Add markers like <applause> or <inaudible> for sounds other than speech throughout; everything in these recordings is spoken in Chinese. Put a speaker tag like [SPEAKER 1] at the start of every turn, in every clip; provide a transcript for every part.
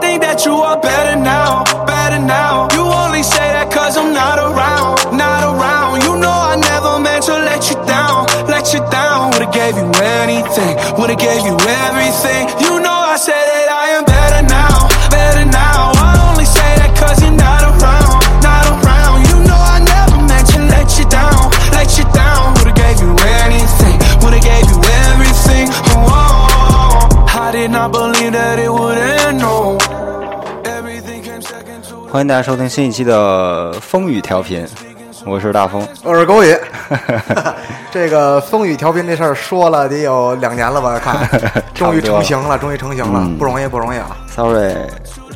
[SPEAKER 1] think that you are better now, better now. You only say that cause I'm not around, not around. You know I never meant to let you down, let you down. Would've gave you anything, would've gave you everything. You know I said that I am better now, better now. I only say that cause you're not around, not around. You know I never meant to let you down, let you down. Would've gave you anything, would've gave you everything. Oh, I did not believe that it would end, no. Everything came second to
[SPEAKER 2] 欢迎大家收听新一期的风雨调频，我是大风。
[SPEAKER 3] 我是狗宇， <laughs> 这个风雨调频这事儿说了得有两年了
[SPEAKER 2] <laughs>
[SPEAKER 3] 吧？看，终于成型了，终于成型了，
[SPEAKER 2] 嗯
[SPEAKER 3] 不容易，不容易啊
[SPEAKER 2] Sorry，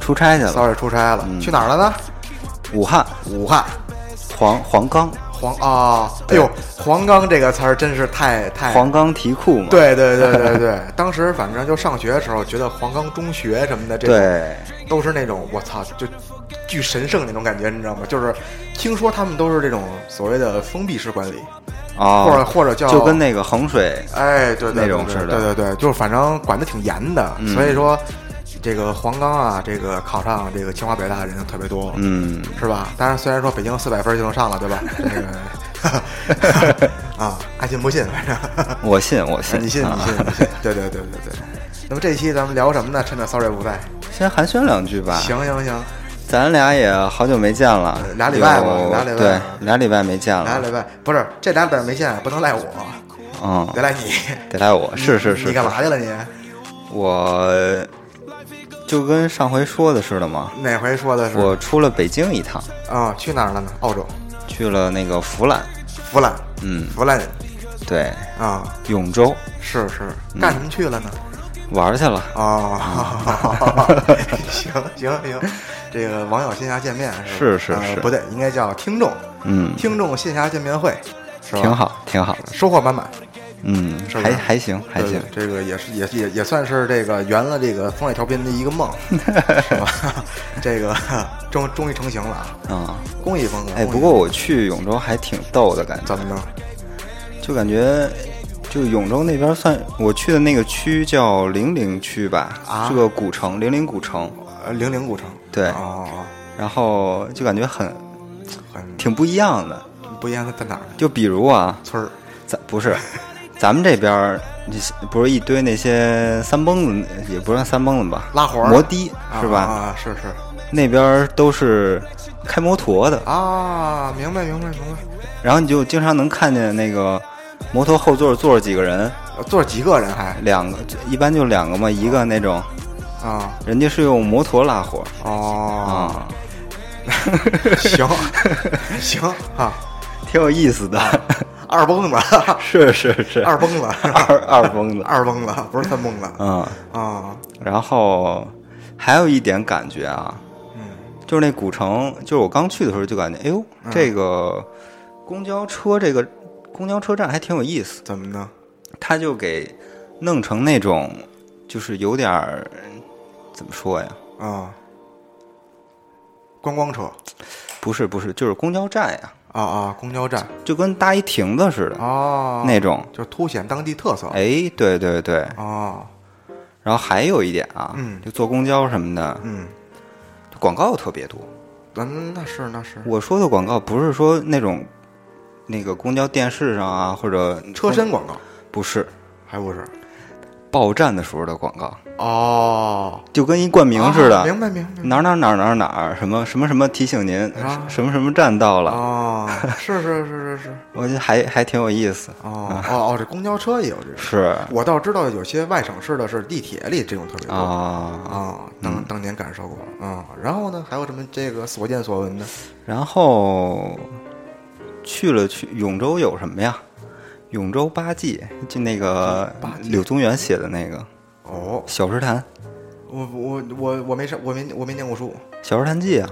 [SPEAKER 2] 出差去了，
[SPEAKER 3] ！sorry，出差了，
[SPEAKER 2] 嗯
[SPEAKER 3] 去哪儿了呢？
[SPEAKER 2] 武汉
[SPEAKER 3] 武汉
[SPEAKER 2] 黄黄冈
[SPEAKER 3] 黄啊，哎呦，黄冈这个词儿真是太太
[SPEAKER 2] 黄冈题库嘛，
[SPEAKER 3] 哎对对对对对， <laughs> 当时反正就上学的时候，觉得黄冈中学什么的，这种
[SPEAKER 2] 对
[SPEAKER 3] 都是那种我操，就巨神圣那种感觉，你知道吗？就是听说他们都是这种所谓的封闭式管理，
[SPEAKER 2] 啊，
[SPEAKER 3] 或者或者叫
[SPEAKER 2] 就跟那个衡水，
[SPEAKER 3] 哎，对对
[SPEAKER 2] 那种
[SPEAKER 3] 对
[SPEAKER 2] 似的嗯
[SPEAKER 3] 对对对，就是反正管得挺严的，所以说这个黄冈啊，这个考上这个清华北大的人就特别多，
[SPEAKER 2] 嗯，
[SPEAKER 3] 是吧？当然，虽然说北京四百分就能上了，
[SPEAKER 2] <laughs>
[SPEAKER 3] 对吧？这个 <laughs> 啊，爱信不信，反正 <laughs>
[SPEAKER 2] 我信我信，
[SPEAKER 3] 你信
[SPEAKER 2] 啊
[SPEAKER 3] 你信你信，对对对对对。那么这期咱们聊什么
[SPEAKER 2] 啊
[SPEAKER 3] 呢？趁着 sorry 不在，
[SPEAKER 2] 先寒暄两句吧。，
[SPEAKER 3] 行行
[SPEAKER 2] 啊
[SPEAKER 3] 行，
[SPEAKER 2] 咱俩也好久没见了，
[SPEAKER 3] 俩礼拜吧
[SPEAKER 2] 有
[SPEAKER 3] 俩礼拜
[SPEAKER 2] 对，俩礼拜没见了，
[SPEAKER 3] 来来来，不是这俩本没见，不能赖我，
[SPEAKER 2] 嗯，
[SPEAKER 3] 得赖你。
[SPEAKER 2] 得赖我，是是是，
[SPEAKER 3] 你干
[SPEAKER 2] 是
[SPEAKER 3] 嘛去了你？
[SPEAKER 2] 我就跟上回说的似的嘛，
[SPEAKER 3] 哪回说的是？
[SPEAKER 2] 我出了北京一趟，
[SPEAKER 3] 啊、去哪儿了呢？澳洲，
[SPEAKER 2] 去了那个弗兰，
[SPEAKER 3] 弗兰，
[SPEAKER 2] 嗯，
[SPEAKER 3] 弗兰
[SPEAKER 2] 对，
[SPEAKER 3] 啊。
[SPEAKER 2] 永州
[SPEAKER 3] 是是，
[SPEAKER 2] 嗯
[SPEAKER 3] 干什么去了呢？
[SPEAKER 2] 玩去了。
[SPEAKER 3] 哦， <laughs> 行行行，这个网友线下见面
[SPEAKER 2] 是
[SPEAKER 3] 吧
[SPEAKER 2] 是
[SPEAKER 3] 呃
[SPEAKER 2] 是
[SPEAKER 3] 不对，应该叫听众，
[SPEAKER 2] 嗯
[SPEAKER 3] 听众线下见面会，是吧？
[SPEAKER 2] 挺，好，挺好，
[SPEAKER 3] 收获满满，
[SPEAKER 2] 嗯，
[SPEAKER 3] 是吧
[SPEAKER 2] 还还行，还
[SPEAKER 3] 对
[SPEAKER 2] 行，
[SPEAKER 3] 对这个也是也也也算是这个圆了这个风水调频的一个梦，
[SPEAKER 2] <laughs>
[SPEAKER 3] 是吧？这个 <laughs> 终终于成型了，啊，
[SPEAKER 2] 啊，
[SPEAKER 3] 恭喜峰哥！
[SPEAKER 2] 哎，
[SPEAKER 3] 恭喜
[SPEAKER 2] 不过我去永州还挺逗的感觉，
[SPEAKER 3] 怎么着？
[SPEAKER 2] 就感觉就永州那边算我去的那个区叫零陵区吧，
[SPEAKER 3] 啊
[SPEAKER 2] 是个古城，零陵古城，
[SPEAKER 3] 呃，零陵古城，
[SPEAKER 2] 对
[SPEAKER 3] 哦，
[SPEAKER 2] 然后就感觉很
[SPEAKER 3] 很
[SPEAKER 2] 挺不一样的。
[SPEAKER 3] 不一样，在哪儿呢？
[SPEAKER 2] 就比如啊，
[SPEAKER 3] 村儿
[SPEAKER 2] 咱不
[SPEAKER 3] <laughs>
[SPEAKER 2] 是，咱们这边儿那些不是一堆那些三蹦子，也不算三蹦子吧，
[SPEAKER 3] 拉活儿
[SPEAKER 2] 摩的是
[SPEAKER 3] 啊
[SPEAKER 2] 吧？
[SPEAKER 3] 啊，是是。
[SPEAKER 2] 那边儿都是开摩托的，
[SPEAKER 3] 啊，明白明白明白。
[SPEAKER 2] 然后你就经常能看见那个摩托后座坐着几个人，
[SPEAKER 3] 呃坐着几个人还
[SPEAKER 2] 两个一般就两个嘛，一个那种，
[SPEAKER 3] 啊？
[SPEAKER 2] 人家是用摩托拉活
[SPEAKER 3] 哦，
[SPEAKER 2] 啊，
[SPEAKER 3] 行行啊，
[SPEAKER 2] 挺有意思的，
[SPEAKER 3] <laughs> 二蹦子，
[SPEAKER 2] <laughs> 是是是，
[SPEAKER 3] 二蹦子，是吧
[SPEAKER 2] <laughs>
[SPEAKER 3] <laughs>
[SPEAKER 2] 二二疯子，
[SPEAKER 3] 二蹦子，不是三蹦子
[SPEAKER 2] 嗯，
[SPEAKER 3] 啊。
[SPEAKER 2] 然后还有一点感觉啊，
[SPEAKER 3] 嗯，
[SPEAKER 2] 就是那古城，就是我刚去的时候就感觉，哎呦，这个公交车这个公交车站还挺有意思，
[SPEAKER 3] 怎么呢？
[SPEAKER 2] 它就给弄成那种，就是有点儿怎么说呀？
[SPEAKER 3] 啊，观光车
[SPEAKER 2] 不是不是，就是公交站呀、
[SPEAKER 3] 啊啊，公交站
[SPEAKER 2] 就跟搭一亭子似的、
[SPEAKER 3] 哦，
[SPEAKER 2] 那种。
[SPEAKER 3] 就凸显当地特色。
[SPEAKER 2] 哎，对对对，
[SPEAKER 3] 哦，
[SPEAKER 2] 然后还有一点啊，
[SPEAKER 3] 嗯
[SPEAKER 2] 就坐公交什么的，
[SPEAKER 3] 嗯，
[SPEAKER 2] 广告特别多。
[SPEAKER 3] 嗯，那是那是
[SPEAKER 2] 我说的广告不是说那种那个公交电视上啊，或者
[SPEAKER 3] 车身广告，
[SPEAKER 2] 不是
[SPEAKER 3] 还不是？
[SPEAKER 2] 报站的时候的广告，
[SPEAKER 3] 哦，
[SPEAKER 2] 就跟一冠名似的，
[SPEAKER 3] 啊明白明白。
[SPEAKER 2] 哪儿哪儿哪儿哪儿哪儿什么什么什么提醒您、
[SPEAKER 3] 啊
[SPEAKER 2] 什么什么站到了，
[SPEAKER 3] 哦，是是是是是。
[SPEAKER 2] 我觉得还还挺有意思。
[SPEAKER 3] 哦哦哦，这公交车也有这个。
[SPEAKER 2] 是
[SPEAKER 3] 我倒知道有些外省市的是地铁里这种特别多啊、
[SPEAKER 2] 啊，
[SPEAKER 3] 当当年感受过啊、然后呢，还有什么这个所见所闻的
[SPEAKER 2] 然后去了去永州有什么呀？永州八记，就那个柳宗元写的那个《
[SPEAKER 3] 哦，
[SPEAKER 2] 小石潭
[SPEAKER 3] 我我我我没上，我没我没念过书
[SPEAKER 2] 小石潭记》啊，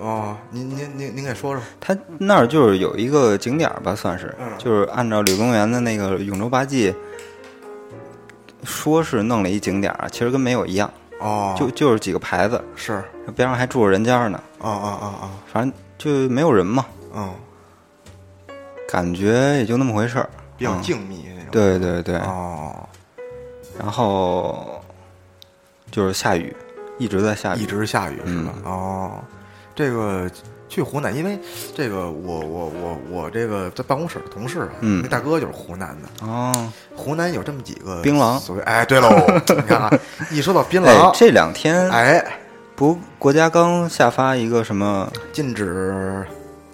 [SPEAKER 3] 哦，您您您您给说说
[SPEAKER 2] 它那儿就是有一个景点儿吧，算是，
[SPEAKER 3] 嗯
[SPEAKER 2] 就是按照柳宗元的那个《永州八记》，说是弄了一景点儿，啊其实跟没有一样，
[SPEAKER 3] 哦，
[SPEAKER 2] 就就是几个牌子，
[SPEAKER 3] 是啊
[SPEAKER 2] 边上还住着人家呢，
[SPEAKER 3] 啊啊
[SPEAKER 2] 反正就没有人嘛，
[SPEAKER 3] 啊，嗯，
[SPEAKER 2] 感觉也就那么回事儿。
[SPEAKER 3] 比较静谧那种、
[SPEAKER 2] 嗯对对对，
[SPEAKER 3] 哦
[SPEAKER 2] 然后就是下雨，一直在下雨，
[SPEAKER 3] 一直下雨是吧？
[SPEAKER 2] 嗯
[SPEAKER 3] 哦，这个去湖南，因为这个我我我我这个在办公室的同事啊，
[SPEAKER 2] 嗯
[SPEAKER 3] 那大哥就是湖南的，
[SPEAKER 2] 哦，
[SPEAKER 3] 湖南有这么几个
[SPEAKER 2] 槟榔
[SPEAKER 3] 所谓哎，
[SPEAKER 2] <laughs>
[SPEAKER 3] 对喽，你看啊，一说到槟
[SPEAKER 2] 哎
[SPEAKER 3] 榔，，
[SPEAKER 2] 这两天
[SPEAKER 3] 哎，
[SPEAKER 2] 不国家刚下发一个什么？
[SPEAKER 3] 禁止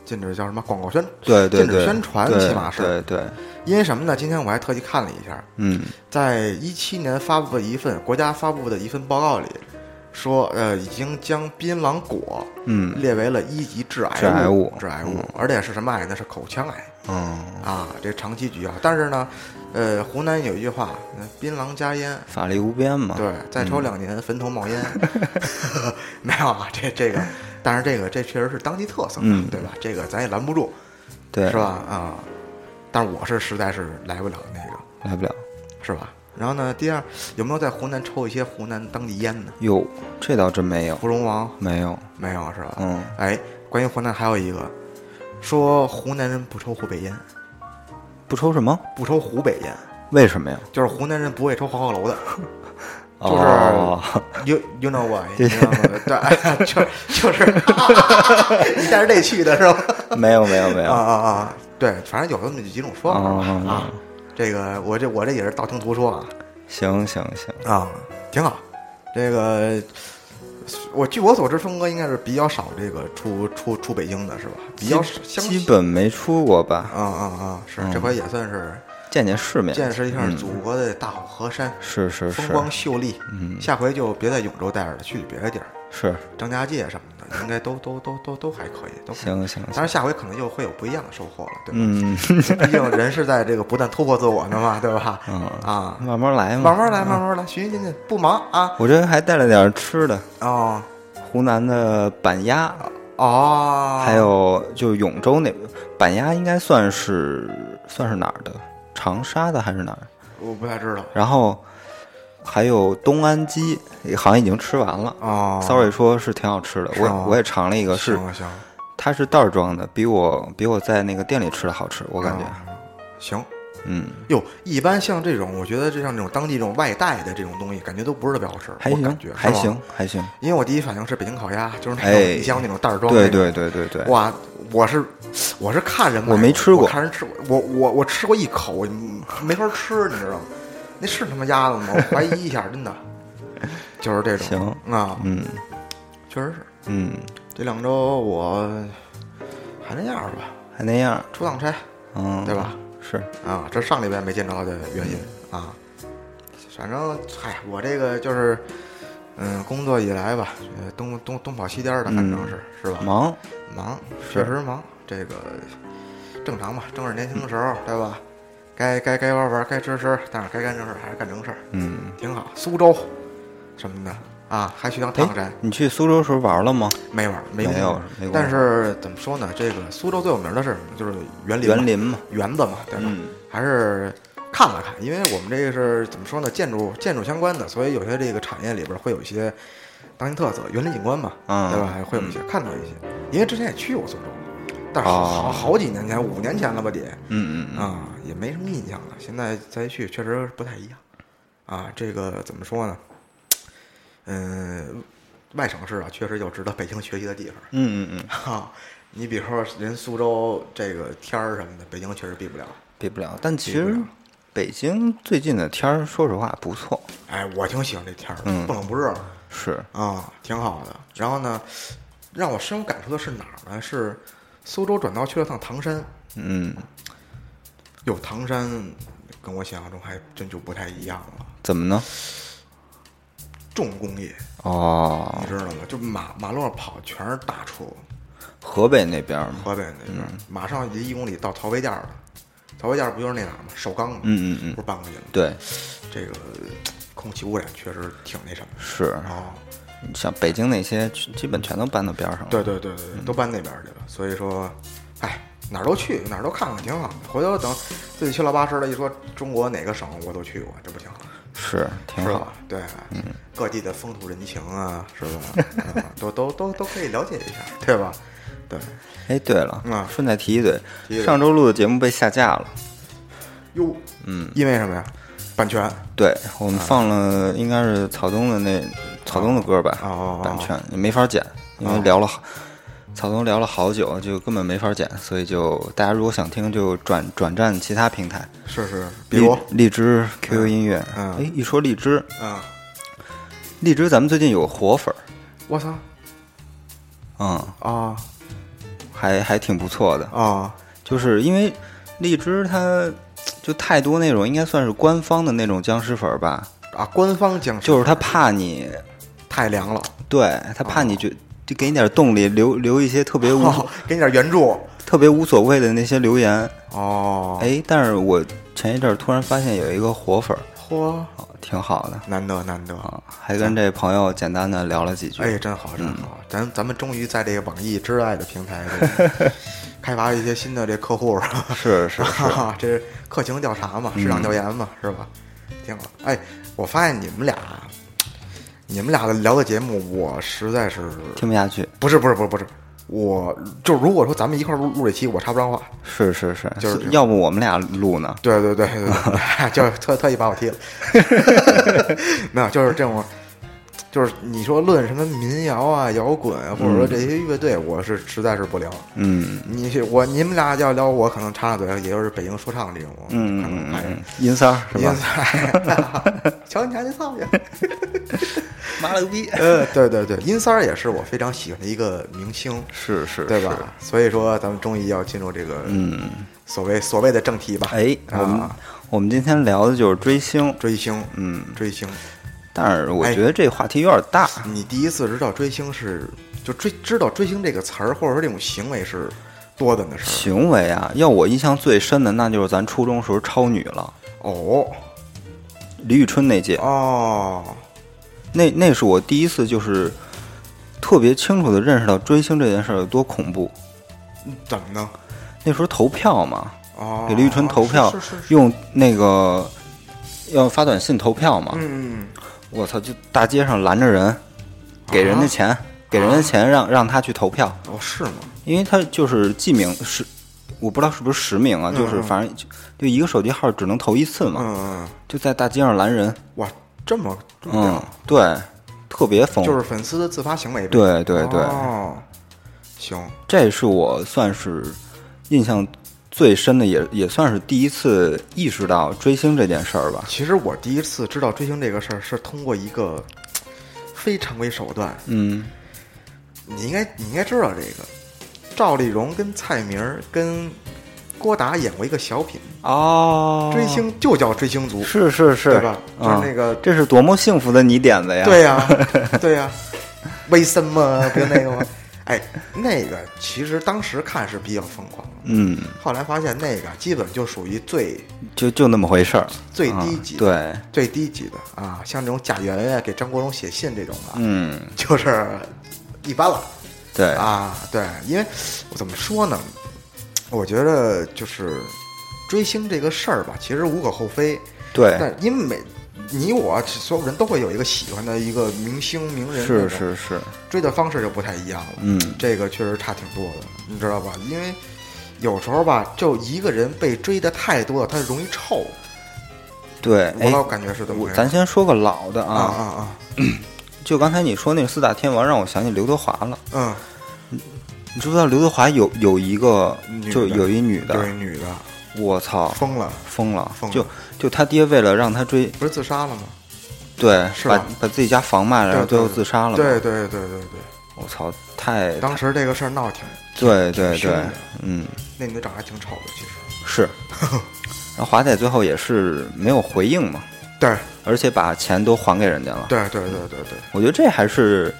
[SPEAKER 3] 禁止叫什么广告宣，
[SPEAKER 2] 对对
[SPEAKER 3] 禁止
[SPEAKER 2] 对，
[SPEAKER 3] 宣传
[SPEAKER 2] 对
[SPEAKER 3] 起码是
[SPEAKER 2] 对对，
[SPEAKER 3] 因为什么呢？今天我还特地看了一下，
[SPEAKER 2] 嗯
[SPEAKER 3] 在一七年发布的一份国家发布的一份报告里，说呃，已经将槟榔果
[SPEAKER 2] 嗯
[SPEAKER 3] 列为了一级致
[SPEAKER 2] 致
[SPEAKER 3] 癌
[SPEAKER 2] 癌
[SPEAKER 3] 物
[SPEAKER 2] 物，
[SPEAKER 3] 致癌物，而且是什么癌呢？是口腔癌
[SPEAKER 2] 嗯，
[SPEAKER 3] 啊，这长期局啊。但是呢，呃，湖南有一句话，呃槟榔加烟。
[SPEAKER 2] 法力无边嘛，
[SPEAKER 3] 对，再
[SPEAKER 2] 嗯
[SPEAKER 3] 抽两年，坟头冒烟。 <laughs> 没有啊，这这个，但是这个这确实是当地特色，
[SPEAKER 2] 嗯
[SPEAKER 3] 对吧？这个咱也拦不住，
[SPEAKER 2] 对
[SPEAKER 3] 是吧？？啊、但是我是实在是来不了那个，
[SPEAKER 2] 来不了。
[SPEAKER 3] 是吧？然后呢，第二有没有在湖南抽一些湖南当地烟呢？
[SPEAKER 2] 哟，这倒真没有，
[SPEAKER 3] 芙蓉王
[SPEAKER 2] 没有，
[SPEAKER 3] 没有是吧？
[SPEAKER 2] 嗯，
[SPEAKER 3] 哎，关于湖南还有一个，说湖南人不抽湖北烟，
[SPEAKER 2] 不抽什么？
[SPEAKER 3] 不抽湖北烟，
[SPEAKER 2] 为什么呀？
[SPEAKER 3] 就是湖南人不会抽黄鹤楼的，就是、
[SPEAKER 2] 哦
[SPEAKER 3] you you know what，你知道吗？对，哎就就是， <laughs> 你带着这去的是吧？
[SPEAKER 2] <laughs> 没有没有没
[SPEAKER 3] 啊
[SPEAKER 2] 有，
[SPEAKER 3] <laughs> 啊啊！对，反正有那么几种说法吧
[SPEAKER 2] 哦
[SPEAKER 3] 啊。这个我这我这也是道听途说啊。
[SPEAKER 2] 行行行，
[SPEAKER 3] 啊，挺好。这个，我据我所知，峰哥应该是比较少这个出出出北京的是吧？比较少相
[SPEAKER 2] 基本嗯没出过吧？
[SPEAKER 3] 啊啊啊，是这回也算是
[SPEAKER 2] 见见世面，嗯
[SPEAKER 3] 见识一下祖国的大好河山，
[SPEAKER 2] 是是
[SPEAKER 3] 风
[SPEAKER 2] 是
[SPEAKER 3] 光秀丽。嗯，下回就别在永州待着了，去别的地儿，
[SPEAKER 2] 是，
[SPEAKER 3] 张家界什么的， <laughs> 应该都都都都都还可以，都可以。
[SPEAKER 2] 行行行，
[SPEAKER 3] 当然，下回可能又会有不一样的收获了，对吧？
[SPEAKER 2] 嗯，
[SPEAKER 3] <laughs> 毕竟人是在这个不断突破自我的嘛，
[SPEAKER 2] <laughs>
[SPEAKER 3] 对吧？
[SPEAKER 2] 嗯
[SPEAKER 3] 啊，
[SPEAKER 2] 慢慢来嘛，
[SPEAKER 3] 慢慢来，慢慢来，循序渐进，不忙啊。
[SPEAKER 2] 我这还带了点吃的，
[SPEAKER 3] 哦，
[SPEAKER 2] 湖南的板鸭，
[SPEAKER 3] 啊哦，
[SPEAKER 2] 还有就永州那板鸭应该算是算是哪儿的？长沙的还是哪儿？
[SPEAKER 3] 我不太知道
[SPEAKER 2] 然后还有东安鸡，好像已经吃完了。
[SPEAKER 3] 哦
[SPEAKER 2] Sorry，说是挺好吃的，
[SPEAKER 3] 是
[SPEAKER 2] 我
[SPEAKER 3] 吗
[SPEAKER 2] 我也尝了一个，是
[SPEAKER 3] 行行
[SPEAKER 2] 它是袋儿装的，比我比我在那个店里吃的好吃，我感觉，
[SPEAKER 3] 哦行
[SPEAKER 2] 嗯，
[SPEAKER 3] 哟，一般像这种，我觉得就像这种当地这种外带的这种东西，感觉都不是特别好吃，
[SPEAKER 2] 还
[SPEAKER 3] 我感
[SPEAKER 2] 行
[SPEAKER 3] 觉，
[SPEAKER 2] 还。
[SPEAKER 3] 是
[SPEAKER 2] 行
[SPEAKER 3] 吧，
[SPEAKER 2] 还行，
[SPEAKER 3] 因为我第一反应是北京烤鸭，就是那种、
[SPEAKER 2] 哎
[SPEAKER 3] 你像那种袋儿装
[SPEAKER 2] 对
[SPEAKER 3] 那种
[SPEAKER 2] 对对对对，
[SPEAKER 3] 哇，我是我是看人买
[SPEAKER 2] 我没吃过
[SPEAKER 3] 我看人吃过，我我我吃过一口，我嗯没法吃，你知道吗？那是他妈鸭子吗？我怀疑一下，真的，就是这种啊，
[SPEAKER 2] 嗯
[SPEAKER 3] 确实是。
[SPEAKER 2] 嗯，
[SPEAKER 3] 这两周我还那样儿吧，
[SPEAKER 2] 还那样，
[SPEAKER 3] 出趟差，
[SPEAKER 2] 嗯，
[SPEAKER 3] 对吧？
[SPEAKER 2] 是，
[SPEAKER 3] 啊，这上礼拜没见着的原因
[SPEAKER 2] 嗯
[SPEAKER 3] 啊。反正嗨，我这个就是，嗯，工作以来吧，呃东东东跑西颠儿的，反正
[SPEAKER 2] 嗯
[SPEAKER 3] 是、是吧？
[SPEAKER 2] 忙，
[SPEAKER 3] 忙，
[SPEAKER 2] 是
[SPEAKER 3] 确实忙，这个正常吧，正是年轻的时
[SPEAKER 2] 嗯
[SPEAKER 3] 候，对吧？该该该玩玩，该吃吃，但是该干正事儿还是干正事儿，
[SPEAKER 2] 嗯，
[SPEAKER 3] 挺好。苏州什么的啊，还去趟
[SPEAKER 2] 哎
[SPEAKER 3] 唐山，，
[SPEAKER 2] 你去苏州时候玩了吗？
[SPEAKER 3] 没玩儿，没
[SPEAKER 2] 没
[SPEAKER 3] 工夫
[SPEAKER 2] 有没工夫
[SPEAKER 3] 但是怎么说呢？这个苏州最有名的是什么？就是园林嘛，
[SPEAKER 2] 园林嘛，
[SPEAKER 3] 园子嘛，对吧？
[SPEAKER 2] 嗯
[SPEAKER 3] 还是看了看，因为我们这个是怎么说呢？建筑建筑相关的，所以有些这个产业里边会有一些当地特色，园林景观嘛，
[SPEAKER 2] 嗯
[SPEAKER 3] 对吧？会有一些看到一些，因为之前也去过苏州，但是好、
[SPEAKER 2] 哦
[SPEAKER 3] 好好几年前，五年前了吧得，
[SPEAKER 2] 嗯嗯
[SPEAKER 3] 啊，也没什么印象了。现在再去确实不太一样，啊，这个怎么说呢？嗯，外省市啊，确实有值得北京学习的地方。
[SPEAKER 2] 嗯嗯
[SPEAKER 3] <laughs>
[SPEAKER 2] 嗯，
[SPEAKER 3] 哈、啊你比如说人苏州这个天儿什么的，北京确实比不了。
[SPEAKER 2] 比不了，但其
[SPEAKER 3] 比
[SPEAKER 2] 实
[SPEAKER 3] 不了
[SPEAKER 2] 北京最近的天儿，说实话不错，
[SPEAKER 3] 哎，我挺喜欢这天儿，
[SPEAKER 2] 嗯
[SPEAKER 3] 不冷不热啊、
[SPEAKER 2] 是，
[SPEAKER 3] 挺好的。然后呢，让我深有感触的是哪儿呢？是苏州转道去了趟唐山，
[SPEAKER 2] 嗯，
[SPEAKER 3] 哟，唐山跟我想象中还真就不太一样了，
[SPEAKER 2] 怎么呢？
[SPEAKER 3] 重工业，
[SPEAKER 2] 哦
[SPEAKER 3] 你，知道吗？就马马路上跑全是大厨，
[SPEAKER 2] 河北那边儿嘛，
[SPEAKER 3] 河北那边儿，
[SPEAKER 2] 嗯
[SPEAKER 3] 马上离一公里到曹妃甸儿了。曹妃甸儿不就是那哪儿吗？首钢嘛，
[SPEAKER 2] 嗯嗯嗯
[SPEAKER 3] 不是搬过去了吗？
[SPEAKER 2] 对，
[SPEAKER 3] 这个空气污染确实挺那什么的。
[SPEAKER 2] 是，
[SPEAKER 3] 哦，
[SPEAKER 2] 像北京那些基基本全都搬到边儿上了，
[SPEAKER 3] 对对对对，对，都搬那边去了。所以说，哎，哪儿都去，哪儿都看看，挺好的。回头等自己七老八十了，一说中国哪个省我都去过，这不挺好？嗯
[SPEAKER 2] 是挺
[SPEAKER 3] 是
[SPEAKER 2] 好
[SPEAKER 3] 吧，？对，各地的风土人情啊，是吧？嗯 <laughs> 都都都都可以了解一下， <laughs> 对吧？对，
[SPEAKER 2] 哎，对了，
[SPEAKER 3] 嗯
[SPEAKER 2] 顺带提一嘴
[SPEAKER 3] 提一，嘴
[SPEAKER 2] 上周录的节目被下架了。
[SPEAKER 3] 哟，嗯，因为什么呀？版权
[SPEAKER 2] 对我们放了，应该是草东的那草东的歌吧，
[SPEAKER 3] 哦哦哦哦
[SPEAKER 2] 版权也没法剪，因为聊了好，草东聊了好久，就根本没法剪，所以就大家如果想听，就转转战其他平台，
[SPEAKER 3] 是是，比
[SPEAKER 2] 荔
[SPEAKER 3] 如
[SPEAKER 2] 荔枝、QQ 音乐。
[SPEAKER 3] 嗯
[SPEAKER 2] 哎，一说荔枝，
[SPEAKER 3] 嗯，
[SPEAKER 2] 荔枝咱们最近有活粉儿，
[SPEAKER 3] 我操
[SPEAKER 2] 嗯，
[SPEAKER 3] 啊
[SPEAKER 2] 还还挺不错的，
[SPEAKER 3] 啊
[SPEAKER 2] 就是因为荔枝它就太多那种应该算是官方的那种僵尸粉儿吧，
[SPEAKER 3] 啊！官方讲
[SPEAKER 2] 就是他怕你
[SPEAKER 3] 太凉了，
[SPEAKER 2] 对他怕你就就给你点动力，留留一些特别无、
[SPEAKER 3] <laughs> 哦 <laughs> 给你点援助
[SPEAKER 2] 特别无所谓的那些留言。
[SPEAKER 3] 哦。
[SPEAKER 2] 哎，但是我前一阵儿突然发现有一个活粉儿，
[SPEAKER 3] 嚯，
[SPEAKER 2] 哦挺好的
[SPEAKER 3] 难得难得，
[SPEAKER 2] 啊，还跟这朋友简单的聊了几句。
[SPEAKER 3] 哎，真好真好，咱咱们终于在这个网易之爱的平台这个开发了一些新的这客户了。
[SPEAKER 2] 是是 <laughs> 是，
[SPEAKER 3] 哈， <laughs> 这是客情调查嘛，市场调研嘛，是吧？挺好。哎，我发现你们俩，你们俩的聊的节目，我实在是
[SPEAKER 2] 听不下去。
[SPEAKER 3] 不是不是不是不是，我就如果说咱们一块儿录录这期，我插不上话。
[SPEAKER 2] 是是是，
[SPEAKER 3] 就是这样
[SPEAKER 2] 要不我们俩录呢？
[SPEAKER 3] 对对对对对，就是特特意把我踢了。没有，就是这种，就是你说论什么民谣啊、摇滚啊，或者说这些乐队，我是实在是不聊。
[SPEAKER 2] 嗯
[SPEAKER 3] 你是我你们俩要聊，我可能插上嘴，也就是北京说唱这种，
[SPEAKER 2] 嗯
[SPEAKER 3] 可能
[SPEAKER 2] 嗯
[SPEAKER 3] 还
[SPEAKER 2] 嗯，银三儿是 <laughs> 吧？
[SPEAKER 3] 吧？瞧你家那操去！
[SPEAKER 2] 妈了个逼！
[SPEAKER 3] 呃，对对对，殷三儿也是我非常喜欢的一个明星，
[SPEAKER 2] 是是，
[SPEAKER 3] 对吧？所以说，咱们终于要进入这个嗯，所谓所谓的正题吧。
[SPEAKER 2] 是？哎，我们
[SPEAKER 3] 啊，
[SPEAKER 2] 我们今天聊的就是追星，
[SPEAKER 3] 追星，
[SPEAKER 2] 嗯，
[SPEAKER 3] 追星，
[SPEAKER 2] 但是我
[SPEAKER 3] 哎
[SPEAKER 2] 觉得这话题有点大。
[SPEAKER 3] 你第一次知道追星是就追知道追星这个词儿，或者说这种行为是多的的事
[SPEAKER 2] 行为啊，要我印象最深的，那就是咱初中时候超女了，
[SPEAKER 3] 儿。哦
[SPEAKER 2] 李宇春那届，
[SPEAKER 3] 哦，
[SPEAKER 2] 那那是我第一次就是特别清楚的认识到追星这件事儿有多恐怖。
[SPEAKER 3] 怎么呢？
[SPEAKER 2] 那时候投票嘛，
[SPEAKER 3] 哦，
[SPEAKER 2] 给李宇春投票，
[SPEAKER 3] 是是是是，
[SPEAKER 2] 用那个要发短信投票嘛，
[SPEAKER 3] 嗯，
[SPEAKER 2] 我操，就大街上拦着人，给人家钱，
[SPEAKER 3] 啊
[SPEAKER 2] 给人家钱让让他去投票，
[SPEAKER 3] 哦是吗？
[SPEAKER 2] 因为他就是记名是，我不知道是不是实名啊，就是反正就就一个手机号只能投一次嘛，
[SPEAKER 3] 嗯嗯嗯，
[SPEAKER 2] 就在大街上拦人，
[SPEAKER 3] 哇，这么这么
[SPEAKER 2] 嗯，对，特别疯，
[SPEAKER 3] 就是粉丝的自发行为呗。
[SPEAKER 2] 对对对，
[SPEAKER 3] 哦，行，
[SPEAKER 2] 这是我算是印象最深的，也也算是第一次意识到追星这件事儿吧。
[SPEAKER 3] 其实我第一次知道追星这个事儿是通过一个非常规手段。
[SPEAKER 2] 嗯，
[SPEAKER 3] 你应该你应该知道这个，赵丽蓉跟蔡明儿跟郭达演过一个小品，
[SPEAKER 2] 哦
[SPEAKER 3] 追星就叫追星族，
[SPEAKER 2] 是是是，
[SPEAKER 3] 对吧？就是
[SPEAKER 2] 嗯
[SPEAKER 3] 那个，
[SPEAKER 2] 这是多么幸福的你点子呀！
[SPEAKER 3] 对呀、
[SPEAKER 2] <laughs>
[SPEAKER 3] 对呀、为什么不就那个吗？ <laughs> 哎，那个其实当时看是比较疯狂的，
[SPEAKER 2] 嗯，
[SPEAKER 3] 后来发现那个基本就属于最
[SPEAKER 2] 就就那么回事儿，
[SPEAKER 3] 最
[SPEAKER 2] 啊
[SPEAKER 3] 低级
[SPEAKER 2] 对，
[SPEAKER 3] 最低级的啊，像这种贾圆圆给张国荣写信这种啊，
[SPEAKER 2] 嗯，
[SPEAKER 3] 就是一般了
[SPEAKER 2] 对，
[SPEAKER 3] 啊。对，因为我怎么说呢？我觉得就是追星这个事儿吧，其实无可厚非。
[SPEAKER 2] 对
[SPEAKER 3] 但因为每你我所有人都会有一个喜欢的一个明星名人，
[SPEAKER 2] 是是，是，
[SPEAKER 3] 追的方式就不太一样了。
[SPEAKER 2] 嗯
[SPEAKER 3] 这个确实差挺多的，你知道吧？因为有时候吧，就一个人被追的太多了，他容易臭。
[SPEAKER 2] 对。
[SPEAKER 3] 我
[SPEAKER 2] 哎，
[SPEAKER 3] 老感觉是这么
[SPEAKER 2] 我
[SPEAKER 3] 回事。
[SPEAKER 2] 咱先说个老的
[SPEAKER 3] 啊啊啊，
[SPEAKER 2] 就刚才你说那个四大天王，让我想起刘德华了。
[SPEAKER 3] 嗯，
[SPEAKER 2] 你知不知道刘德华有有一个
[SPEAKER 3] 女，的
[SPEAKER 2] 就有一女
[SPEAKER 3] 有一
[SPEAKER 2] 的，
[SPEAKER 3] 女的
[SPEAKER 2] 我操，
[SPEAKER 3] 疯了，
[SPEAKER 2] 疯了，
[SPEAKER 3] 疯了
[SPEAKER 2] 就就他爹为了让他追，
[SPEAKER 3] 不是自杀了吗？
[SPEAKER 2] 对，
[SPEAKER 3] 是
[SPEAKER 2] 把
[SPEAKER 3] 吧
[SPEAKER 2] 把自己家房卖了，然后最后自杀了嘛。
[SPEAKER 3] 对对对对对，
[SPEAKER 2] 我操，太
[SPEAKER 3] 当时这个事儿闹挺，
[SPEAKER 2] 对对
[SPEAKER 3] 凶
[SPEAKER 2] 对
[SPEAKER 3] 的，
[SPEAKER 2] 嗯，
[SPEAKER 3] 那女的长得还挺丑的，其实。 <laughs>
[SPEAKER 2] 是。然后华仔最后也是没有回应嘛，
[SPEAKER 3] 对
[SPEAKER 2] 而且把钱都还给人家了。
[SPEAKER 3] 对对对对对
[SPEAKER 2] 我觉得这还是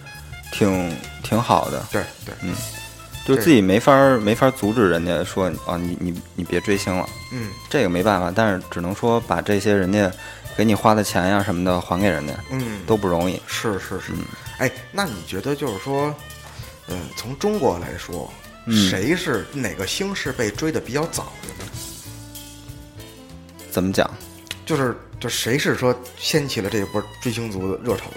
[SPEAKER 2] 挺挺好的，
[SPEAKER 3] 对对，
[SPEAKER 2] 就是自己没法儿没法儿阻止人家说啊，你你你别追星了，
[SPEAKER 3] 嗯
[SPEAKER 2] 这个没办法，但是只能说把这些人家给你花的钱呀什么的还给人家，
[SPEAKER 3] 嗯，
[SPEAKER 2] 都不容易。
[SPEAKER 3] 是是是。
[SPEAKER 2] 嗯
[SPEAKER 3] 哎，那你觉得就是说，嗯，从中国来说，
[SPEAKER 2] 嗯
[SPEAKER 3] 谁是哪个星是被追的比较早的呢？
[SPEAKER 2] 怎么讲？
[SPEAKER 3] 就是就谁是说掀起了这一波追星族的热潮的？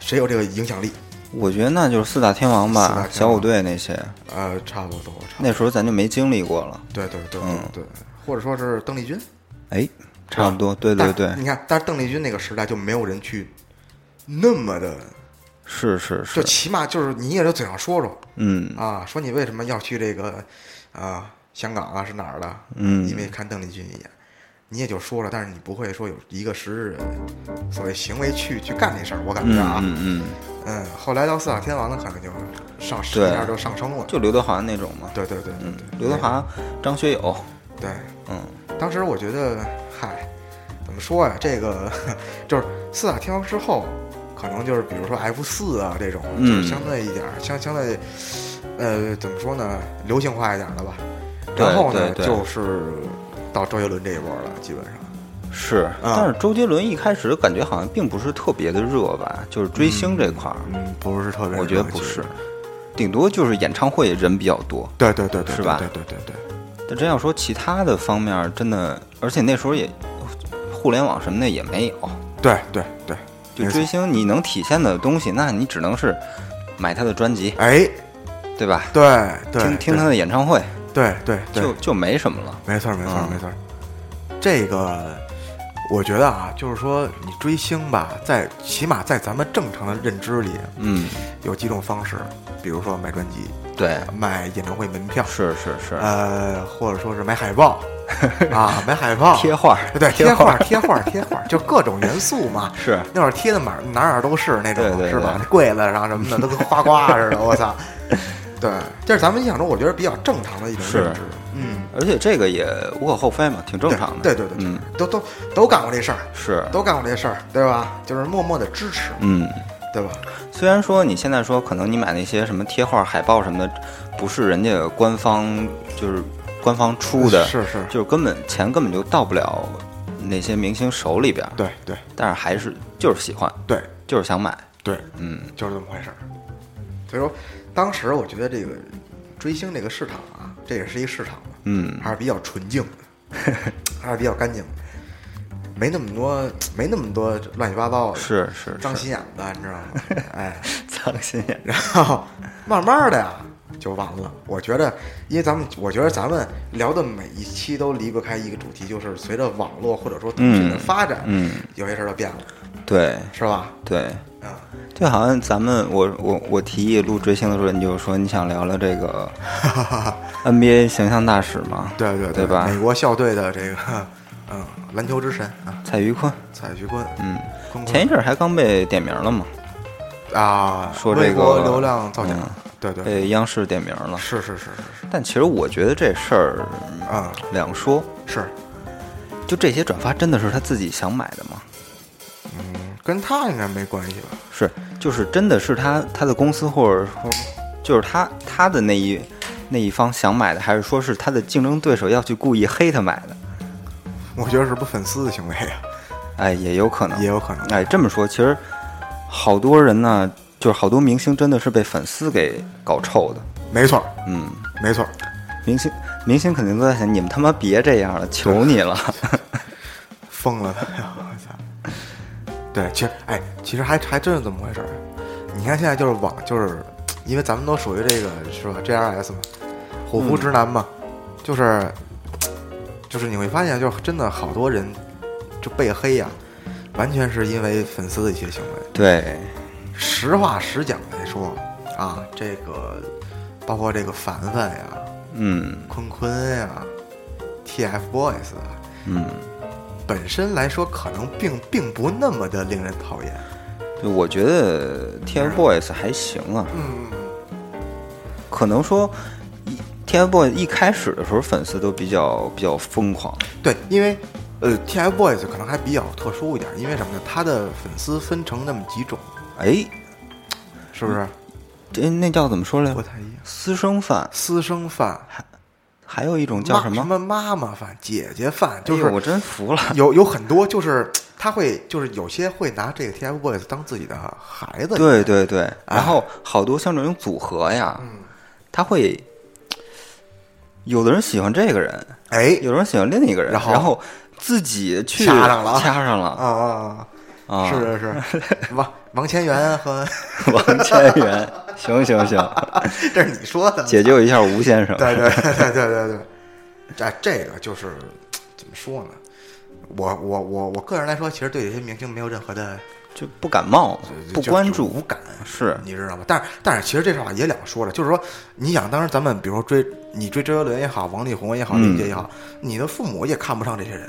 [SPEAKER 3] 谁有这个影响力？
[SPEAKER 2] 我觉得那就是四大天王吧，
[SPEAKER 3] 四大天王
[SPEAKER 2] 小虎队那些，
[SPEAKER 3] 呃，差不多，差不多。
[SPEAKER 2] 那时候咱就没经历过了。
[SPEAKER 3] 对对对
[SPEAKER 2] 嗯
[SPEAKER 3] 对对，或者说是邓丽君。
[SPEAKER 2] 哎，差不多，对
[SPEAKER 3] 但
[SPEAKER 2] 对对，
[SPEAKER 3] 你看，但是邓丽君那个时代就没有人去那么的，
[SPEAKER 2] 是是，
[SPEAKER 3] 就是起码就是你也得嘴上说说
[SPEAKER 2] 嗯
[SPEAKER 3] 啊，说你为什么要去这个啊香港啊是哪儿的？
[SPEAKER 2] 嗯
[SPEAKER 3] 因为看邓丽君一眼，你也就说了，但是你不会说有一个实质的所谓行为去去干这事儿，我感觉啊，
[SPEAKER 2] 嗯嗯，
[SPEAKER 3] 嗯，后来到四大天王呢，可能就上一
[SPEAKER 2] 对
[SPEAKER 3] 下就上升了，
[SPEAKER 2] 就刘德华那种嘛，
[SPEAKER 3] 对对对对
[SPEAKER 2] 嗯
[SPEAKER 3] 对，，
[SPEAKER 2] 刘德华、张学友，
[SPEAKER 3] 对，
[SPEAKER 2] 嗯
[SPEAKER 3] 当时我觉得，嗨，怎么说呀、这个 <laughs> 就是四大天王之后，可能就是比如说 F 四啊这种，
[SPEAKER 2] 嗯
[SPEAKER 3] 就是相对一点儿相相对，呃，怎么说呢，流行化一点儿的吧。
[SPEAKER 2] 对
[SPEAKER 3] 然后呢，
[SPEAKER 2] 对对
[SPEAKER 3] 就是到周杰伦这一波了，基本上。
[SPEAKER 2] 是，
[SPEAKER 3] 啊
[SPEAKER 2] 但是周杰伦一开始感觉好像并不是特别的热吧，就是追星这块儿，
[SPEAKER 3] 嗯，不是特
[SPEAKER 2] 我觉得不是，顶多就是演唱会人比较多。
[SPEAKER 3] 对对对对，
[SPEAKER 2] 是吧
[SPEAKER 3] 对对对对对，
[SPEAKER 2] 但真要说其他的方面儿，真的，而且那时候也互联网什么的也没有，
[SPEAKER 3] 对对对，
[SPEAKER 2] 就
[SPEAKER 3] 没错
[SPEAKER 2] 追星你能体现的东西，那你只能是买他的专辑，
[SPEAKER 3] 哎，
[SPEAKER 2] 对吧？
[SPEAKER 3] 对对，
[SPEAKER 2] 听听他的演唱会，
[SPEAKER 3] 对，对对对，
[SPEAKER 2] 就就没什么了。
[SPEAKER 3] 没错儿，没错儿，
[SPEAKER 2] 嗯
[SPEAKER 3] 没错儿。这个，我觉得啊，就是说你追星吧，在起码在咱们正常的认知里，
[SPEAKER 2] 嗯，
[SPEAKER 3] 有几种方式，比如说买专辑、
[SPEAKER 2] 对，
[SPEAKER 3] 买演唱会门票，
[SPEAKER 2] 是是是，
[SPEAKER 3] 呃，或者说是买海
[SPEAKER 2] <laughs>
[SPEAKER 3] 报啊，买海报、
[SPEAKER 2] 贴画儿，
[SPEAKER 3] 对，贴
[SPEAKER 2] 贴
[SPEAKER 3] 画
[SPEAKER 2] 画
[SPEAKER 3] 儿、
[SPEAKER 2] 儿
[SPEAKER 3] 贴画儿、贴画儿，就各种元素
[SPEAKER 2] <laughs>
[SPEAKER 3] 嘛。
[SPEAKER 2] 是
[SPEAKER 3] 那会儿贴的哪儿哪儿哪儿都是那种，
[SPEAKER 2] 对对
[SPEAKER 3] 是吧？
[SPEAKER 2] 对
[SPEAKER 3] 那柜子上什么的都跟花瓜似的，
[SPEAKER 2] <laughs>
[SPEAKER 3] 我操！对，这是咱们印象中我觉得比较正常的一种
[SPEAKER 2] 是
[SPEAKER 3] 认知。嗯，
[SPEAKER 2] 而且这个也无可厚非嘛，挺正
[SPEAKER 3] 对
[SPEAKER 2] 常的。
[SPEAKER 3] 对对对，
[SPEAKER 2] 嗯，
[SPEAKER 3] 都都都干过这事儿，
[SPEAKER 2] 是，
[SPEAKER 3] 都干过这事儿，对吧？就是默默的支持，
[SPEAKER 2] 嗯。
[SPEAKER 3] 对吧？
[SPEAKER 2] 虽然说你现在说可能你买那些什么贴画、海报什么的，不是人家官方就是官方出的，
[SPEAKER 3] 是是
[SPEAKER 2] 就是根本钱根本就到不了那些明星手里边儿，
[SPEAKER 3] 对对
[SPEAKER 2] 但是还是就是喜欢，
[SPEAKER 3] 对
[SPEAKER 2] 就是想买，
[SPEAKER 3] 对，
[SPEAKER 2] 嗯，
[SPEAKER 3] 就是这么回事儿。所以说，当时我觉得这个追星这个市场啊，这也是一市场嘛，
[SPEAKER 2] 嗯
[SPEAKER 3] 还是比较纯净的，还是比较干净的，没那么多没那么多乱七八糟的，
[SPEAKER 2] 是是
[SPEAKER 3] 脏
[SPEAKER 2] 是，
[SPEAKER 3] 心眼子，你知道吗？哎，
[SPEAKER 2] 藏心眼，
[SPEAKER 3] 然后慢慢的呀就完了。我觉得，因为咱们我觉得咱们聊的每一期都离不开一个主题，就是随着网络或者说腾讯的发展，
[SPEAKER 2] 嗯嗯
[SPEAKER 3] 有些事儿就变了，
[SPEAKER 2] 对
[SPEAKER 3] 是吧？
[SPEAKER 2] 对，
[SPEAKER 3] 啊，
[SPEAKER 2] 就好像咱们我我我提议录追星的时候，你就说你想聊聊这个 NBA 形象大使嘛，
[SPEAKER 3] <laughs> 对对
[SPEAKER 2] 对吧
[SPEAKER 3] 美国校队的这个嗯篮球之神啊，
[SPEAKER 2] 蔡徐坤，
[SPEAKER 3] 蔡徐坤，
[SPEAKER 2] 嗯，
[SPEAKER 3] 坤
[SPEAKER 2] 前
[SPEAKER 3] 坤
[SPEAKER 2] 一阵儿还刚被点名了嘛，
[SPEAKER 3] 啊，
[SPEAKER 2] 说这个
[SPEAKER 3] 微博流量造假
[SPEAKER 2] 嗯，
[SPEAKER 3] 对对，
[SPEAKER 2] 被央视点名了。
[SPEAKER 3] 是是是是
[SPEAKER 2] 但其实我觉得这事儿
[SPEAKER 3] 是啊，
[SPEAKER 2] 两说，
[SPEAKER 3] 是。
[SPEAKER 2] 就这些转发真的是他自己想买的吗？
[SPEAKER 3] 嗯跟他应该没关系吧？
[SPEAKER 2] 是，就是真的是他他的公司或者说就是他他的那一那一方想买的，还是说是他的竞争对手要去故意黑他买的？
[SPEAKER 3] 我觉得是不是粉丝的行为啊，
[SPEAKER 2] 哎，也有可能，
[SPEAKER 3] 也有可能。
[SPEAKER 2] 哎，这么说，其实好多人呢，就是好多明星真的是被粉丝给搞臭的。
[SPEAKER 3] 没错儿，
[SPEAKER 2] 嗯，
[SPEAKER 3] 没错儿，
[SPEAKER 2] 明星明星肯定都在想，你们他妈别这样了，求你了。 <laughs>
[SPEAKER 3] 疯了，哎我操！对，其实哎，其实还还真是这么回事儿。你看现在就是网，就是因为咱们都属于这个是吧？JRS 嘛，虎扑直男嘛，就是就是你会发现，就是真的好多人就被黑呀、完全是因为粉丝的一些行为。
[SPEAKER 2] 对，
[SPEAKER 3] 实话实讲来说啊，这个包括这个凡凡呀、
[SPEAKER 2] 嗯
[SPEAKER 3] 坤坤呀、TFBOYS 啊，
[SPEAKER 2] 嗯，
[SPEAKER 3] 本身来说，可能并并不那么的令人讨厌。
[SPEAKER 2] 就我觉得 TFBOYS 还行啊，
[SPEAKER 3] 嗯，
[SPEAKER 2] 可能说一 TFBOYS 一开始的时候粉丝都比较比较疯狂。
[SPEAKER 3] 对，因为呃，TFBOYS 可能还比较特殊一点，因为什么呢？他的粉丝分成那么几种，
[SPEAKER 2] 哎，
[SPEAKER 3] 是不是
[SPEAKER 2] 这那叫怎么说来
[SPEAKER 3] 不
[SPEAKER 2] 着？
[SPEAKER 3] 太一样？
[SPEAKER 2] 私生饭，
[SPEAKER 3] 私生饭
[SPEAKER 2] 嗯还有一种叫
[SPEAKER 3] 妈
[SPEAKER 2] 什
[SPEAKER 3] 什
[SPEAKER 2] 么？
[SPEAKER 3] 妈妈饭、姐姐饭，就
[SPEAKER 2] 哎呦我
[SPEAKER 3] 是
[SPEAKER 2] 真服了。
[SPEAKER 3] 有有很多，就是他会就是有些会拿这个 TFBOYS 当自己的孩子。
[SPEAKER 2] <laughs> 对，对对，
[SPEAKER 3] 哎
[SPEAKER 2] 然后好多像这种组合呀，他会有的人喜欢这个人，
[SPEAKER 3] 哎，
[SPEAKER 2] 有的人喜欢另一个人，
[SPEAKER 3] 然
[SPEAKER 2] 然
[SPEAKER 3] 后
[SPEAKER 2] 自己去
[SPEAKER 3] 掐上了
[SPEAKER 2] 掐上
[SPEAKER 3] 啊
[SPEAKER 2] 了
[SPEAKER 3] 啊啊！
[SPEAKER 2] 啊！
[SPEAKER 3] 是是
[SPEAKER 2] <laughs>
[SPEAKER 3] 是，王王千源和 <laughs>
[SPEAKER 2] 王千源，行行行，
[SPEAKER 3] 这是你说的，
[SPEAKER 2] 解救一下吴先 <laughs> 生。
[SPEAKER 3] 对对对对对对，这这个就是怎么说呢？我我我我个人来说，其实对这些明星没有任何的
[SPEAKER 2] 就不感冒
[SPEAKER 3] 就，
[SPEAKER 2] 不
[SPEAKER 3] 就
[SPEAKER 2] 关
[SPEAKER 3] 就
[SPEAKER 2] 注，
[SPEAKER 3] 无感，
[SPEAKER 2] 是
[SPEAKER 3] 你知道吗？但是但是其实这事儿啊也两说了，就是说你想当时咱们比如说追你追周杰伦也好，王力宏也好，
[SPEAKER 2] 嗯
[SPEAKER 3] 林俊杰也好，你的父母也看不上这些人，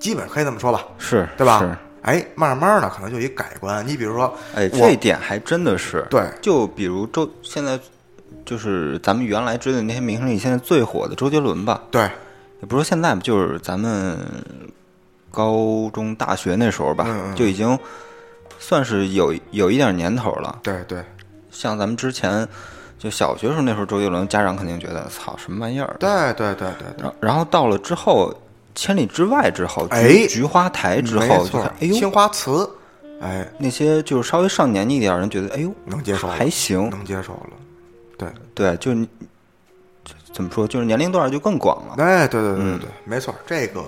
[SPEAKER 3] 基本可以这么说吧，
[SPEAKER 2] 是，
[SPEAKER 3] 对吧？
[SPEAKER 2] 是
[SPEAKER 3] 哎，慢慢的可能就有一改观。你比如说，
[SPEAKER 2] 哎，
[SPEAKER 3] 我
[SPEAKER 2] 这一点还真的是。
[SPEAKER 3] 对
[SPEAKER 2] 就比如周，现在就是咱们原来追的那些明星里，现在最火的周杰伦吧，
[SPEAKER 3] 对，
[SPEAKER 2] 也不是说现在吧，就是咱们高中、大学那时候吧，
[SPEAKER 3] 嗯嗯
[SPEAKER 2] 就已经算是有有一点年头了。
[SPEAKER 3] 对对，
[SPEAKER 2] 像咱们之前就小学时候那时候，周杰伦家长肯定觉得操什么玩意儿。
[SPEAKER 3] 对对对对对，
[SPEAKER 2] 然然后到了之后，千里之外之后，菊
[SPEAKER 3] 哎
[SPEAKER 2] 菊花台之
[SPEAKER 3] 没
[SPEAKER 2] 后，就
[SPEAKER 3] 错
[SPEAKER 2] 看，哎呦
[SPEAKER 3] 青，花瓷，哎，
[SPEAKER 2] 那些就是稍微上年纪一点的人觉得，哎呦，
[SPEAKER 3] 能接受了
[SPEAKER 2] 还行，
[SPEAKER 3] 能接受了，对，
[SPEAKER 2] 对，就是你就怎么说，就是年龄段就更广了。
[SPEAKER 3] 哎，对对对对对，没错，这个，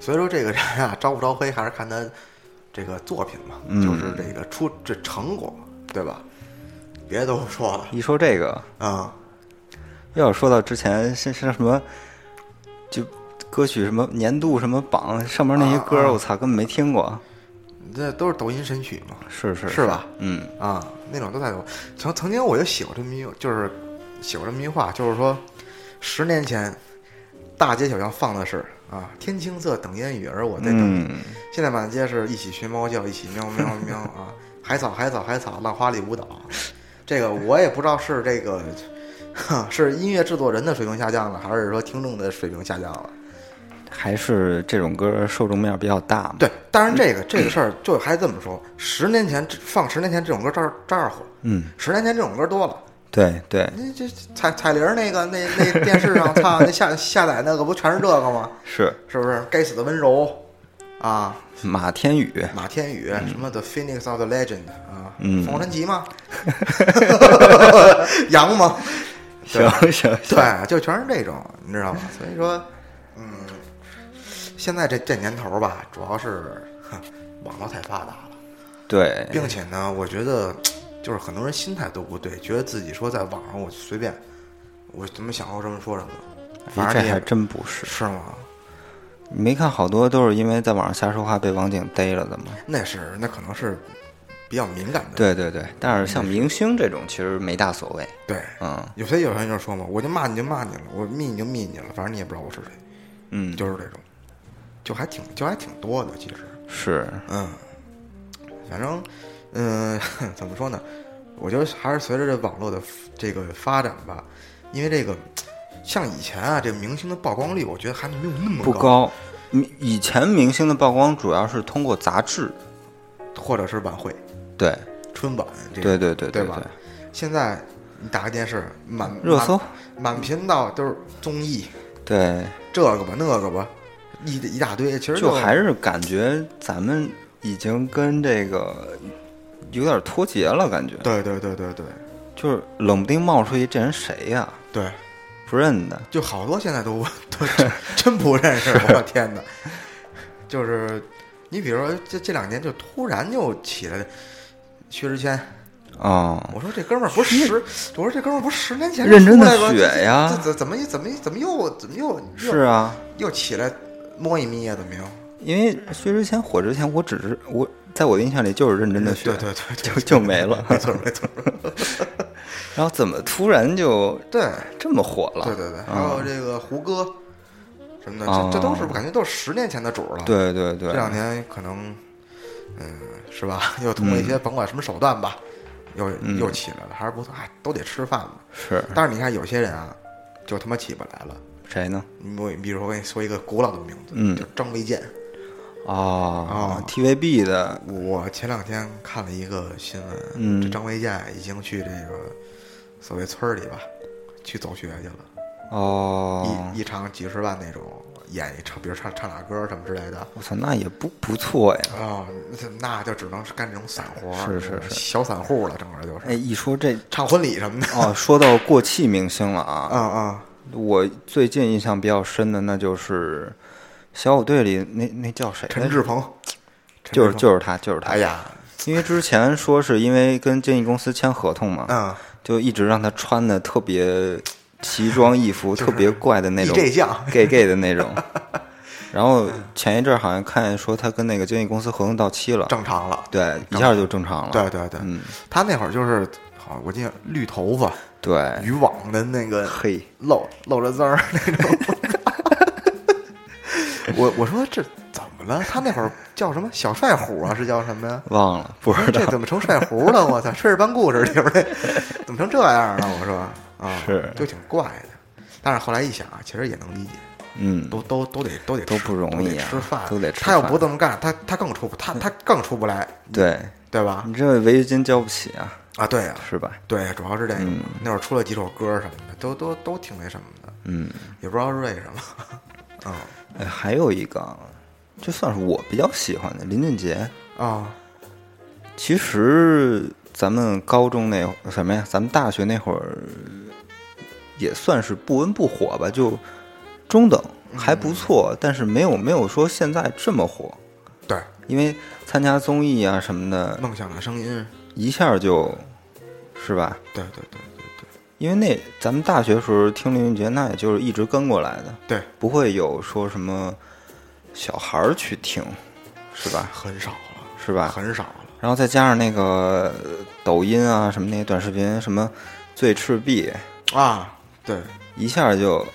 [SPEAKER 3] 所以说这个人啊，招不招黑还是看他这个作品嘛，就是这个出这成果，对吧？别的都不说了，
[SPEAKER 2] 一说这个，
[SPEAKER 3] 啊、
[SPEAKER 2] 又要说到之前是是什么，就歌曲什么年度什么榜上面那些
[SPEAKER 3] 啊
[SPEAKER 2] 歌，我操，根本没听过。
[SPEAKER 3] 这都是抖音神曲嘛，
[SPEAKER 2] 是是
[SPEAKER 3] 是吧？
[SPEAKER 2] 嗯，
[SPEAKER 3] 啊，那种都在抖。曾曾经我就写过这么一，就是写过这么一句话，就是说，十年前大街小巷放的是啊，天青色等烟雨，而我在等你。
[SPEAKER 2] 嗯
[SPEAKER 3] 现在满街是一起学猫叫，一起喵喵喵啊！海草海草海草，浪花里舞蹈。这个我也不知道是这个， <laughs> 哼是音乐制作人的水平下降了，还是说听众的水平下降了？
[SPEAKER 2] 还是这种歌受众面比较大嘛。
[SPEAKER 3] 对，当然这个这个事儿就还这么说，十年前这放十年前这种歌照照样火，
[SPEAKER 2] 嗯，
[SPEAKER 3] 十年前这种歌多了。
[SPEAKER 2] 对对，
[SPEAKER 3] 那这彩彩铃儿那个那那电视上，操，那下下载那个不全是这个吗？
[SPEAKER 2] 是
[SPEAKER 3] 是不是？该死的温柔啊，
[SPEAKER 2] 马天宇。
[SPEAKER 3] 马天宇什么的 Phoenix of the Legend 啊，
[SPEAKER 2] 嗯
[SPEAKER 3] 凤凰传奇
[SPEAKER 2] <laughs>
[SPEAKER 3] 吗？ <laughs> 羊吗？
[SPEAKER 2] 行行行，
[SPEAKER 3] 对，就全是这种，你知道吗？所以说，嗯，现在这这年头吧，主要是哼网络太发达了，
[SPEAKER 2] 对， <laughs>
[SPEAKER 3] 并且呢，我觉得就是很多人心态都不对，觉得自己说在网上我随便，我怎么想说什么说什么，反正
[SPEAKER 2] 这
[SPEAKER 3] 你
[SPEAKER 2] 还
[SPEAKER 3] 也
[SPEAKER 2] 真不是。
[SPEAKER 3] 是吗？
[SPEAKER 2] 你没看好多都是因为在网上瞎说话被网警逮了的吗？
[SPEAKER 3] 那是那可能是比较敏感的，
[SPEAKER 2] 对对对，但是像明星这种其实没大所谓。
[SPEAKER 3] 对，
[SPEAKER 2] 嗯
[SPEAKER 3] 有些有些人就说嘛，我就骂你就骂你了，我密你就密你了，反正你也不知道我是谁，
[SPEAKER 2] 嗯，
[SPEAKER 3] 就是这种，就还挺就还挺多的，其实，
[SPEAKER 2] 是
[SPEAKER 3] 嗯，反正，嗯、 <laughs> 怎么说呢？我觉得还是随着这网络的这个发展吧，因为这个像以前啊，这个明星的曝光率，我觉得还没有那么
[SPEAKER 2] 不高。嗯以前明星的曝光主要是通过杂志，
[SPEAKER 3] 或者是晚会、
[SPEAKER 2] 对
[SPEAKER 3] 春晚这
[SPEAKER 2] 对
[SPEAKER 3] 种，
[SPEAKER 2] 对对对
[SPEAKER 3] 对吧，现在你打开电视，满
[SPEAKER 2] 热搜，
[SPEAKER 3] 满满频道都是综艺，
[SPEAKER 2] 对，
[SPEAKER 3] 这个吧那个吧，一一大堆，其实
[SPEAKER 2] 就还
[SPEAKER 3] 是
[SPEAKER 2] 是感觉咱们已经跟这个有点脱节了，感觉
[SPEAKER 3] 对对对对对
[SPEAKER 2] 就是冷不丁冒出一这人谁呀、
[SPEAKER 3] 对，
[SPEAKER 2] 不认得，
[SPEAKER 3] 就好多现在都 <laughs> 都真真不认识，我天哪！就是你比如说这这两年就突然就起来薛之谦，
[SPEAKER 2] 哦，
[SPEAKER 3] 我说这哥们儿不是十，我说这哥们儿不是十年前
[SPEAKER 2] 认真的
[SPEAKER 3] 出来过
[SPEAKER 2] 雪呀
[SPEAKER 3] 这这这怎么怎么怎么又怎么又又
[SPEAKER 2] 是啊，
[SPEAKER 3] 又起来摸一咪呀？怎么又？
[SPEAKER 2] 因为薛之谦火之前，我只是我在我的印象里就是认真的学，
[SPEAKER 3] 对对对对
[SPEAKER 2] 就就没了。
[SPEAKER 3] 没错没错，
[SPEAKER 2] 然后怎么突然就
[SPEAKER 3] 对。
[SPEAKER 2] 这么火了？
[SPEAKER 3] 对对对，还有
[SPEAKER 2] 嗯
[SPEAKER 3] 这个胡歌什么的，
[SPEAKER 2] 哦
[SPEAKER 3] 这这都是感觉都是十年前的主儿了。，
[SPEAKER 2] 对对对，
[SPEAKER 3] 这两年可能，嗯，是吧？ <laughs> 又通过一些甭管什么手段吧，又又起来了，还是不错，哎，都得吃饭嘛。
[SPEAKER 2] 嗯是
[SPEAKER 3] 但是你看有些人啊，就他妈起不来了。
[SPEAKER 2] 谁呢？
[SPEAKER 3] 你我比如说我跟你说一个古老的名字，
[SPEAKER 2] 嗯
[SPEAKER 3] 叫张卫健。
[SPEAKER 2] 哦
[SPEAKER 3] 哦
[SPEAKER 2] t v b 的，
[SPEAKER 3] 我前两天看了一个新闻，
[SPEAKER 2] 嗯
[SPEAKER 3] 这张卫健已经去这个所谓村儿里吧，去走学去了。
[SPEAKER 2] 哦，
[SPEAKER 3] 一一场几十万那种演一唱，比如唱唱俩歌什么之类的。
[SPEAKER 2] 我操，那也不不错呀。
[SPEAKER 3] 啊、那那就只能是干这种散活儿，
[SPEAKER 2] 是是是
[SPEAKER 3] 小散户了，整个就是、
[SPEAKER 2] 哎，一说这，
[SPEAKER 3] 唱婚礼什么的。
[SPEAKER 2] 哦，说到过气明星了啊，
[SPEAKER 3] 啊啊、
[SPEAKER 2] 我最近印象比较深的那就是小虎队里那那叫谁来着？
[SPEAKER 3] <laughs> 陈志鹏，陈
[SPEAKER 2] 就是
[SPEAKER 3] 志鹏
[SPEAKER 2] 就是他，就是他。
[SPEAKER 3] 哎，呀，
[SPEAKER 2] 因为之前说是因为跟经纪公司签合同嘛，
[SPEAKER 3] 嗯，
[SPEAKER 2] 就一直让他穿的特别奇装异服、特别怪的那种
[SPEAKER 3] EJ 酱
[SPEAKER 2] gay gay 的那种。然后前一阵儿好像看说他跟那个经纪公司合同到期了，
[SPEAKER 3] 正常了。
[SPEAKER 2] 对，一下就正常了。
[SPEAKER 3] 对对对，
[SPEAKER 2] 嗯，
[SPEAKER 3] 他那会儿就是，好，我记得绿头发、
[SPEAKER 2] 对，
[SPEAKER 3] 渔网的那个
[SPEAKER 2] 嘿，
[SPEAKER 3] 露露着字儿那种。
[SPEAKER 2] <laughs>
[SPEAKER 3] 我我说这怎么了？他那会儿叫什么小帅虎啊？是叫什么呀？
[SPEAKER 2] 忘了，不知
[SPEAKER 3] 这
[SPEAKER 2] 道。
[SPEAKER 3] 怎么成帅胡了？我操，炊事班故事里边那怎么成这样了？我说啊，
[SPEAKER 2] 是
[SPEAKER 3] 就挺怪的。但是后来一想啊，其实也能理解，
[SPEAKER 2] 嗯，
[SPEAKER 3] 都都都得都得
[SPEAKER 2] 都
[SPEAKER 3] 吃
[SPEAKER 2] 不容易
[SPEAKER 3] 得
[SPEAKER 2] 啊
[SPEAKER 3] 吃饭
[SPEAKER 2] 都得吃
[SPEAKER 3] 他要
[SPEAKER 2] 饭嗯
[SPEAKER 3] 不这么干，他他更出不他他更出不来，
[SPEAKER 2] 对，
[SPEAKER 3] 对吧？
[SPEAKER 2] 你这违约金交不起啊，
[SPEAKER 3] 啊，对啊，
[SPEAKER 2] 是吧？
[SPEAKER 3] 对，主要是这个嘛。那会儿出了几首歌什么的，都都都挺那什么的，
[SPEAKER 2] 嗯，
[SPEAKER 3] 也不知道是为什么。嗯
[SPEAKER 2] 哎，还有一个啊，这算是我比较喜欢的林俊杰。
[SPEAKER 3] 啊，
[SPEAKER 2] 其实咱们高中那会儿什么呀？咱们大学那会儿也算是不温不火吧，就中等，还不错，但是没有没有说现在这么火，
[SPEAKER 3] 对，
[SPEAKER 2] 因为参加综艺啊什么的，
[SPEAKER 3] 梦想的声音，
[SPEAKER 2] 一下就，是吧？
[SPEAKER 3] 对对对对
[SPEAKER 2] 因为那咱们大学时候听林俊杰，那也就是一直跟过来的，
[SPEAKER 3] 对，
[SPEAKER 2] 不会有说什么小孩儿去听，是吧？
[SPEAKER 3] 很少了，
[SPEAKER 2] 是吧？
[SPEAKER 3] 很少了。
[SPEAKER 2] 然后再加上那个呃抖音啊什么那些短视频，什么最赤壁，
[SPEAKER 3] 啊，对
[SPEAKER 2] 一下就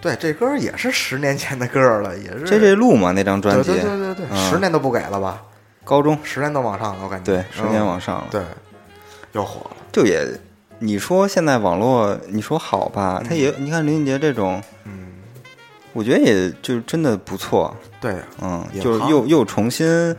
[SPEAKER 3] 对，这歌儿也是十年前的歌儿了，也是
[SPEAKER 2] JJ 路嘛那张专辑，
[SPEAKER 3] 对对对对对，
[SPEAKER 2] 嗯
[SPEAKER 3] 十年都不给了吧？
[SPEAKER 2] 高中
[SPEAKER 3] 十年都往上了，我感觉
[SPEAKER 2] 对十年往上
[SPEAKER 3] 上
[SPEAKER 2] 了，
[SPEAKER 3] 嗯对，又火了，
[SPEAKER 2] 就也你说现在网络你说好吧，他也你看林俊杰这种，
[SPEAKER 3] 嗯，
[SPEAKER 2] 我觉得也就真的不错，
[SPEAKER 3] 对呀，
[SPEAKER 2] 嗯，
[SPEAKER 3] 也
[SPEAKER 2] 就是
[SPEAKER 3] 好
[SPEAKER 2] 又又重新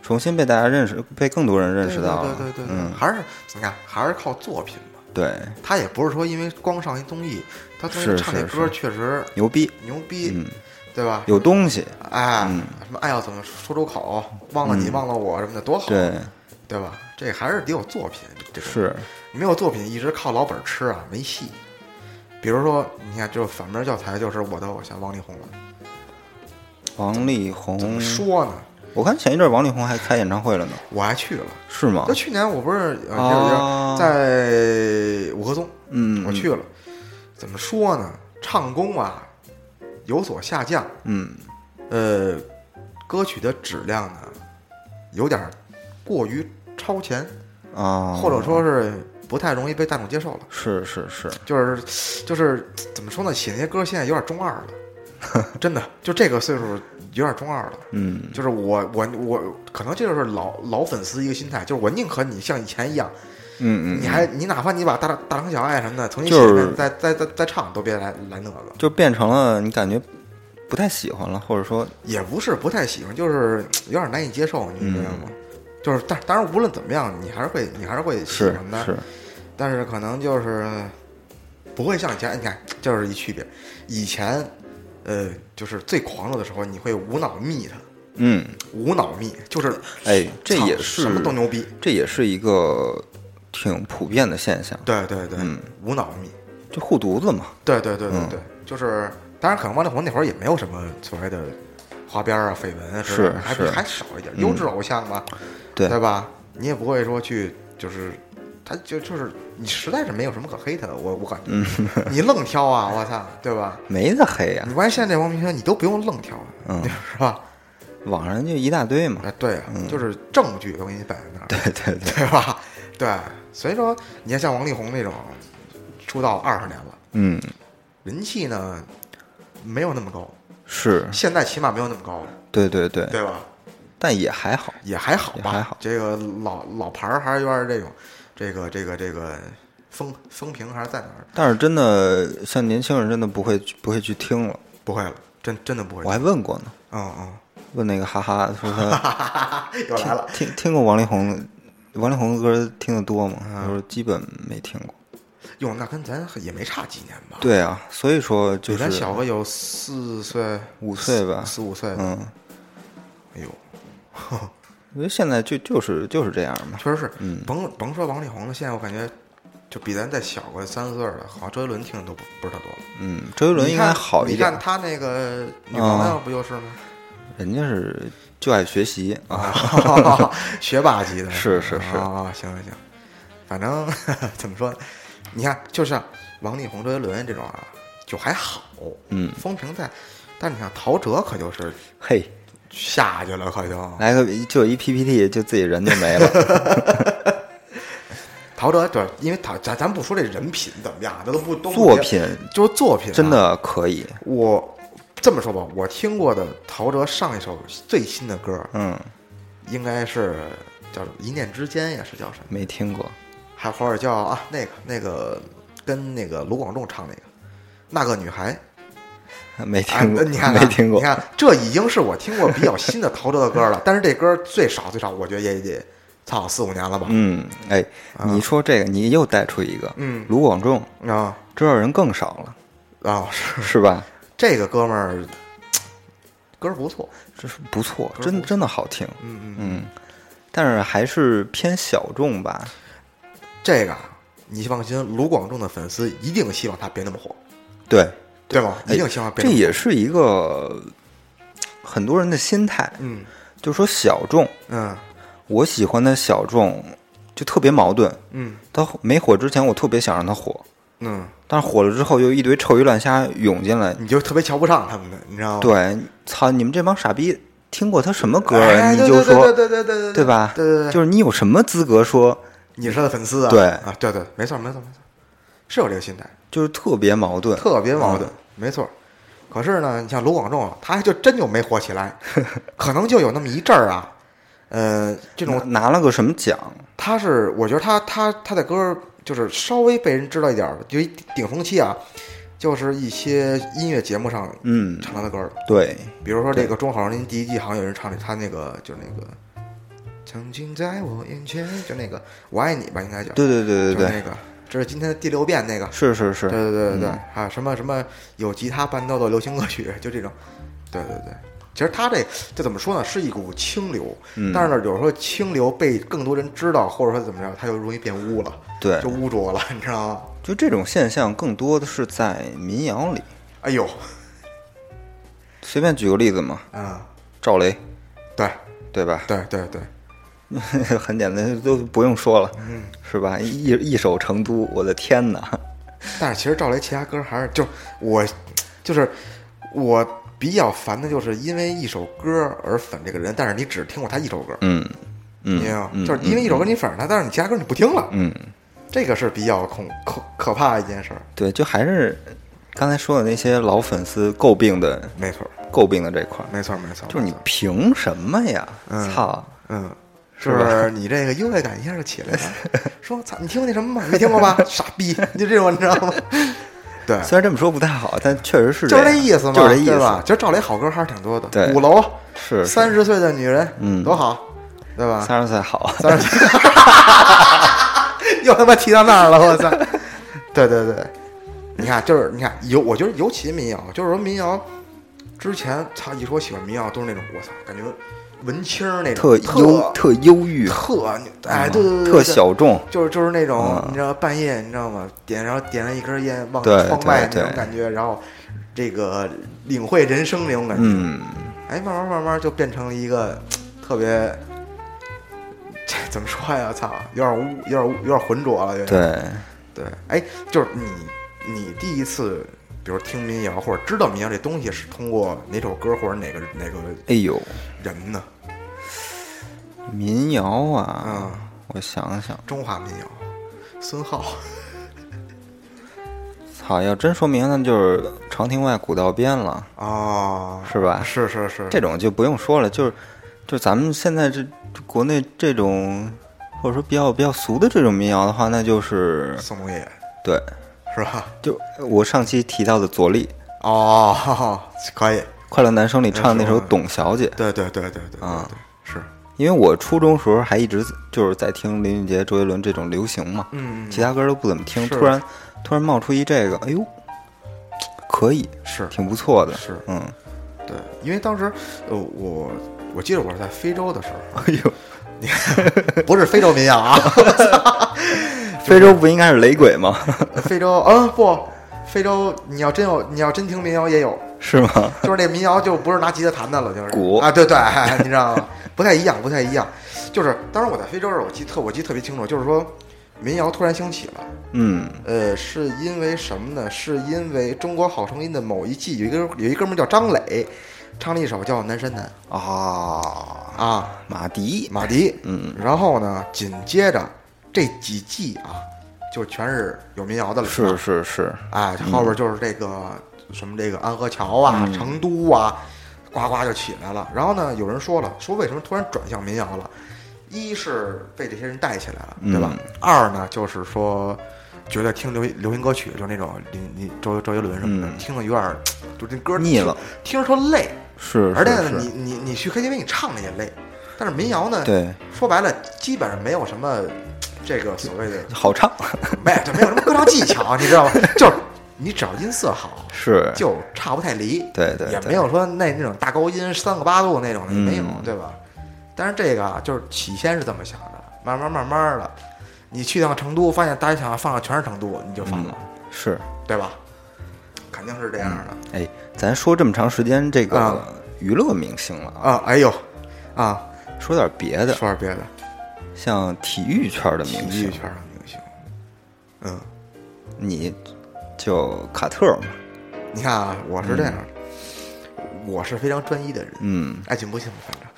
[SPEAKER 2] 重新被大家认识，被更多人认识到了，
[SPEAKER 3] 对对对对，对
[SPEAKER 2] 嗯，
[SPEAKER 3] 还是你看还是靠作品吧。
[SPEAKER 2] 对，
[SPEAKER 3] 他也不是说因为光上一综艺，他综艺
[SPEAKER 2] 是
[SPEAKER 3] 唱那
[SPEAKER 2] 是
[SPEAKER 3] 歌儿
[SPEAKER 2] 是
[SPEAKER 3] 确实
[SPEAKER 2] 牛逼，
[SPEAKER 3] 牛逼，
[SPEAKER 2] 嗯
[SPEAKER 3] 对吧？
[SPEAKER 2] 有东西，
[SPEAKER 3] 哎，什么爱要怎么说出口，忘了你忘了我什么的，多好，
[SPEAKER 2] 嗯对，
[SPEAKER 3] 对吧？这还是得有作品，这种
[SPEAKER 2] 是，
[SPEAKER 3] 没有作品一直靠老本儿吃啊，没戏。比如说，你看，就反面教材就是我的偶像王力宏了。
[SPEAKER 2] 王力宏，
[SPEAKER 3] 说呢，
[SPEAKER 2] 我看前一阵王力宏还开演唱会了呢，
[SPEAKER 3] 我还去了。
[SPEAKER 2] 是吗
[SPEAKER 3] 就？去年我不是呃，
[SPEAKER 2] 啊
[SPEAKER 3] 就是在五棵松，
[SPEAKER 2] 嗯
[SPEAKER 3] 我去了。怎么说呢？唱功啊有所下降，
[SPEAKER 2] 嗯，
[SPEAKER 3] 呃，歌曲的质量呢有点儿过于超前，
[SPEAKER 2] 啊，
[SPEAKER 3] 或者说是不太容易被大众接受了。
[SPEAKER 2] 是是是，
[SPEAKER 3] 就是就是怎么说呢，写那些歌现在有点中二了， <laughs> 真的，就这个岁数有点中二了。
[SPEAKER 2] 嗯，
[SPEAKER 3] 就是我我我，可能这就是老老粉丝一个心态，就是我宁可你像以前一样，
[SPEAKER 2] 嗯嗯，
[SPEAKER 3] 你还你哪怕你把大大城小爱什么的重新写
[SPEAKER 2] 就是
[SPEAKER 3] 一遍，再再再再唱，都别来来那个。
[SPEAKER 2] 就变成了你感觉不太喜欢了，或者说，
[SPEAKER 3] 也不是不太喜欢，就是有点难以接受，你明白吗？
[SPEAKER 2] 嗯
[SPEAKER 3] 就是但当然无论怎么样，你还是会你还是会喜
[SPEAKER 2] 是
[SPEAKER 3] 欢的，
[SPEAKER 2] 是，
[SPEAKER 3] 但是可能就是不会像以前，你看，就是一区别。以前，呃，就是最狂热的时候，你会无脑密他，
[SPEAKER 2] 嗯，
[SPEAKER 3] 无脑密，就是
[SPEAKER 2] 哎这
[SPEAKER 3] 操
[SPEAKER 2] 也是
[SPEAKER 3] 什么都牛逼。
[SPEAKER 2] 这也是一个挺普遍的现象，
[SPEAKER 3] 对对对，
[SPEAKER 2] 嗯
[SPEAKER 3] 无脑密，
[SPEAKER 2] 就护犊子嘛，
[SPEAKER 3] 对对对对对，
[SPEAKER 2] 嗯
[SPEAKER 3] 就是当然，可能王力宏那会儿也没有什么所谓的花边啊、绯闻啊之类
[SPEAKER 2] 是
[SPEAKER 3] 的，还比
[SPEAKER 2] 是嗯
[SPEAKER 3] 还少一点，优质偶像嘛，
[SPEAKER 2] 对
[SPEAKER 3] 对吧？你也不会说去就是。他就就是你，实在是没有什么可黑他的，我我感觉、
[SPEAKER 2] 嗯
[SPEAKER 3] 你愣挑啊，我操，对吧？
[SPEAKER 2] 没得黑呀
[SPEAKER 3] 你，关键现在这王明轩，你都不用愣挑，
[SPEAKER 2] 嗯
[SPEAKER 3] <laughs> 是吧？
[SPEAKER 2] 网上就一大堆嘛， <laughs>
[SPEAKER 3] 哎，对啊，就是证据都给你摆在那儿，
[SPEAKER 2] 嗯对对对，
[SPEAKER 3] 对吧？对，所以说你看像王力宏那种出道二十年了，
[SPEAKER 2] 嗯，
[SPEAKER 3] 人气呢没有那么高，
[SPEAKER 2] 是，
[SPEAKER 3] 现在起码没有那么高了，
[SPEAKER 2] 对对对，
[SPEAKER 3] 对吧？
[SPEAKER 2] 但也还好，
[SPEAKER 3] 也还好吧，
[SPEAKER 2] 嗯也还好
[SPEAKER 3] 这个老老牌儿还是有点这种，这个这个这个风风评还是在哪儿？
[SPEAKER 2] 但是真的像年轻人真的不会不会去听了，
[SPEAKER 3] 不会了，真真的不会
[SPEAKER 2] 我，还问过呢，
[SPEAKER 3] 嗯
[SPEAKER 2] <laughs>
[SPEAKER 3] 嗯，
[SPEAKER 2] 问那个哈哈说他。
[SPEAKER 3] 又来了，
[SPEAKER 2] 听听过王力宏的，王力宏的歌听得多吗？
[SPEAKER 3] 嗯
[SPEAKER 2] 他说基本没听过。
[SPEAKER 3] 哟，那跟咱也没差几年吧？
[SPEAKER 2] 对啊，所以说就
[SPEAKER 3] 比咱
[SPEAKER 2] 是
[SPEAKER 3] 小个有四岁、
[SPEAKER 2] 五岁吧
[SPEAKER 3] 四四五岁。
[SPEAKER 2] 嗯，
[SPEAKER 3] 哎呦，
[SPEAKER 2] 我觉得现在就就是就是这样嘛。
[SPEAKER 3] 确实是，
[SPEAKER 2] 嗯
[SPEAKER 3] 甭甭说王力宏了，现在我感觉就比咱再小个三四岁的，好像周杰伦听的都不不知道多了。
[SPEAKER 2] 嗯，周杰伦
[SPEAKER 3] 你
[SPEAKER 2] 应该
[SPEAKER 3] 看
[SPEAKER 2] 好一
[SPEAKER 3] 你看
[SPEAKER 2] 点，嗯
[SPEAKER 3] 他那个女朋友不就是吗？
[SPEAKER 2] 人家是就爱学习 <laughs> 啊。
[SPEAKER 3] 啊，学霸级的，
[SPEAKER 2] <laughs> 是是是
[SPEAKER 3] 啊，行行行，反正 <laughs> 怎么说呢，你看，就像王力宏、周杰伦这种啊，就还好，
[SPEAKER 2] 嗯
[SPEAKER 3] 风评在。但你看陶喆可就是
[SPEAKER 2] 嘿，
[SPEAKER 3] 下去了，可就
[SPEAKER 2] 来个就一 PPT，就自己人就没了。
[SPEAKER 3] 陶喆对，因为陶咱咱不说这人品怎么样，这都不 <laughs> 都不
[SPEAKER 2] 作
[SPEAKER 3] 提
[SPEAKER 2] 品
[SPEAKER 3] 就是作品啊、
[SPEAKER 2] 真的可以，
[SPEAKER 3] 我这么说吧，我听过的陶喆上一首最新的歌，
[SPEAKER 2] 嗯，
[SPEAKER 3] 应该是叫什么？一念之间也是叫什么？
[SPEAKER 2] 没听过，
[SPEAKER 3] 还或者叫啊那个那个跟那个卢广仲唱那个那个女孩。
[SPEAKER 2] 没
[SPEAKER 3] 哎，
[SPEAKER 2] 听过，
[SPEAKER 3] 你看看
[SPEAKER 2] 没听过
[SPEAKER 3] 你。看这已经是我听过比较新的陶喆的歌了， <laughs> 但是这歌最少最少，我觉得也得操四五年了吧？
[SPEAKER 2] 嗯，哎，你说这个，你又带出一个，
[SPEAKER 3] 啊嗯
[SPEAKER 2] 卢广仲
[SPEAKER 3] 啊
[SPEAKER 2] 知道人更少了，
[SPEAKER 3] 啊，是
[SPEAKER 2] 是吧？
[SPEAKER 3] 这个哥们儿歌不错，
[SPEAKER 2] 这是不错，
[SPEAKER 3] 歌
[SPEAKER 2] 真
[SPEAKER 3] 不错
[SPEAKER 2] 真的好听，
[SPEAKER 3] 嗯嗯，
[SPEAKER 2] 嗯，但是还是偏小众吧。
[SPEAKER 3] 这个啊你放心，卢广仲的粉丝一定希望他别那么火，
[SPEAKER 2] 对，
[SPEAKER 3] 对吗？
[SPEAKER 2] 哎
[SPEAKER 3] 一定希望别
[SPEAKER 2] 这
[SPEAKER 3] 那么火
[SPEAKER 2] 也是一个很多人的心态，
[SPEAKER 3] 嗯
[SPEAKER 2] 就说小众，
[SPEAKER 3] 嗯
[SPEAKER 2] 我喜欢的小众就特别矛盾。
[SPEAKER 3] 嗯
[SPEAKER 2] 他没火之前，我特别想让他火，
[SPEAKER 3] 嗯，
[SPEAKER 2] 但是火了之后，又一堆臭鱼烂虾涌进来。
[SPEAKER 3] 你就特别瞧不上他们的，你知道吗？
[SPEAKER 2] 对，操，你们这帮傻逼，听过他什么歌啊？
[SPEAKER 3] 哎
[SPEAKER 2] 你
[SPEAKER 3] 对
[SPEAKER 2] 就
[SPEAKER 3] 对
[SPEAKER 2] 说，
[SPEAKER 3] 对对对对对
[SPEAKER 2] 对吧？
[SPEAKER 3] 对对对，
[SPEAKER 2] 就是你有什么资格说，
[SPEAKER 3] 你是他的粉丝啊？
[SPEAKER 2] 对
[SPEAKER 3] 啊，对对，没错没错没错，是有这个心态。
[SPEAKER 2] 就是特别矛盾，
[SPEAKER 3] 特别矛盾，没错。可是呢，你像卢广仲啊，他还就真就没火起 <laughs> 来，可能就有那么一阵儿啊。呃，这
[SPEAKER 2] 拿
[SPEAKER 3] 种
[SPEAKER 2] 拿了个什么奖？
[SPEAKER 3] 他是，我觉得他他他的歌儿就是稍微被人知道一点儿，就一顶峰期啊，就是一些音乐节目上
[SPEAKER 2] 嗯，
[SPEAKER 3] 唱他的歌儿，
[SPEAKER 2] 对，
[SPEAKER 3] 比如说这个《中好您第一季好像有人唱的，他那个就是那个曾经在我眼前，就那个我爱你吧，应该叫
[SPEAKER 2] 对对对对
[SPEAKER 3] 就是
[SPEAKER 2] 对，
[SPEAKER 3] 那个，这是今天的第六遍那个，
[SPEAKER 2] 是是是，
[SPEAKER 3] 对对对对对
[SPEAKER 2] 嗯，
[SPEAKER 3] 还有什么什么有吉他伴奏的流行歌曲，就这种，对对对。其实他这这怎么说呢，是一股清流，
[SPEAKER 2] 嗯
[SPEAKER 3] 但是呢，有时候清流被更多人知道，或者说怎么着，他就容易变污了，
[SPEAKER 2] 对
[SPEAKER 3] 就污浊了，你知道吗？
[SPEAKER 2] 就这种现象更多的是在民谣里。
[SPEAKER 3] 哎呦，
[SPEAKER 2] 随便举个例子嘛，
[SPEAKER 3] 啊、
[SPEAKER 2] 赵雷，
[SPEAKER 3] 对
[SPEAKER 2] 对吧？ <laughs>
[SPEAKER 3] 对对对，
[SPEAKER 2] 很简单，都不用说了，
[SPEAKER 3] 嗯
[SPEAKER 2] 是吧？一一首《成都》，我的天哪！
[SPEAKER 3] 但是其实赵雷其他歌还是就我，就是我比较烦的就是因为一首歌而粉这个人，但是你只听过他一首歌，
[SPEAKER 2] 嗯
[SPEAKER 3] 你明白吗？就是因为一首歌你粉他，但是你其他歌你不听了，
[SPEAKER 2] 嗯，
[SPEAKER 3] 这个是比较恐可可怕的一件事儿。
[SPEAKER 2] 对，就还是刚才说的那些老粉丝诟病的
[SPEAKER 3] 没错，
[SPEAKER 2] 诟病的这块儿，
[SPEAKER 3] 没错，没错，
[SPEAKER 2] 就是你
[SPEAKER 3] 没错
[SPEAKER 2] 凭什么呀？
[SPEAKER 3] 嗯
[SPEAKER 2] 操！
[SPEAKER 3] 嗯，
[SPEAKER 2] 是
[SPEAKER 3] 是
[SPEAKER 2] 吧
[SPEAKER 3] 不是你这个优越感一下就起来了？说操，你听过那什么吗？没听过吧？ <laughs> 傻逼，你就这种，你知道吗？ <laughs> 对，
[SPEAKER 2] 虽然这么说不太好，但确实是
[SPEAKER 3] 就是这
[SPEAKER 2] 样
[SPEAKER 3] 意思嘛，
[SPEAKER 2] 就是这意
[SPEAKER 3] 对吧
[SPEAKER 2] 思。？
[SPEAKER 3] 其实赵雷好歌还是挺多的，
[SPEAKER 2] 对
[SPEAKER 3] 鼓楼
[SPEAKER 2] 是是
[SPEAKER 3] 三十岁的女人，
[SPEAKER 2] 嗯
[SPEAKER 3] 多好，对吧？
[SPEAKER 2] 三十岁好，
[SPEAKER 3] 三十， <laughs> 又他妈提到那儿了，我操！对对对，你看，就是你看，尤我觉得尤其民谣，就是说民谣之前，操，一说我喜欢民谣，都是那种我操，感觉文青儿那
[SPEAKER 2] 特
[SPEAKER 3] 种，特
[SPEAKER 2] 忧特忧郁，
[SPEAKER 3] 特，哎，对对对，对
[SPEAKER 2] 特，小众。
[SPEAKER 3] 对就是就是那种
[SPEAKER 2] 嗯
[SPEAKER 3] 你知道半夜你知道吗？点然后点上一根烟，望
[SPEAKER 2] 对
[SPEAKER 3] 窗外
[SPEAKER 2] 对
[SPEAKER 3] 那种
[SPEAKER 2] 对
[SPEAKER 3] 感觉，然后这个领会人生那种感觉，
[SPEAKER 2] 嗯，
[SPEAKER 3] 哎，慢慢慢慢就变成了一个特别，这怎么说呀？操，有点污，有点污，有点浑浊了。有点
[SPEAKER 2] 对，
[SPEAKER 3] 对，哎，就是你，你第一次，比如听民谣或者知道民谣这东西，是通过哪首歌或者哪个哪个
[SPEAKER 2] 哎呦，
[SPEAKER 3] 人呢？
[SPEAKER 2] 民谣啊
[SPEAKER 3] 嗯，
[SPEAKER 2] 我想想，
[SPEAKER 3] 中华民谣，孙浩。
[SPEAKER 2] 操，要真说明那就是长亭外古道边了，
[SPEAKER 3] 哦，
[SPEAKER 2] <laughs> 是吧？
[SPEAKER 3] 是是是，
[SPEAKER 2] 这种就不用说了，就是就咱们现在这国内这种或者说比较比较俗的这种民谣的话，那就是
[SPEAKER 3] 宋冬野
[SPEAKER 2] 对，
[SPEAKER 3] 是吧？
[SPEAKER 2] 就我上期提到的左立《
[SPEAKER 3] 哦， <laughs> 可以，
[SPEAKER 2] 快乐男声》里唱的那首《董小姐》，
[SPEAKER 3] 对对对对对对
[SPEAKER 2] 啊
[SPEAKER 3] 对，是，
[SPEAKER 2] 因为我初中时候还一直就是在听林俊杰、周杰伦这种流行嘛，
[SPEAKER 3] 嗯，
[SPEAKER 2] 其他歌都不怎么听，
[SPEAKER 3] 是
[SPEAKER 2] 突然突然冒出一这个，哎呦，可以，
[SPEAKER 3] 是
[SPEAKER 2] 挺不错的，
[SPEAKER 3] 是
[SPEAKER 2] 嗯，
[SPEAKER 3] 对，因为当时呃，我我记得我是在非洲的时候，啊
[SPEAKER 2] 哎呦，
[SPEAKER 3] <laughs> 不是非洲民谣啊，
[SPEAKER 2] 非洲不应该是雷鬼吗？ <laughs>
[SPEAKER 3] 非洲啊、不，非洲你要真有你要真听民谣也有，
[SPEAKER 2] 是吗？
[SPEAKER 3] 就是那民谣就不是拿吉他弹的了，就是
[SPEAKER 2] 鼓
[SPEAKER 3] 啊，对对， <laughs> 你知道吗？不太一样，不太一样。就是当时我在非洲的时候，我记特我记得特别清楚，就是说民谣突然兴起了。
[SPEAKER 2] 嗯
[SPEAKER 3] 呃，是因为什么呢？是因为《中国好声音》的某一季有一个有一哥们儿叫张磊，唱了一首叫《南山南
[SPEAKER 2] 啊，》
[SPEAKER 3] 啊，
[SPEAKER 2] 马迪，
[SPEAKER 3] 马迪，
[SPEAKER 2] 嗯，
[SPEAKER 3] 然后呢，紧接着这几季啊，就全是有民谣的了，
[SPEAKER 2] 是是是，
[SPEAKER 3] 哎，后边就是这个什么这个安河桥啊、
[SPEAKER 2] 嗯
[SPEAKER 3] 成都啊，呱呱就起来了。然后呢，有人说了，说为什么突然转向民谣了？一是被这些人带起来了，对
[SPEAKER 2] 嗯
[SPEAKER 3] 吧？二呢，就是说觉得听流行流行歌曲，就是那种林林周周杰伦什么的，
[SPEAKER 2] 嗯
[SPEAKER 3] 听了有点儿就这歌
[SPEAKER 2] 腻了，
[SPEAKER 3] 听着说累。
[SPEAKER 2] 是，
[SPEAKER 3] 而且
[SPEAKER 2] 是
[SPEAKER 3] 呢，你
[SPEAKER 2] 是
[SPEAKER 3] 你你去 KTV 你唱的也累，但是民谣呢，
[SPEAKER 2] 对，
[SPEAKER 3] 说白了基本上没有什么这个所谓的
[SPEAKER 2] 好唱， <laughs>
[SPEAKER 3] 没有就没有什么歌唱技巧，你知道吗？就是你只要音色好，
[SPEAKER 2] 是，
[SPEAKER 3] 就差不太离。
[SPEAKER 2] 对对
[SPEAKER 3] 也
[SPEAKER 2] 对
[SPEAKER 3] 没有说那那种大高音三个八度那种的也没有，
[SPEAKER 2] 嗯
[SPEAKER 3] 对吧？但是这个啊，就是起先是这么想的，慢慢慢慢的，你去趟成都，发现大家想放的全是成都，你就放了，
[SPEAKER 2] 嗯是，
[SPEAKER 3] 对吧？肯定是这样的。
[SPEAKER 2] 哎，咱说这么长时间这
[SPEAKER 3] 啊
[SPEAKER 2] 个娱乐明星了啊，
[SPEAKER 3] 啊，哎呦，啊，
[SPEAKER 2] 说点别的，
[SPEAKER 3] 说点别的，
[SPEAKER 2] 像体育圈的明
[SPEAKER 3] 体育
[SPEAKER 2] 星，
[SPEAKER 3] 圈的明星，嗯，
[SPEAKER 2] 你就卡特嘛，
[SPEAKER 3] 你看啊，我是这样的，我是非常专一的人，
[SPEAKER 2] 嗯
[SPEAKER 3] 爱信不信我反正，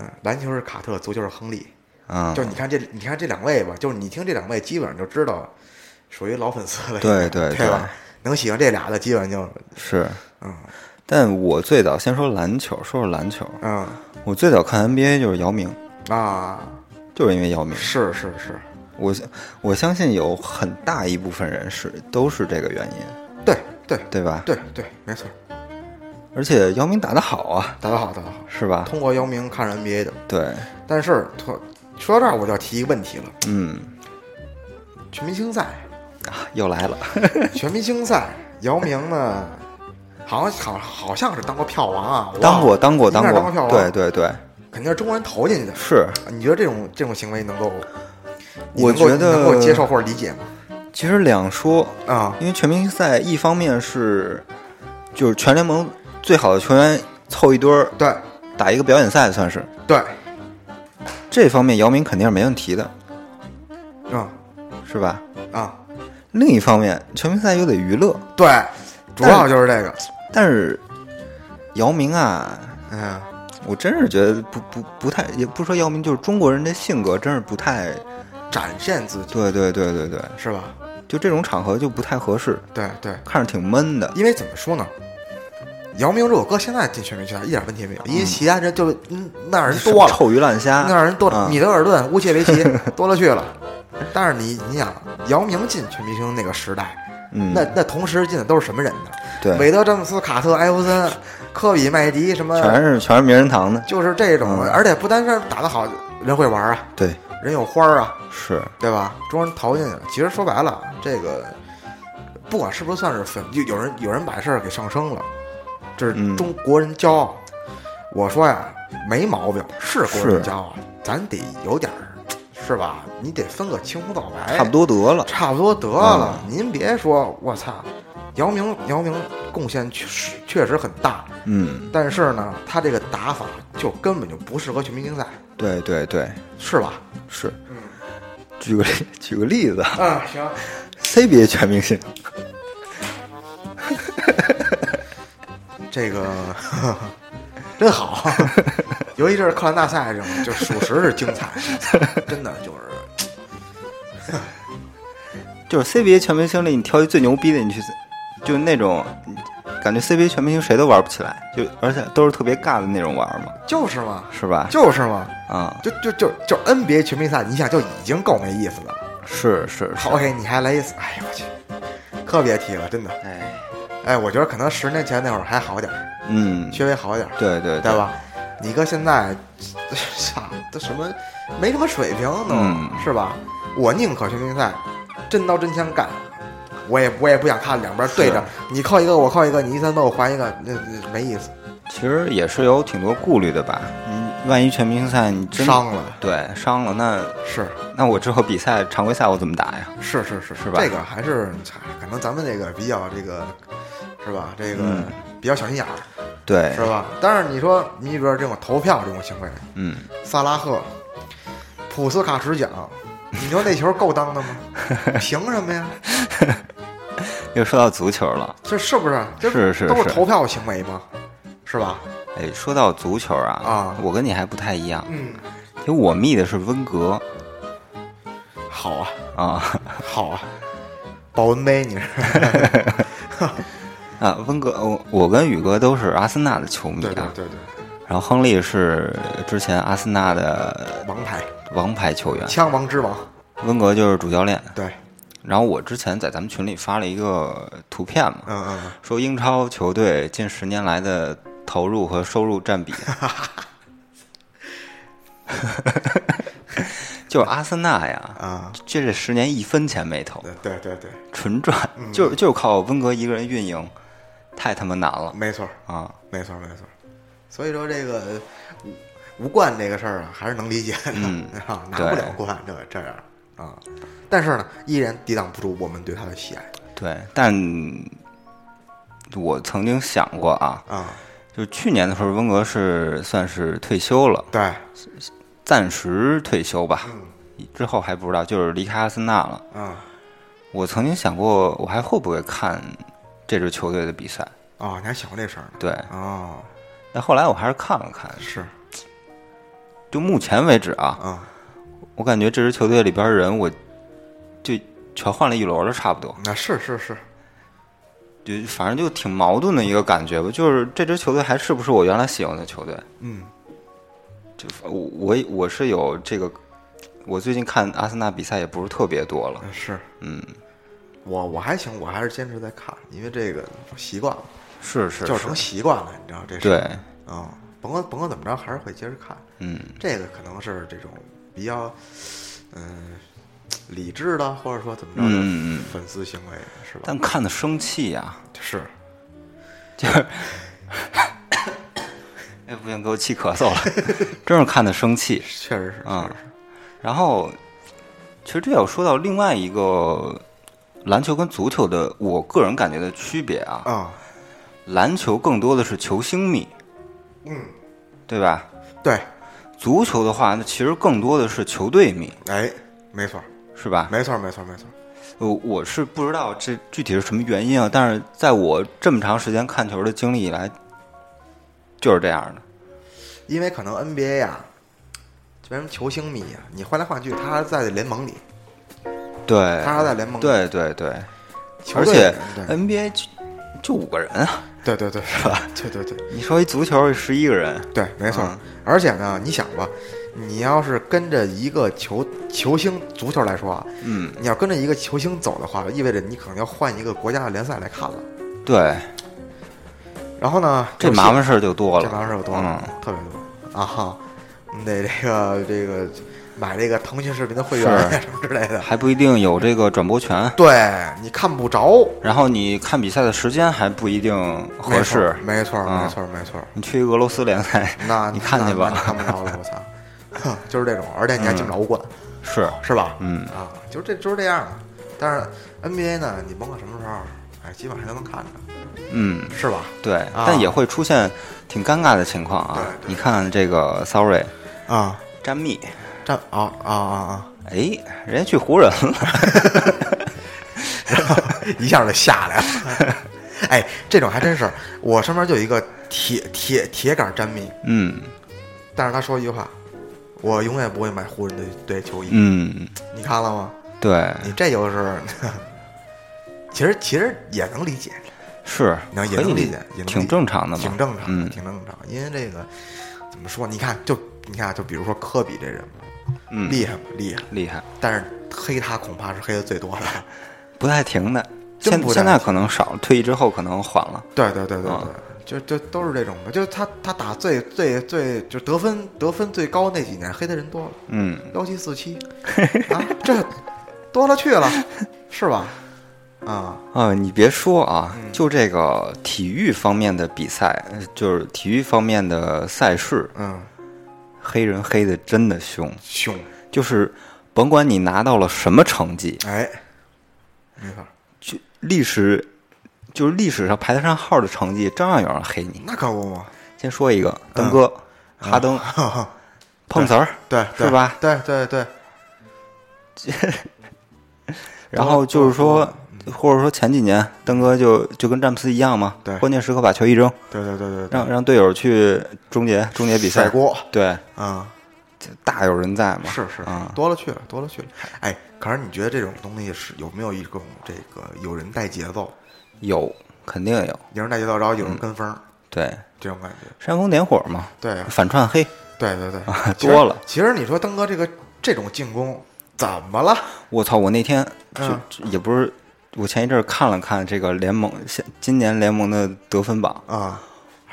[SPEAKER 3] 嗯，篮球是卡特，足球是亨利，
[SPEAKER 2] 啊
[SPEAKER 3] 就，你看这，你看这两位吧，就是你听这两位，基本上就知道属于老粉丝了，
[SPEAKER 2] 对对
[SPEAKER 3] 对吧？能喜欢这俩的，基本就，
[SPEAKER 2] 是，
[SPEAKER 3] 嗯
[SPEAKER 2] 但我最早先说篮球，说说篮球，
[SPEAKER 3] 嗯
[SPEAKER 2] 我最早看 NBA 就是姚明，
[SPEAKER 3] 啊，
[SPEAKER 2] 就是因为姚明，
[SPEAKER 3] 是是是，
[SPEAKER 2] 我相我相信有很大一部分人是都是这个原因，
[SPEAKER 3] 对对
[SPEAKER 2] 对吧？
[SPEAKER 3] 对对，没错，
[SPEAKER 2] 而且姚明打得好啊，
[SPEAKER 3] 打得好，打得好，
[SPEAKER 2] 是吧？
[SPEAKER 3] 通过姚明看着 NBA 的，
[SPEAKER 2] 对，
[SPEAKER 3] 但是说说到这儿，我就要提一个问题了，
[SPEAKER 2] 嗯，
[SPEAKER 3] 全明星赛，
[SPEAKER 2] 啊，又来了，
[SPEAKER 3] 全明星赛，姚明呢，好像好好像是当过票王啊，我忘了
[SPEAKER 2] 当过，当过，当
[SPEAKER 3] 应该是
[SPEAKER 2] 过
[SPEAKER 3] 当票，王，
[SPEAKER 2] 对，对对，
[SPEAKER 3] 肯定是中国人投进去的。
[SPEAKER 2] 是。
[SPEAKER 3] 你觉得这种这种行为能够，你
[SPEAKER 2] 我
[SPEAKER 3] 能够
[SPEAKER 2] 觉得
[SPEAKER 3] 你能够接受或者理解吗？
[SPEAKER 2] 其实两说，
[SPEAKER 3] 啊，
[SPEAKER 2] 因为全明星赛一方面是就是全联盟最好的球员凑一堆儿
[SPEAKER 3] 对
[SPEAKER 2] 打一个表演赛，算是
[SPEAKER 3] 对，
[SPEAKER 2] 这方面姚明肯定是没问题的，
[SPEAKER 3] 嗯
[SPEAKER 2] 是吧？
[SPEAKER 3] 啊，
[SPEAKER 2] 另一方面，全明星赛又得娱乐，
[SPEAKER 3] 对，主要就是这个，
[SPEAKER 2] 但是姚明啊，
[SPEAKER 3] 嗯，
[SPEAKER 2] 我真是觉得不不不太，也不说姚明，就是中国人的性格真是不太，
[SPEAKER 3] 展现自己
[SPEAKER 2] 对对对对对，
[SPEAKER 3] 是吧？
[SPEAKER 2] 就这种场合就不太合适，
[SPEAKER 3] 对对，
[SPEAKER 2] 看着挺闷的。
[SPEAKER 3] 因为怎么说呢？姚明如果搁现在进全明星赛一点问题没有，因为其他人就嗯那样人多了，
[SPEAKER 2] 臭鱼烂虾，
[SPEAKER 3] 那样人多
[SPEAKER 2] 啊
[SPEAKER 3] 了，米德尔顿、乌切维奇 <laughs> 多了去了。但是你你想，姚明进全明星那个时代，
[SPEAKER 2] 嗯
[SPEAKER 3] 那那同时进的都是什么人呢？
[SPEAKER 2] 对
[SPEAKER 3] 韦德、詹姆斯、卡特、艾弗森、科比、麦迪什么，
[SPEAKER 2] 全是嗯全是名人堂的，
[SPEAKER 3] 就是这种，而且不单是打得好，人会玩啊，
[SPEAKER 2] 对，
[SPEAKER 3] 人有花儿啊，
[SPEAKER 2] 是，
[SPEAKER 3] 对吧？中国人投进去了。其实说白了，这个不管是不是算是粉，有有人有人把事儿给上升了，这是
[SPEAKER 2] 嗯
[SPEAKER 3] 中国人骄傲。我说呀，没毛病，是国人
[SPEAKER 2] 是
[SPEAKER 3] 骄傲，咱得有点儿，是吧？你得分个青红皂白，
[SPEAKER 2] 差不，多嗯得了。
[SPEAKER 3] 差不多得了。您别说，我操，姚明，姚明贡献确实确实很大，
[SPEAKER 2] 嗯，
[SPEAKER 3] 但是呢，他这个打法就根本就不适合全明星赛，
[SPEAKER 2] 对对对，
[SPEAKER 3] 是吧？
[SPEAKER 2] 是。
[SPEAKER 3] 嗯
[SPEAKER 2] 举个例，举个例子啊
[SPEAKER 3] 啊，行，
[SPEAKER 2] ，CBA 全明星，
[SPEAKER 3] 这个 <laughs> 真好， <laughs> 尤其是克兰大赛这种，就属实是精彩，真的就是
[SPEAKER 2] 就是 CBA 全明星里，你挑一最牛逼的，你去，就那种感觉 CBA 全明星谁都玩不起来，就而且都是特别尬的那种玩嘛，
[SPEAKER 3] 就是嘛，
[SPEAKER 2] 是吧？
[SPEAKER 3] 就是嘛，
[SPEAKER 2] 啊、
[SPEAKER 3] 就就就就 NBA 全明星赛，你想就已经够没意思的了。
[SPEAKER 2] 是是是，
[SPEAKER 3] 好，OK，你还来一次，哎呦我去，可别提了，真的。
[SPEAKER 2] 哎，
[SPEAKER 3] 哎，我觉得可能十年前那会儿还好点儿，
[SPEAKER 2] 嗯，
[SPEAKER 3] 稍微好点儿，
[SPEAKER 2] 对对
[SPEAKER 3] 对？吧？你哥现在，操，都什么没什么水平都，
[SPEAKER 2] 嗯
[SPEAKER 3] 是吧？我宁可全明星赛，真刀真枪干，我也我也不想看两边对着，你靠一个我靠一个，你一三八我还一个，那那没意思，
[SPEAKER 2] 其实也是有挺多顾虑的吧，嗯，万一全明星赛你真
[SPEAKER 3] 伤了。
[SPEAKER 2] 对伤了，那
[SPEAKER 3] 是
[SPEAKER 2] 那我之后比赛常规赛我怎么打呀？
[SPEAKER 3] 是是是
[SPEAKER 2] 是吧
[SPEAKER 3] 这个还是哎可能咱们这个比较这个，是吧？这个、
[SPEAKER 2] 嗯
[SPEAKER 3] 比较小心眼儿，
[SPEAKER 2] 对
[SPEAKER 3] 是，吧？但是你说你比如说这种投票这种行为，
[SPEAKER 2] 嗯，
[SPEAKER 3] 萨拉赫、普斯卡什奖，你说那球够当的
[SPEAKER 2] <laughs>
[SPEAKER 3] 吗？凭什么呀？
[SPEAKER 2] 又说到足球了，
[SPEAKER 3] 这是不是？这
[SPEAKER 2] 是是
[SPEAKER 3] 都是
[SPEAKER 2] 是
[SPEAKER 3] 投票行为吗？是吧？
[SPEAKER 2] 哎，说到足球啊，
[SPEAKER 3] 啊
[SPEAKER 2] 我跟你还不太一样，
[SPEAKER 3] 嗯，
[SPEAKER 2] 因为我密的是温格
[SPEAKER 3] 好啊，
[SPEAKER 2] 啊
[SPEAKER 3] 好啊，保温杯你是？
[SPEAKER 2] 啊，温格，我我跟宇哥都是阿森纳的球迷
[SPEAKER 3] 对对
[SPEAKER 2] 啊，
[SPEAKER 3] 对对，
[SPEAKER 2] 然后亨利是之前阿森纳的
[SPEAKER 3] 王牌，
[SPEAKER 2] 王牌球员，
[SPEAKER 3] 枪王之
[SPEAKER 2] 啊
[SPEAKER 3] 王，
[SPEAKER 2] 温格就是主教练。
[SPEAKER 3] 对，
[SPEAKER 2] 然后我之前在咱们群里发了一个图片嘛，
[SPEAKER 3] 嗯嗯嗯，
[SPEAKER 2] 说英超球队近十年来的投入和收入占比，就是阿森纳呀，
[SPEAKER 3] 啊，
[SPEAKER 2] 这这十年一分钱没投，
[SPEAKER 3] 对对对对，
[SPEAKER 2] 纯赚，就就靠温格一个人运营，太他妈难了
[SPEAKER 3] 没错儿，
[SPEAKER 2] 啊！
[SPEAKER 3] 没错儿没错儿。所以说这个无无冠这个事儿啊，还是能理解的，
[SPEAKER 2] 嗯
[SPEAKER 3] 啊，拿不了
[SPEAKER 2] 对
[SPEAKER 3] 冠这这样啊。但是呢，依然抵挡不住我们对他的喜爱
[SPEAKER 2] 对，但我曾经想过啊，
[SPEAKER 3] 啊。
[SPEAKER 2] 就去年的时候，温格是算是退休了，
[SPEAKER 3] 对，
[SPEAKER 2] 暂时退休吧，
[SPEAKER 3] 嗯
[SPEAKER 2] 之后还不知道，就是离开阿森纳了。
[SPEAKER 3] 啊
[SPEAKER 2] 我曾经想过，我还会不会看这支球队的比赛？
[SPEAKER 3] 啊，你还想过这事儿呢？
[SPEAKER 2] 对，
[SPEAKER 3] 哦，
[SPEAKER 2] 但后来我还是看了看。
[SPEAKER 3] 是
[SPEAKER 2] 就目前为止啊，
[SPEAKER 3] 啊，
[SPEAKER 2] 我感觉这支球队里边人，我就全换了一轮了，差不多。
[SPEAKER 3] 那是是是，
[SPEAKER 2] 就反正就挺矛盾的一个感觉吧，就是这支球队还是不是我原来喜欢的球队？
[SPEAKER 3] 嗯，
[SPEAKER 2] 就我我我是有这个，我最近看阿森纳比赛也不是特别多了，
[SPEAKER 3] 那是
[SPEAKER 2] 嗯，
[SPEAKER 3] 我我还行，我还是坚持在看，因为这个习惯了，
[SPEAKER 2] 是是
[SPEAKER 3] 就是成
[SPEAKER 2] 是，
[SPEAKER 3] 习惯了，你知道这事儿
[SPEAKER 2] 对，
[SPEAKER 3] 啊，甭管甭管怎么着，还是会接着看。
[SPEAKER 2] 嗯，
[SPEAKER 3] 这个可能是这种比较，嗯、理智的，或者说怎么着
[SPEAKER 2] 嗯嗯嗯
[SPEAKER 3] 的粉丝行为，是吧？
[SPEAKER 2] 但看的生气呀、
[SPEAKER 3] 是，
[SPEAKER 2] 哎不行，给我气咳嗽了， <laughs> 真是看的生气
[SPEAKER 3] 确实是，
[SPEAKER 2] 啊
[SPEAKER 3] 确实。
[SPEAKER 2] 然后，其实这要说到另外一个篮球跟足球的，我个人感觉的区别啊，
[SPEAKER 3] 是啊，
[SPEAKER 2] 篮球更多的是球星迷，
[SPEAKER 3] 嗯，
[SPEAKER 2] 对吧？
[SPEAKER 3] 对，
[SPEAKER 2] 足球的话，那其实更多的是球队迷，
[SPEAKER 3] 哎，没错儿，
[SPEAKER 2] 是吧？
[SPEAKER 3] 没错儿，没错儿，没错儿。
[SPEAKER 2] 我我是不知道这具体是什么原因啊，但是在我这么长时间看球的经历以来，就是这样的。
[SPEAKER 3] 因为可能 NBA 呀、这人球星迷呀、你换来换去，他还在联盟里，
[SPEAKER 2] 对，
[SPEAKER 3] 他还在联盟里，
[SPEAKER 2] 哎对对对，
[SPEAKER 3] 球
[SPEAKER 2] 而
[SPEAKER 3] 队
[SPEAKER 2] 且哎
[SPEAKER 3] 里
[SPEAKER 2] NBA 就就五个人啊，
[SPEAKER 3] 对对对对，是吧？对对对
[SPEAKER 2] 你说一足球十一个人，
[SPEAKER 3] 对，没错儿。
[SPEAKER 2] 嗯
[SPEAKER 3] 而且呢，你想吧，你要是跟着一个球球星足球来说啊，
[SPEAKER 2] 嗯，
[SPEAKER 3] 你要跟着一个球星走的话，意味着你可能要换一个国家的联赛来看了。
[SPEAKER 2] 对，
[SPEAKER 3] 然后呢，
[SPEAKER 2] 这
[SPEAKER 3] 有些
[SPEAKER 2] 麻烦事儿就多了，嗯
[SPEAKER 3] 这麻烦事儿有多了，特别多啊哈！你得这个这个买这个腾讯视频的会员啊
[SPEAKER 2] 是
[SPEAKER 3] 什么之类的
[SPEAKER 2] 嗯，，还不一定有这个转播权，
[SPEAKER 3] 对你看不着，
[SPEAKER 2] 然后你看比赛的时间还不一定合适。
[SPEAKER 3] 没错儿，
[SPEAKER 2] 嗯
[SPEAKER 3] 没错儿，没错儿，没错儿。
[SPEAKER 2] 你去俄罗斯联赛，
[SPEAKER 3] 那
[SPEAKER 2] 你看去
[SPEAKER 3] 那
[SPEAKER 2] 吧
[SPEAKER 3] 那，看不着了，我操！哼就是这种，而且你还进不着欧冠，
[SPEAKER 2] 是，
[SPEAKER 3] 是吧？
[SPEAKER 2] 嗯
[SPEAKER 3] 啊，就是这就是这样的。但是 NBA 呢，你甭管什么时候，哎，基本上还能看着，
[SPEAKER 2] 嗯。
[SPEAKER 3] 是吧？
[SPEAKER 2] 对，
[SPEAKER 3] 啊
[SPEAKER 2] 但也会出现挺尴尬的情况啊。
[SPEAKER 3] 对对
[SPEAKER 2] 你看这个 Sorry
[SPEAKER 3] 啊，
[SPEAKER 2] 詹密，
[SPEAKER 3] 这啊啊啊啊，
[SPEAKER 2] 哎，人家去湖人了，
[SPEAKER 3] <laughs> 一下就下来了。 <laughs> 哎，这种还真是，我身边就有一个铁铁铁杆詹迷，
[SPEAKER 2] 嗯
[SPEAKER 3] 但是他说一句话，我永远不会买湖人队队球衣。
[SPEAKER 2] 嗯，
[SPEAKER 3] 你看了吗？
[SPEAKER 2] 对，
[SPEAKER 3] 你这就是 <laughs> 其实其实也能理解，
[SPEAKER 2] 是
[SPEAKER 3] 能也
[SPEAKER 2] 可
[SPEAKER 3] 能
[SPEAKER 2] 以
[SPEAKER 3] 理解，也能理
[SPEAKER 2] 挺
[SPEAKER 3] 解
[SPEAKER 2] 正常的嘛，
[SPEAKER 3] 挺正常的，
[SPEAKER 2] 嗯
[SPEAKER 3] 挺正常。因为这个怎么说？你看，就你看，就比如说科比这人物，
[SPEAKER 2] 嗯，
[SPEAKER 3] 厉害吗？厉害，
[SPEAKER 2] 厉害，
[SPEAKER 3] 但是黑他恐怕是黑的最多的。 <laughs>
[SPEAKER 2] 不太停的。
[SPEAKER 3] 真
[SPEAKER 2] 现
[SPEAKER 3] 不太
[SPEAKER 2] 现在
[SPEAKER 3] 停
[SPEAKER 2] 可能少，退役之后可能缓了。
[SPEAKER 3] 对对对对
[SPEAKER 2] 啊
[SPEAKER 3] 对，就就都是这种的。就是他他打最最最就得分得分最高那几年，黑的人多了，
[SPEAKER 2] 嗯，
[SPEAKER 3] 幺七四七啊，这多了去了，是吧？啊，
[SPEAKER 2] 啊，你别说啊，就这个体育方面的比赛，呃就是体育方面的赛事，
[SPEAKER 3] 嗯，
[SPEAKER 2] 黑人黑的真的凶，
[SPEAKER 3] 凶，
[SPEAKER 2] 就是甭管你拿到了什么成绩，
[SPEAKER 3] 哎，没法儿，
[SPEAKER 2] 就历史，就是历史上排得上号的成绩，照样有人黑你。
[SPEAKER 3] 那可不嘛，
[SPEAKER 2] 先说一个，嗯登哥、 <laughs> 哈登、碰瓷儿，
[SPEAKER 3] 对，对
[SPEAKER 2] 是吧？
[SPEAKER 3] 对对对，
[SPEAKER 2] 然后就是说，或者说前几年登哥就就跟詹姆斯一样嘛，
[SPEAKER 3] 对
[SPEAKER 2] 关键时刻把球一扔，
[SPEAKER 3] 对对对对对，
[SPEAKER 2] 让让队友去终结终结比赛嗯
[SPEAKER 3] 甩，锅
[SPEAKER 2] 对，
[SPEAKER 3] 啊，
[SPEAKER 2] 大有人在嘛，
[SPEAKER 3] 是是嗯
[SPEAKER 2] 啊，
[SPEAKER 3] 多了去了，多了去了。哎，可是你觉得这种东西是有没有一种这个有人带节奏，
[SPEAKER 2] 有肯定有，
[SPEAKER 3] 有人带节奏，然后有
[SPEAKER 2] 嗯
[SPEAKER 3] 人跟风、
[SPEAKER 2] 对，
[SPEAKER 3] 这种感觉？
[SPEAKER 2] 煽风点火嘛，
[SPEAKER 3] 对啊
[SPEAKER 2] 反串黑，
[SPEAKER 3] 对对对，
[SPEAKER 2] 啊
[SPEAKER 3] 其
[SPEAKER 2] <laughs>
[SPEAKER 3] 实
[SPEAKER 2] 多了
[SPEAKER 3] 其实你说登哥这个这种进攻怎么了？
[SPEAKER 2] 我操！我那天就
[SPEAKER 3] 嗯
[SPEAKER 2] 就也不是，我前一阵儿看了看这个联盟现今年联盟的得分榜，
[SPEAKER 3] 啊，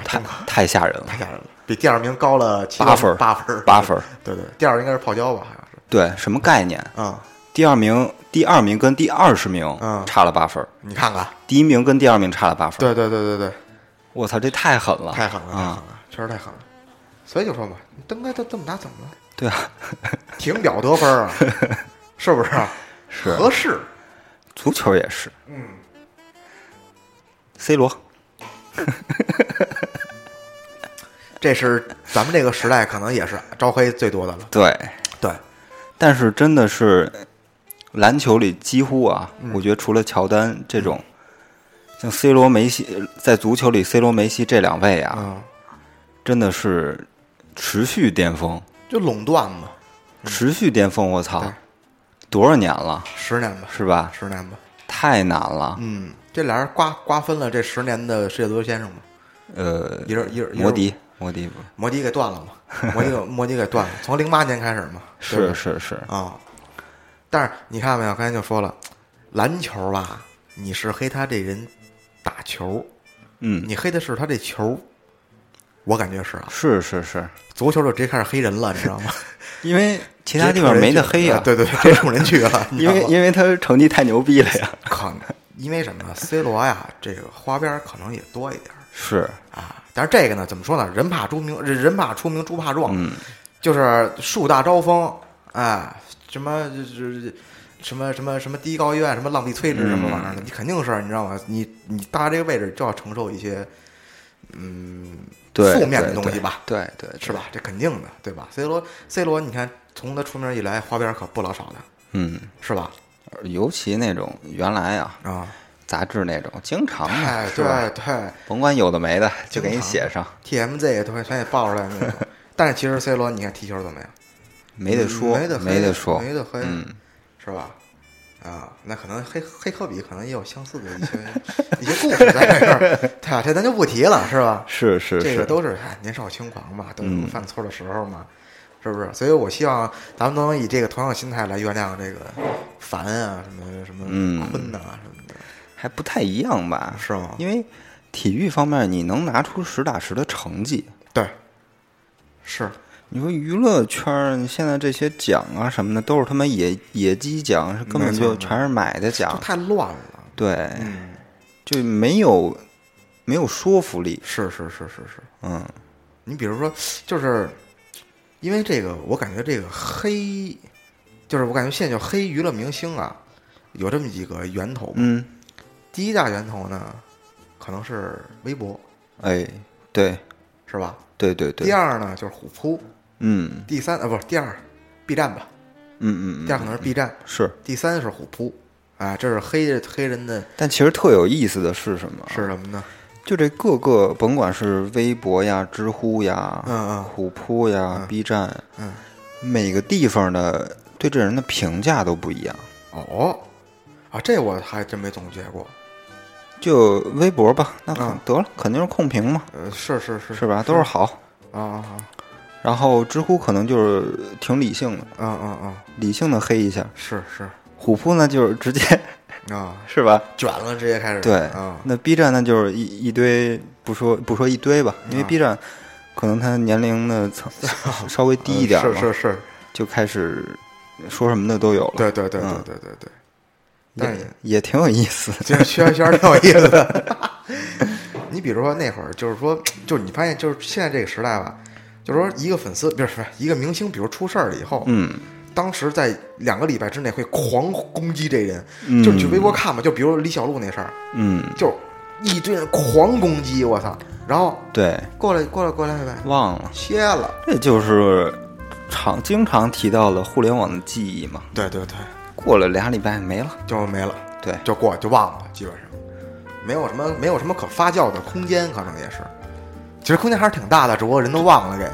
[SPEAKER 2] 太太吓人了，
[SPEAKER 3] 太吓人了，比第二名高了七个
[SPEAKER 2] 八分儿
[SPEAKER 3] <laughs> 八分儿
[SPEAKER 2] 八分儿。
[SPEAKER 3] 对对，第二应该是泡椒吧，好像是
[SPEAKER 2] 对，什么概念？
[SPEAKER 3] 啊、
[SPEAKER 2] 第二名，第二名跟第二十名
[SPEAKER 3] 嗯
[SPEAKER 2] 差了八分儿，
[SPEAKER 3] 你看看，
[SPEAKER 2] 第一名跟第二名差了八分儿。
[SPEAKER 3] 对对对对对，
[SPEAKER 2] 我操，这太狠了，
[SPEAKER 3] 太狠了，太狠
[SPEAKER 2] 啊！
[SPEAKER 3] 了，确实太狠了。所以就说嘛，你登哥都这么打怎么了？
[SPEAKER 2] 对啊，
[SPEAKER 3] 挺表得分 <laughs> 儿啊，是不是啊？
[SPEAKER 2] 是
[SPEAKER 3] 合适。
[SPEAKER 2] 足球也是，嗯，C 罗
[SPEAKER 3] 这是咱们这个时代可能也是招黑最多的了。
[SPEAKER 2] 对，
[SPEAKER 3] 对，
[SPEAKER 2] 但是真的是篮球里几乎啊，我觉得除了乔丹这种，像 C 罗、梅西，在足球里 C 罗、梅西这两位啊，
[SPEAKER 3] 嗯，
[SPEAKER 2] 真的是持续巅峰，
[SPEAKER 3] 就垄断嘛，
[SPEAKER 2] 持续巅峰！我操
[SPEAKER 3] 对，
[SPEAKER 2] 多少年了，
[SPEAKER 3] 十年吧，
[SPEAKER 2] 是吧？
[SPEAKER 3] 十年吧。
[SPEAKER 2] 太难了。
[SPEAKER 3] 嗯，这俩人瓜瓜分了这十年的世界足球先生嘛，
[SPEAKER 2] 呃，
[SPEAKER 3] 一人一人一人
[SPEAKER 2] 摩迪，摩迪不
[SPEAKER 3] 摩迪给断了嘛，摩迪 <laughs> 给摩迪给断了，从零八年开始嘛，对
[SPEAKER 2] 是
[SPEAKER 3] 吧
[SPEAKER 2] 是是，
[SPEAKER 3] 啊、但是你看没有，刚才就说了，篮球吧，你是黑他这人打球，
[SPEAKER 2] 嗯，
[SPEAKER 3] 你黑的是他这球，我感觉是啊，
[SPEAKER 2] 是是是，
[SPEAKER 3] 足球就直接开始黑人了，你知道吗？
[SPEAKER 2] 因为 <laughs> 其他地方没得黑啊呀、
[SPEAKER 3] 对对，对直接冲人去
[SPEAKER 2] <laughs>
[SPEAKER 3] 了，你知
[SPEAKER 2] 因
[SPEAKER 3] 道吗
[SPEAKER 2] 为因为他成绩太牛逼了呀。
[SPEAKER 3] 可能因为什么呢？C 罗呀，这个花边儿可能也多一点儿
[SPEAKER 2] 是，
[SPEAKER 3] 啊。但是这个呢，怎么说呢？人怕出名，人人怕出名，猪怕
[SPEAKER 2] 嗯
[SPEAKER 3] 壮，就是树大招风，哎，什么就是什么什么什么低高院，什么浪必
[SPEAKER 2] 嗯
[SPEAKER 3] 摧之什么玩意儿的，你肯定是你知道吗？你你搭这个位置就要承受一些
[SPEAKER 2] 对，
[SPEAKER 3] 负面的
[SPEAKER 2] 对
[SPEAKER 3] 东西吧，
[SPEAKER 2] 对对，对
[SPEAKER 3] 是？吧？这肯定的，对吧？C 罗，C 罗，你看从他出名以来，花边儿可不老少的，
[SPEAKER 2] 嗯，
[SPEAKER 3] 是吧？
[SPEAKER 2] 尤其那种原来啊，
[SPEAKER 3] 啊，
[SPEAKER 2] 杂志那种，经常嘛
[SPEAKER 3] 哎，
[SPEAKER 2] 是
[SPEAKER 3] 对
[SPEAKER 2] 吧？
[SPEAKER 3] 对。
[SPEAKER 2] 甭管有的没的，就
[SPEAKER 3] 经
[SPEAKER 2] 给你
[SPEAKER 3] 常
[SPEAKER 2] 写上，
[SPEAKER 3] TMZ 也都会全给爆出来
[SPEAKER 2] <laughs>
[SPEAKER 3] 那种。但是其实 C 罗，你看踢球怎么样？嗯
[SPEAKER 2] 没得说，
[SPEAKER 3] 没得黑
[SPEAKER 2] 得说，
[SPEAKER 3] 没得黑，
[SPEAKER 2] 嗯，
[SPEAKER 3] 是吧？啊，那可能黑黑科比可能也有相似的一些一些故事在这
[SPEAKER 2] <laughs>
[SPEAKER 3] 儿，对吧？这咱就不提了，是吧？
[SPEAKER 2] 是是嗯
[SPEAKER 3] 这个
[SPEAKER 2] 是，
[SPEAKER 3] 都是哎年少轻狂嘛，都有犯错的时候嘛，是不是？所以我希望咱们都能以这个同样的心态来原谅这个凡啊，什么什么
[SPEAKER 2] 嗯
[SPEAKER 3] 坤呐、什么的，
[SPEAKER 2] 还不太一样吧？
[SPEAKER 3] 是吗
[SPEAKER 2] 因为体育方面，你能拿出实打实的成绩。
[SPEAKER 3] 对，是
[SPEAKER 2] 你说娱乐圈儿现在这些奖啊什么的，都是他妈野野鸡奖，是根本
[SPEAKER 3] 没错
[SPEAKER 2] 就全是买的
[SPEAKER 3] 就
[SPEAKER 2] 奖，
[SPEAKER 3] 太乱了，
[SPEAKER 2] 对，就没有没有说服力。
[SPEAKER 3] 是是是是是，
[SPEAKER 2] 嗯，
[SPEAKER 3] 你比如说，就是因为这个，我感觉这个黑，就是我感觉现在叫黑娱乐明星啊，有这么几个源头吧。
[SPEAKER 2] 嗯，
[SPEAKER 3] 第一大源头呢，可能是微博，
[SPEAKER 2] 哎，对
[SPEAKER 3] 是吧？
[SPEAKER 2] 对对
[SPEAKER 3] 第
[SPEAKER 2] 对，
[SPEAKER 3] 二呢就是虎扑，
[SPEAKER 2] 嗯
[SPEAKER 3] 第三啊不是第二，B 站吧，
[SPEAKER 2] 嗯嗯
[SPEAKER 3] 第二
[SPEAKER 2] 嗯，
[SPEAKER 3] 可能是 B 站，
[SPEAKER 2] 是。
[SPEAKER 3] 第三是虎扑，啊，这是黑黑人的
[SPEAKER 2] 但其实特有意思的是什么啊？
[SPEAKER 3] 是什么呢？
[SPEAKER 2] 就这各个，甭管是微博呀、知乎呀、
[SPEAKER 3] 嗯嗯
[SPEAKER 2] 虎扑呀、B 站，
[SPEAKER 3] 嗯，
[SPEAKER 2] 每个地方的对这人的评价都不一样。
[SPEAKER 3] 哦，啊，这我还真没总结过，
[SPEAKER 2] 就微博吧，那肯
[SPEAKER 3] 嗯
[SPEAKER 2] 得了，肯定是控评嘛，
[SPEAKER 3] 呃，是是是
[SPEAKER 2] 是吧？都是好。
[SPEAKER 3] 啊啊
[SPEAKER 2] 然后知乎可能就是挺理性的，
[SPEAKER 3] 啊啊啊啊，
[SPEAKER 2] 理性的黑一下。
[SPEAKER 3] 是是
[SPEAKER 2] 虎扑呢就是直接 <laughs>
[SPEAKER 3] 啊，
[SPEAKER 2] 是吧？
[SPEAKER 3] 卷了，直接开始
[SPEAKER 2] 对，
[SPEAKER 3] 啊，
[SPEAKER 2] 那 B 站呢就是一一堆不说不说一堆吧，因为
[SPEAKER 3] 啊
[SPEAKER 2] B 站可能它年龄的
[SPEAKER 3] <laughs>
[SPEAKER 2] 层稍微低一点嘛，
[SPEAKER 3] 嗯
[SPEAKER 2] 嗯
[SPEAKER 3] 是是是，
[SPEAKER 2] 就开始说什么的都有了。
[SPEAKER 3] 对对对对
[SPEAKER 2] 嗯
[SPEAKER 3] 对对对，但 <laughs> 是
[SPEAKER 2] 也也挺有意思。
[SPEAKER 3] 这圈圈挺有意思的。 <laughs> 你比如说那会儿，就是说，就是你发现，就是现在这个时代吧，就是说一个粉丝，不是不是一个明星，比如出事儿了以后，
[SPEAKER 2] 嗯，
[SPEAKER 3] 当时在两个礼拜之内会狂攻击这人，就你去微博看吧，就比如李小璐那事儿，
[SPEAKER 2] 嗯，
[SPEAKER 3] 就一堆人狂攻击，我操，然后
[SPEAKER 2] 对，
[SPEAKER 3] 过来过来过来，过来
[SPEAKER 2] 忘了，
[SPEAKER 3] 歇了，
[SPEAKER 2] 这就是常经常提到了互联网的记忆嘛，
[SPEAKER 3] 对对对，
[SPEAKER 2] 过了俩礼拜没了。
[SPEAKER 3] 就没了，
[SPEAKER 2] 对
[SPEAKER 3] 哎就过就忘了，基本上没有什么没有什么可发酵的空间，可能也是。其实空间还是挺大的，只不过人都忘了给。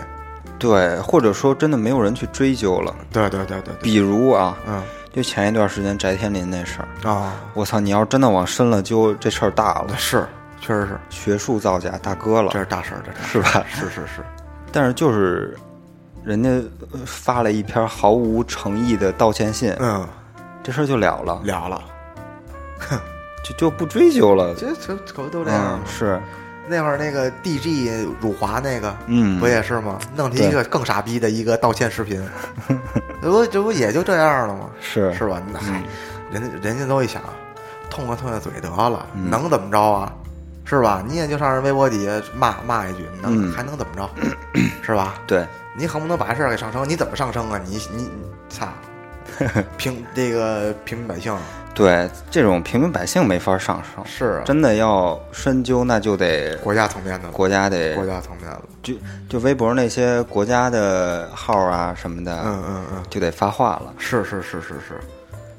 [SPEAKER 2] 对，或者说真的没有人去追究了。
[SPEAKER 3] 对对对对对，
[SPEAKER 2] 比如啊，
[SPEAKER 3] 嗯
[SPEAKER 2] 就前一段时间翟天临那事儿，
[SPEAKER 3] 啊，
[SPEAKER 2] 我操！你要是真的往深了究，这事儿大了，
[SPEAKER 3] 是，确实是，
[SPEAKER 2] 学术造假大哥了
[SPEAKER 3] 这，是大事儿，这是
[SPEAKER 2] 是吧？
[SPEAKER 3] 是是是，
[SPEAKER 2] 但是就是人家呃发了一篇毫无诚意的道歉信，
[SPEAKER 3] <laughs> 嗯，
[SPEAKER 2] 这事儿就了了，
[SPEAKER 3] 聊了，
[SPEAKER 2] 就就不追究了。
[SPEAKER 3] 这这可不都这样
[SPEAKER 2] 嗯
[SPEAKER 3] 吗，？
[SPEAKER 2] 是，
[SPEAKER 3] 那会儿那个 DG 辱华那个，
[SPEAKER 2] 嗯
[SPEAKER 3] 不也是吗？弄了一个更傻逼的一个道歉视 <laughs> 频，这不这不也就这样了吗？
[SPEAKER 2] 是
[SPEAKER 3] 是吧？那、嗨，
[SPEAKER 2] 嗯
[SPEAKER 3] 人家人家都一想，痛快痛快嘴得了，能怎么着啊？是吧？你也就上人微博底下骂骂一句，能、
[SPEAKER 2] 嗯
[SPEAKER 3] 还能怎么着？是吧？
[SPEAKER 2] 对，
[SPEAKER 3] 你恨不能把这事儿给上升，你怎么上升啊？你你你
[SPEAKER 2] <laughs>
[SPEAKER 3] 操，平这个平民百姓
[SPEAKER 2] 对，这种平民百姓没法上升，
[SPEAKER 3] 是啊
[SPEAKER 2] 真的要深究，那就得
[SPEAKER 3] 国家层面的了，
[SPEAKER 2] 国家得
[SPEAKER 3] 国家层面了，
[SPEAKER 2] 就就微博那些国家的号啊什么的，
[SPEAKER 3] 嗯嗯嗯，
[SPEAKER 2] 就得发话了。
[SPEAKER 3] 是是是是是，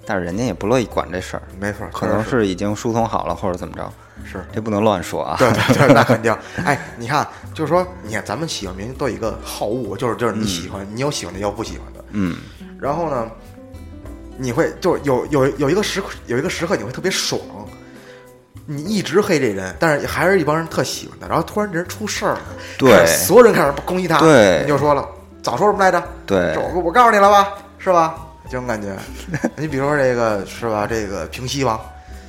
[SPEAKER 2] 但是人家也不乐意管这事儿，
[SPEAKER 3] 没错，
[SPEAKER 2] 可能
[SPEAKER 3] 确实
[SPEAKER 2] 是已经疏通好了或者怎么着，
[SPEAKER 3] 是是
[SPEAKER 2] 这不能乱说啊。
[SPEAKER 3] 对对对，那肯定。哎，你看，就是说，你看咱们喜欢明星都有一个好恶，就是就是你喜欢，你有喜欢的，也有不喜欢的。
[SPEAKER 2] 嗯，
[SPEAKER 3] 然后呢，你会就是有有有一个时刻有一个时刻你会特别爽，你一直黑这人，但是还是一帮人特喜欢他，然后突然这人出事儿了，
[SPEAKER 2] 对
[SPEAKER 3] 开始所有人开始攻击他，
[SPEAKER 2] 对
[SPEAKER 3] 你就说了，早说什么来着？
[SPEAKER 2] 对
[SPEAKER 3] 这我我告诉你了吧，是吧？这种感觉， <laughs> 你比如说这个是吧？这个平西王，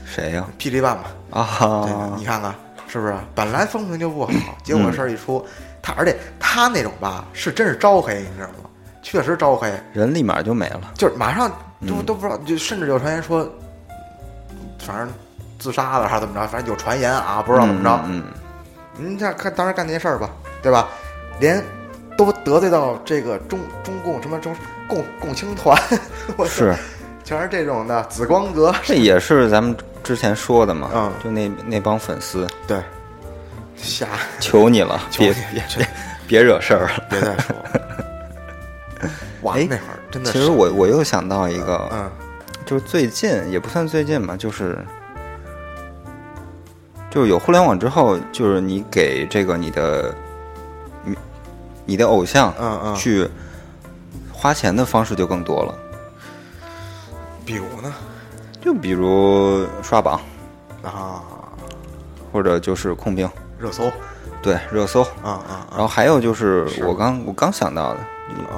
[SPEAKER 2] 谁呀、
[SPEAKER 3] 霹雳万吧，
[SPEAKER 2] 啊？嗯
[SPEAKER 3] 对吧你看看是不是？本来风评就不好，结果事儿一出，他而且他那种吧，是真是招黑，你知道吗？确实招黑，
[SPEAKER 2] 人立马就没了。
[SPEAKER 3] 就是马上
[SPEAKER 2] 嗯
[SPEAKER 3] 都都不知道，就甚至有传言说，反正自杀了还是怎么着，反正有传言啊，不知道怎么着。
[SPEAKER 2] 嗯，嗯
[SPEAKER 3] 您这看当时干那些事儿吧，对吧？连都得罪到这个中中共什么中共共青团，我
[SPEAKER 2] 嗯是，
[SPEAKER 3] 全是这种的紫光阁，
[SPEAKER 2] <laughs> 这也是咱们之前说的嘛。
[SPEAKER 3] 嗯
[SPEAKER 2] 就那那帮粉丝，
[SPEAKER 3] 对， <laughs> 瞎
[SPEAKER 2] 求你
[SPEAKER 3] <laughs>
[SPEAKER 2] 了，
[SPEAKER 3] 求
[SPEAKER 2] 别
[SPEAKER 3] 你
[SPEAKER 2] 别别别惹事儿了。
[SPEAKER 3] 别再说了。
[SPEAKER 2] <laughs>
[SPEAKER 3] 哇，
[SPEAKER 2] 哎
[SPEAKER 3] <laughs> 那会儿真的
[SPEAKER 2] 其
[SPEAKER 3] 是，
[SPEAKER 2] 实我我又想到一个，
[SPEAKER 3] 嗯
[SPEAKER 2] 就是最近也不算最近吧，就是就是有互联网之后，就是你给这个你的你你的偶像，
[SPEAKER 3] 嗯嗯
[SPEAKER 2] 去花钱的方式就更多了。
[SPEAKER 3] 比如呢
[SPEAKER 2] 就比如刷榜，
[SPEAKER 3] 啊，
[SPEAKER 2] 或者就是控评，
[SPEAKER 3] 热搜
[SPEAKER 2] 对热搜，
[SPEAKER 3] 啊啊
[SPEAKER 2] 然后还有就是我刚我刚想到的，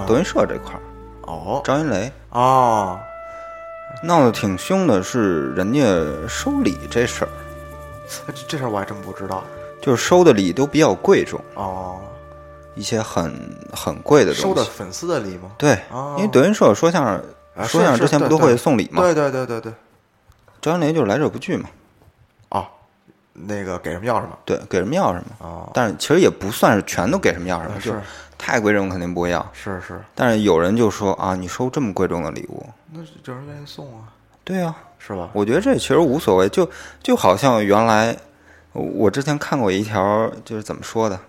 [SPEAKER 2] 德云社这块儿，
[SPEAKER 3] 哦
[SPEAKER 2] 张云雷
[SPEAKER 3] 哦，
[SPEAKER 2] 闹得挺凶的，是人家收礼这事儿，
[SPEAKER 3] 这这事儿我还真不知道
[SPEAKER 2] 就是收的礼都比较贵重，
[SPEAKER 3] 哦。
[SPEAKER 2] 一些很很贵的
[SPEAKER 3] 收
[SPEAKER 2] 东
[SPEAKER 3] 的
[SPEAKER 2] 西。
[SPEAKER 3] 粉丝的礼吗？
[SPEAKER 2] 对，
[SPEAKER 3] 哦
[SPEAKER 2] 因为德云社说相声、
[SPEAKER 3] 啊
[SPEAKER 2] 说
[SPEAKER 3] 是
[SPEAKER 2] 相声
[SPEAKER 3] 是
[SPEAKER 2] 之前
[SPEAKER 3] 对
[SPEAKER 2] 不都
[SPEAKER 3] 对
[SPEAKER 2] 会送礼吗？
[SPEAKER 3] 对对对对对，
[SPEAKER 2] 张云雷就是来者不拒嘛，
[SPEAKER 3] 哦，那个给什么要什么
[SPEAKER 2] 对，给什么要什么。
[SPEAKER 3] 哦，
[SPEAKER 2] 但是其实也不算是全都给什么要什么，
[SPEAKER 3] 啊
[SPEAKER 2] 就是太贵重肯定不会要。
[SPEAKER 3] 是是，
[SPEAKER 2] 但是有人就说啊，你收这么贵重的礼物，
[SPEAKER 3] 那是有人愿意送啊，
[SPEAKER 2] 对啊，
[SPEAKER 3] 是吧？
[SPEAKER 2] 我觉得这其实无所谓，就就好像原来我我之前看过一条，就是怎么说的，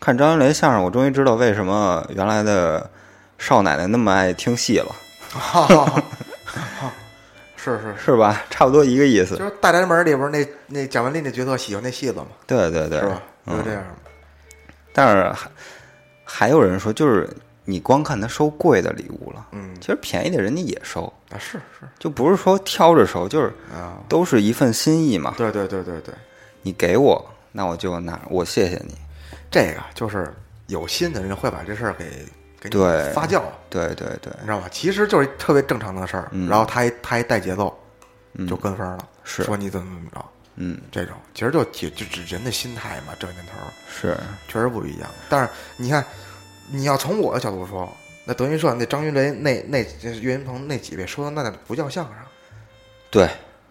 [SPEAKER 2] 看张云雷相声，我终于知道为什么原来的少奶奶那么爱听戏了，
[SPEAKER 3] <laughs> 是是是，
[SPEAKER 2] 是吧？ <laughs> 差不多一个意思
[SPEAKER 3] 就。是《大宅门》里边那那蒋雯丽那角色喜欢那戏子嘛，
[SPEAKER 2] 对对对，
[SPEAKER 3] 是吧？就
[SPEAKER 2] 嗯
[SPEAKER 3] 这样嘛，
[SPEAKER 2] 但是还还有人说，就是你光看他收贵的礼物了，
[SPEAKER 3] 嗯
[SPEAKER 2] 其实便宜的人家也收，
[SPEAKER 3] 啊是是
[SPEAKER 2] 就不是说挑着收，就是
[SPEAKER 3] 啊，
[SPEAKER 2] 都是一份心意嘛。
[SPEAKER 3] 对对对对对，
[SPEAKER 2] 你给我，那我就拿，我谢谢你。
[SPEAKER 3] 这个就是有心的人会把这事儿给给你
[SPEAKER 2] 对
[SPEAKER 3] 发酵，啊
[SPEAKER 2] 对对对，
[SPEAKER 3] 你知道吧？其实就是特别正常的事儿，然后他还他还带节奏，就跟风了，
[SPEAKER 2] 嗯是
[SPEAKER 3] 说你怎么怎么着，
[SPEAKER 2] 嗯，
[SPEAKER 3] 这种其实就也就只人的心态嘛，这年头儿
[SPEAKER 2] 是，
[SPEAKER 3] 确实不一样。但是你看，你要从我的角度说，那德云社那张云雷那那这岳云鹏那几位说的那不叫相声，
[SPEAKER 2] 对，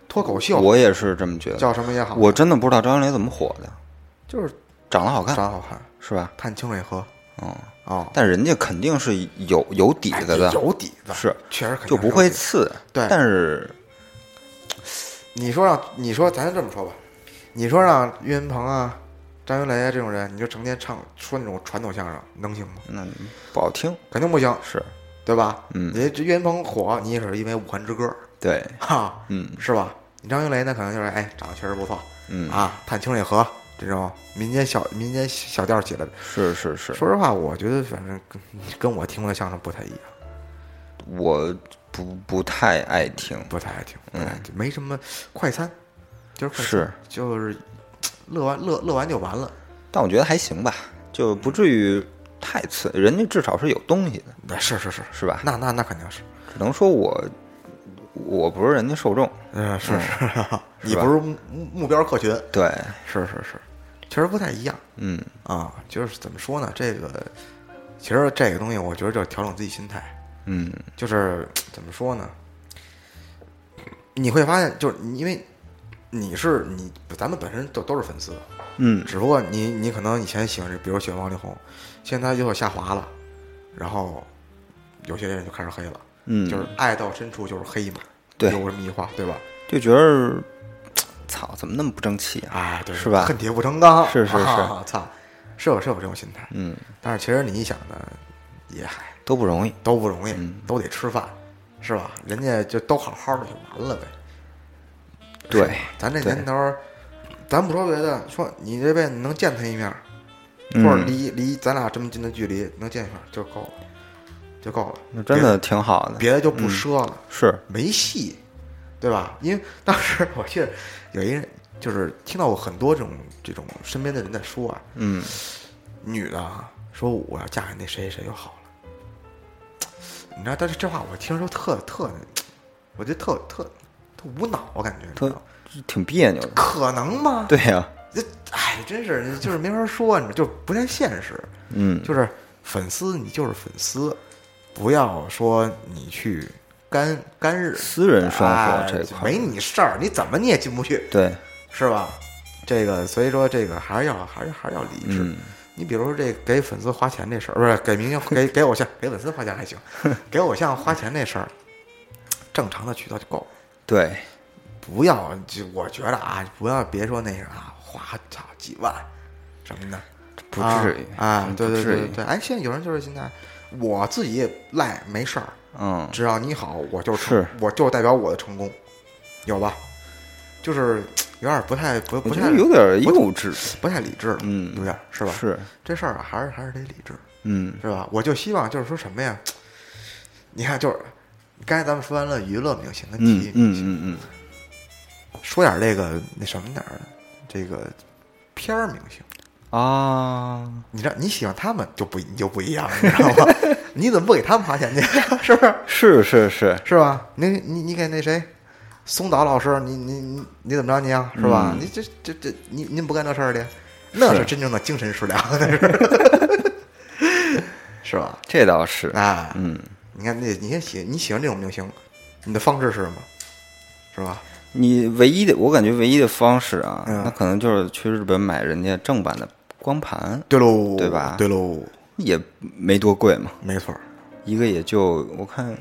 [SPEAKER 3] 脱口秀
[SPEAKER 2] 我也是这么觉得。
[SPEAKER 3] 叫什么也好，
[SPEAKER 2] 我真的不知道张云雷怎么火的，
[SPEAKER 3] 就是
[SPEAKER 2] 长得好看
[SPEAKER 3] 长好看，
[SPEAKER 2] 是吧？
[SPEAKER 3] 探清水河，
[SPEAKER 2] 嗯，
[SPEAKER 3] 哦，
[SPEAKER 2] 但人家肯定是有有底
[SPEAKER 3] 哎
[SPEAKER 2] 子的，
[SPEAKER 3] 有底子
[SPEAKER 2] 是
[SPEAKER 3] 确实肯定
[SPEAKER 2] 就是不
[SPEAKER 3] 有
[SPEAKER 2] 会
[SPEAKER 3] 底子
[SPEAKER 2] 次。
[SPEAKER 3] 对
[SPEAKER 2] 但是
[SPEAKER 3] 你说让你说，咱就这么说吧，你说让岳云鹏啊，张云雷这种人，你就成天唱说那种传统相声，能行吗？
[SPEAKER 2] 那嗯不好听
[SPEAKER 3] 肯定不行，
[SPEAKER 2] 是，
[SPEAKER 3] 对吧？
[SPEAKER 2] 嗯
[SPEAKER 3] 人家岳云鹏火，你也是因为《武汉之歌》，
[SPEAKER 2] 对，
[SPEAKER 3] 哈，
[SPEAKER 2] 嗯
[SPEAKER 3] 是吧？你张云雷呢，可能就是哎，长得确实不错，
[SPEAKER 2] 嗯
[SPEAKER 3] 啊，探清水河这种民间小民间小调起来的。
[SPEAKER 2] 是是是，
[SPEAKER 3] 说实话，我觉得反正跟跟我听过的相声不太一样，
[SPEAKER 2] 我不不太爱听，
[SPEAKER 3] 不太爱听，不太爱听，没什么快餐，就是快餐
[SPEAKER 2] 嗯是
[SPEAKER 3] 就是嘖乐完乐乐完就完了，
[SPEAKER 2] 但我觉得还行吧，就不至于太次，人家至少是有东西的，
[SPEAKER 3] 那是是是
[SPEAKER 2] 是吧？
[SPEAKER 3] 那那那肯定是，
[SPEAKER 2] 只能说我我不是人家受众，
[SPEAKER 3] 嗯是是，你
[SPEAKER 2] 是吧
[SPEAKER 3] 不是目目标客群，
[SPEAKER 2] 对，
[SPEAKER 3] 是是是，确实不太一样
[SPEAKER 2] 嗯
[SPEAKER 3] 啊，就是怎么说呢？这个其实这个东西，我觉得就是调整自己心态，
[SPEAKER 2] 嗯
[SPEAKER 3] 就是怎么说呢？你会发现，就是你因为你是你，咱们本身都都是粉丝，
[SPEAKER 2] 嗯，
[SPEAKER 3] 只不过你你可能以前喜欢这，比如喜欢王力宏，现在有所下滑了，然后有些人就开始黑了，
[SPEAKER 2] 嗯
[SPEAKER 3] 就是爱到深处就是黑嘛，
[SPEAKER 2] 对
[SPEAKER 3] 有这么一句话，对吧？
[SPEAKER 2] 就觉得操，怎么那么不争气啊？
[SPEAKER 3] 哎，对，
[SPEAKER 2] 是吧
[SPEAKER 3] 恨铁不成钢，
[SPEAKER 2] 是是是
[SPEAKER 3] 啊操、是有是有这种心态，
[SPEAKER 2] 嗯，
[SPEAKER 3] 但是其实你一想呢，也还
[SPEAKER 2] 都不容易，
[SPEAKER 3] 都不容易，
[SPEAKER 2] 嗯
[SPEAKER 3] 都得吃饭，是吧？人家就都好好的就完了呗。
[SPEAKER 2] 对，
[SPEAKER 3] 咱这
[SPEAKER 2] 对
[SPEAKER 3] 年头儿，咱不说别的，说你这辈子能见他一面儿，
[SPEAKER 2] 嗯
[SPEAKER 3] 或者离离咱俩这么近的距离能见一面儿就够了，就够
[SPEAKER 2] 那
[SPEAKER 3] 了。
[SPEAKER 2] 真的嗯挺好的，
[SPEAKER 3] 别的，别的就不奢了，
[SPEAKER 2] 是，
[SPEAKER 3] 没戏，对吧？因为当时我记得有一人，就是听到我很多这种这种身边的人在说啊，
[SPEAKER 2] 嗯
[SPEAKER 3] 女的啊，说我要嫁给那谁谁谁就好了。你知道，但是这话我听着就特特，我觉得特特特无脑，我感觉，你知道
[SPEAKER 2] 他
[SPEAKER 3] 吗
[SPEAKER 2] 挺别扭的，
[SPEAKER 3] 可能吗？
[SPEAKER 2] 对呀、
[SPEAKER 3] 这哎，真是就是没法说，你知道就不太现实。
[SPEAKER 2] 嗯，
[SPEAKER 3] 就是粉丝，你就是粉丝，不要说你去干干日
[SPEAKER 2] 私人生活
[SPEAKER 3] 哎
[SPEAKER 2] 这块儿
[SPEAKER 3] 没你事儿，你怎么你也进不去，
[SPEAKER 2] 对，
[SPEAKER 3] 是吧？这个，所以说这个还是要还是还是要理智。
[SPEAKER 2] 嗯
[SPEAKER 3] 你比如说这给粉丝花钱这事儿，不是给明星给给偶像给粉丝花
[SPEAKER 2] <laughs>
[SPEAKER 3] 钱还行，给偶像花钱这事儿，正常的渠道就够了。
[SPEAKER 2] 对，
[SPEAKER 3] 不要，就我觉得啊，不要别说那个啊，花操几万什么的，
[SPEAKER 2] 不至于
[SPEAKER 3] 啊啊
[SPEAKER 2] 嗯
[SPEAKER 3] 对
[SPEAKER 2] 不至
[SPEAKER 3] 对对
[SPEAKER 2] 于
[SPEAKER 3] 对对，哎，现在有人就是现在，我自己也赖没事儿，
[SPEAKER 2] 嗯，
[SPEAKER 3] 只要你好，我就是成
[SPEAKER 2] 是
[SPEAKER 3] 我就代表我的成功，有吧？就是有点不太不
[SPEAKER 2] 我
[SPEAKER 3] 不
[SPEAKER 2] 觉
[SPEAKER 3] 太
[SPEAKER 2] 得有点
[SPEAKER 3] 不
[SPEAKER 2] 幼稚，
[SPEAKER 3] 不太理智了，
[SPEAKER 2] 嗯
[SPEAKER 3] 有点儿是吧？
[SPEAKER 2] 是，
[SPEAKER 3] 这事儿啊还是还是得理智，
[SPEAKER 2] 嗯
[SPEAKER 3] 是吧？我就希望就是说什么呀？你看，就是刚才咱们说完了娱乐明星跟体
[SPEAKER 2] 嗯
[SPEAKER 3] 育明
[SPEAKER 2] 嗯
[SPEAKER 3] 星，
[SPEAKER 2] 嗯嗯，
[SPEAKER 3] 说点这个那什么点儿的，这个片儿明星，
[SPEAKER 2] 啊，
[SPEAKER 3] 你知道你喜欢他们就不你就不一样，你知道吗？ <laughs> 你怎么不给他们花钱去？ <laughs> 是不是？
[SPEAKER 2] 是是是，
[SPEAKER 3] 是吧？你你你给那谁，松岛老师，你你你你怎么着你啊？是吧？
[SPEAKER 2] 嗯
[SPEAKER 3] 你这这这你您不干那事儿去，那
[SPEAKER 2] 是
[SPEAKER 3] 是真正的精神食粮，那是， <laughs> 是吧？
[SPEAKER 2] 这倒是，
[SPEAKER 3] 啊，
[SPEAKER 2] 嗯，
[SPEAKER 3] 你看那你看喜你喜欢这种明星，你的方式是什么？是吧？
[SPEAKER 2] 你唯一的，我感觉唯一的方式啊，
[SPEAKER 3] 嗯
[SPEAKER 2] 那可能就是去日本买人家正版的光盘，
[SPEAKER 3] 对喽，
[SPEAKER 2] 对吧
[SPEAKER 3] 对喽，
[SPEAKER 2] 也没多贵嘛，
[SPEAKER 3] 没错儿，
[SPEAKER 2] 一个也就我看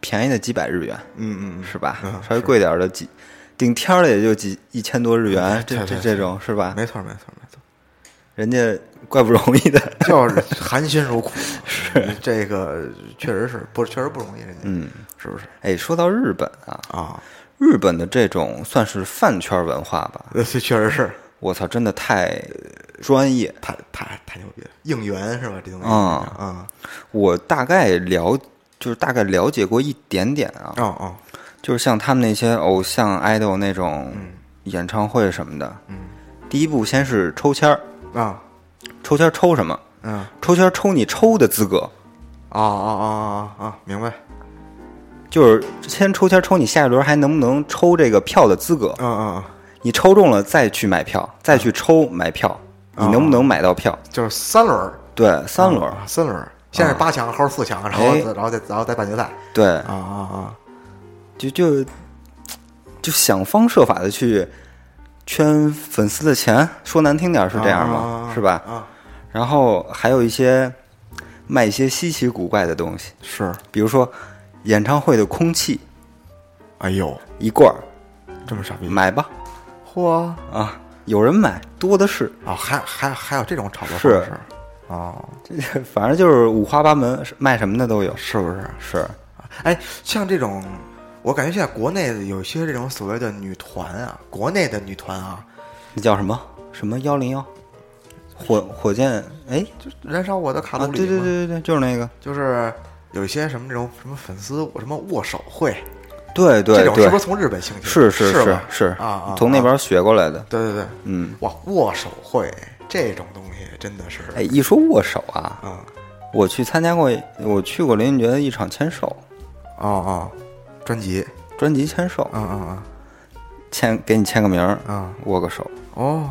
[SPEAKER 2] 便宜的几百日元，
[SPEAKER 3] 嗯嗯嗯，
[SPEAKER 2] 是吧？
[SPEAKER 3] 嗯
[SPEAKER 2] 稍微贵点儿的几，顶天儿的也就几一千多日元，
[SPEAKER 3] 对
[SPEAKER 2] 这
[SPEAKER 3] 对
[SPEAKER 2] 这
[SPEAKER 3] 对
[SPEAKER 2] 这种是吧？
[SPEAKER 3] 没错儿没错儿没错儿。
[SPEAKER 2] 人家怪不容易的，
[SPEAKER 3] 就是 <laughs> 含辛茹苦，是这个确实是不确实不容易，人家嗯，是不是
[SPEAKER 2] 哎，说到日本啊，
[SPEAKER 3] 啊？
[SPEAKER 2] 日本的这种算是饭圈文化吧，
[SPEAKER 3] 呃确确实是
[SPEAKER 2] 我操，真的太专业。
[SPEAKER 3] 太太太牛逼了，应援是吧？这东西
[SPEAKER 2] 啊
[SPEAKER 3] 啊
[SPEAKER 2] 我大概了，就是大概了解过一点点啊，
[SPEAKER 3] 哦哦，
[SPEAKER 2] 就是像他们那些偶像 idol 那种演唱会什么的，
[SPEAKER 3] 嗯
[SPEAKER 2] 第一步先是抽签儿，
[SPEAKER 3] 啊
[SPEAKER 2] 抽签儿抽什么？
[SPEAKER 3] 嗯
[SPEAKER 2] 抽签儿抽你抽的资格，
[SPEAKER 3] 啊啊啊啊啊！明白，
[SPEAKER 2] 就是先抽签儿抽你下一轮还能不能抽这个票的资格，
[SPEAKER 3] 嗯嗯嗯，
[SPEAKER 2] 你抽中了再去买票，再去抽买票，你能不能买到票？
[SPEAKER 3] 就是三轮儿
[SPEAKER 2] 对，三轮儿，
[SPEAKER 3] 啊啊三轮儿，先是八强，后是四强，然后
[SPEAKER 2] 哎
[SPEAKER 3] 然后再然后再半决赛
[SPEAKER 2] 对
[SPEAKER 3] 啊，啊啊！
[SPEAKER 2] 就就就想方设法的去圈粉丝的钱，说难听点儿是这样
[SPEAKER 3] 啊
[SPEAKER 2] 嘛，是吧？
[SPEAKER 3] 啊，
[SPEAKER 2] 然后还有一些卖一些稀奇古怪的东西，
[SPEAKER 3] 是，
[SPEAKER 2] 比如说演唱会的空气
[SPEAKER 3] 哎呦，
[SPEAKER 2] 一罐儿，
[SPEAKER 3] 这么傻逼，
[SPEAKER 2] 买吧
[SPEAKER 3] 嚯！
[SPEAKER 2] 啊！有人买多的是，
[SPEAKER 3] 啊，还还还有这种炒作方
[SPEAKER 2] 是
[SPEAKER 3] 式哦，
[SPEAKER 2] 这 <laughs> 反正就是五花八门，是卖什么的都有。
[SPEAKER 3] 是不是？
[SPEAKER 2] 是，
[SPEAKER 3] 哎，像这种，我感觉现在国内有些这种所谓的女团啊，国内的女团啊，
[SPEAKER 2] 那叫什么什么幺零幺，火火箭哎
[SPEAKER 3] 就燃烧我的卡
[SPEAKER 2] 啊，
[SPEAKER 3] 路里、
[SPEAKER 2] 对对，对对对，就是那个，
[SPEAKER 3] 就是有一些什么这种什么粉丝什么握手会，
[SPEAKER 2] 对对
[SPEAKER 3] 这种是不
[SPEAKER 2] 对
[SPEAKER 3] 是，从日本兴起的？
[SPEAKER 2] 是
[SPEAKER 3] 是
[SPEAKER 2] 是
[SPEAKER 3] 吧
[SPEAKER 2] 是
[SPEAKER 3] 啊啊，
[SPEAKER 2] 从那
[SPEAKER 3] 啊
[SPEAKER 2] 边学过来的。
[SPEAKER 3] 对对对，
[SPEAKER 2] 嗯，
[SPEAKER 3] 哇，握手会这种东西真的是，
[SPEAKER 2] 哎，一说握手啊，
[SPEAKER 3] 嗯，
[SPEAKER 2] 我去参加过，我去过林俊杰的一场签售，
[SPEAKER 3] 哦哦，专辑，
[SPEAKER 2] 专辑签售，
[SPEAKER 3] 嗯嗯
[SPEAKER 2] 签给你签个名儿，
[SPEAKER 3] 嗯嗯，
[SPEAKER 2] 握个手，
[SPEAKER 3] 哦，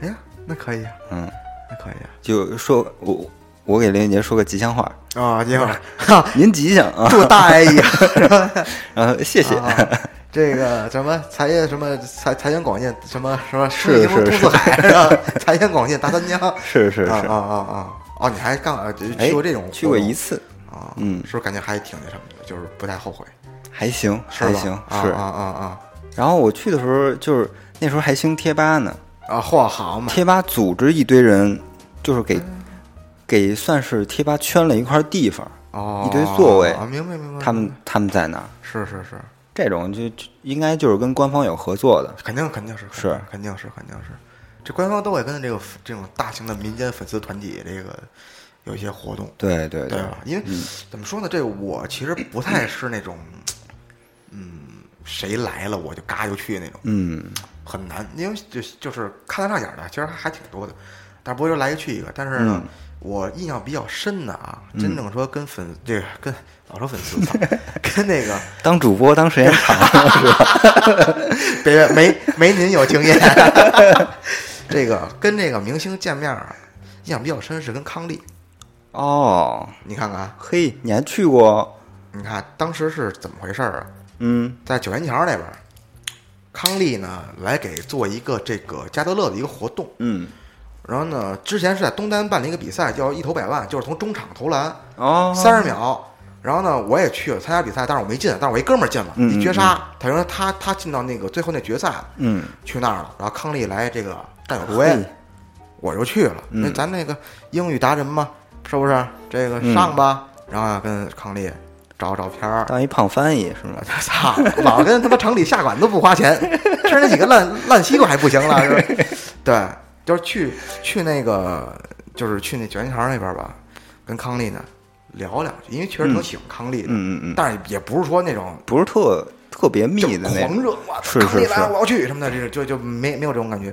[SPEAKER 3] 哎呀，那可以啊，
[SPEAKER 2] 嗯，
[SPEAKER 3] 那可以啊，
[SPEAKER 2] 就说我我给林俊杰说个吉祥话，
[SPEAKER 3] 啊，
[SPEAKER 2] <laughs>
[SPEAKER 3] 你好，哈
[SPEAKER 2] 您吉祥啊，
[SPEAKER 3] 祝大爷一样，是吧？
[SPEAKER 2] <laughs> 然后谢谢，
[SPEAKER 3] 啊这个什么财源什么财财源广进什么什么
[SPEAKER 2] 是
[SPEAKER 3] 生意
[SPEAKER 2] 是
[SPEAKER 3] 如出四海是吧？ <laughs> 财源广进达三江，
[SPEAKER 2] <laughs> 是是是，
[SPEAKER 3] 啊啊啊啊！哦，你还干呃
[SPEAKER 2] 哎
[SPEAKER 3] 去过这种活动？
[SPEAKER 2] 去过一次，
[SPEAKER 3] 啊？
[SPEAKER 2] 嗯
[SPEAKER 3] 是不是感觉还挺那什么的？就是不太后悔，
[SPEAKER 2] 还行
[SPEAKER 3] 是吧
[SPEAKER 2] 还行
[SPEAKER 3] 啊
[SPEAKER 2] 是
[SPEAKER 3] 啊，啊啊
[SPEAKER 2] 然后我去的时候就是那时候还兴贴吧呢，
[SPEAKER 3] 啊！嚯，好嘛！
[SPEAKER 2] 贴吧组织一堆人，就是给
[SPEAKER 3] 嗯
[SPEAKER 2] 给算是贴吧圈了一块地方，
[SPEAKER 3] 哦，
[SPEAKER 2] 一堆座位
[SPEAKER 3] 啊，明白明白。
[SPEAKER 2] 他们他们在那儿，
[SPEAKER 3] 是是是，
[SPEAKER 2] 这种就就应该就是跟官方有合作的，
[SPEAKER 3] 肯定肯定是
[SPEAKER 2] 是
[SPEAKER 3] 肯定是肯定是，这官方都会跟这个这种大型的民间粉丝团体这个有一些活动，
[SPEAKER 2] 对对嗯
[SPEAKER 3] 对吧？因为、怎么说呢，这我其实不太是那种，嗯，谁来了我就嘎就去那种，
[SPEAKER 2] 嗯，
[SPEAKER 3] 很难，因为就就是看得上眼儿的，其实还挺多的，但不过就来一去一个。但是
[SPEAKER 2] 嗯
[SPEAKER 3] 呢，我印象比较深的啊，真正说跟粉这个跟老说粉丝，
[SPEAKER 2] <laughs>
[SPEAKER 3] 操跟那个
[SPEAKER 2] 当主播当时间长，
[SPEAKER 3] <laughs> 别没没您有经验， <laughs> 这个跟这个明星见面儿，啊印象比较深是跟康利，
[SPEAKER 2] 哦，
[SPEAKER 3] 你看看啊，
[SPEAKER 2] 嘿，你还去过？
[SPEAKER 3] 你看当时是怎么回事儿啊？
[SPEAKER 2] 嗯，
[SPEAKER 3] 在九元桥那边儿，康利呢来给做一个这个加德乐的一个活动，
[SPEAKER 2] 嗯，
[SPEAKER 3] 然后呢，之前是在东单办了一个比赛，叫一投百万，就是从中场投篮，
[SPEAKER 2] 哦，
[SPEAKER 3] 三十秒。然后呢，我也去了参加比赛，但是我没进，但是我一哥们儿进了，
[SPEAKER 2] 嗯
[SPEAKER 3] 一绝杀。他说他他进到那个最后那决赛了，
[SPEAKER 2] 嗯，
[SPEAKER 3] 去那儿了。然后康利来这个带我回
[SPEAKER 2] 嘿，
[SPEAKER 3] 我就去了。那、
[SPEAKER 2] 嗯
[SPEAKER 3] 咱那个英语达人嘛，是不是？这个
[SPEAKER 2] 嗯
[SPEAKER 3] 上吧，然后跟康利找照片儿，
[SPEAKER 2] 当一胖翻译是吗
[SPEAKER 3] 我？ <laughs> 操，老跟他妈城里下馆子不花钱，吃那几个烂烂西瓜还不行了，是吧？对，就是去去那个，就是去那九元桥那边吧，跟康利呢聊聊，因为确实挺喜欢康利的，
[SPEAKER 2] 嗯嗯嗯
[SPEAKER 3] 但是也不是说那种
[SPEAKER 2] 不是特特别密
[SPEAKER 3] 就
[SPEAKER 2] 的那
[SPEAKER 3] 狂
[SPEAKER 2] 种，
[SPEAKER 3] 热，我操，
[SPEAKER 2] 是
[SPEAKER 3] 康利
[SPEAKER 2] 是
[SPEAKER 3] 来了
[SPEAKER 2] 是
[SPEAKER 3] 我要去什么的，这就就没没有这种感觉。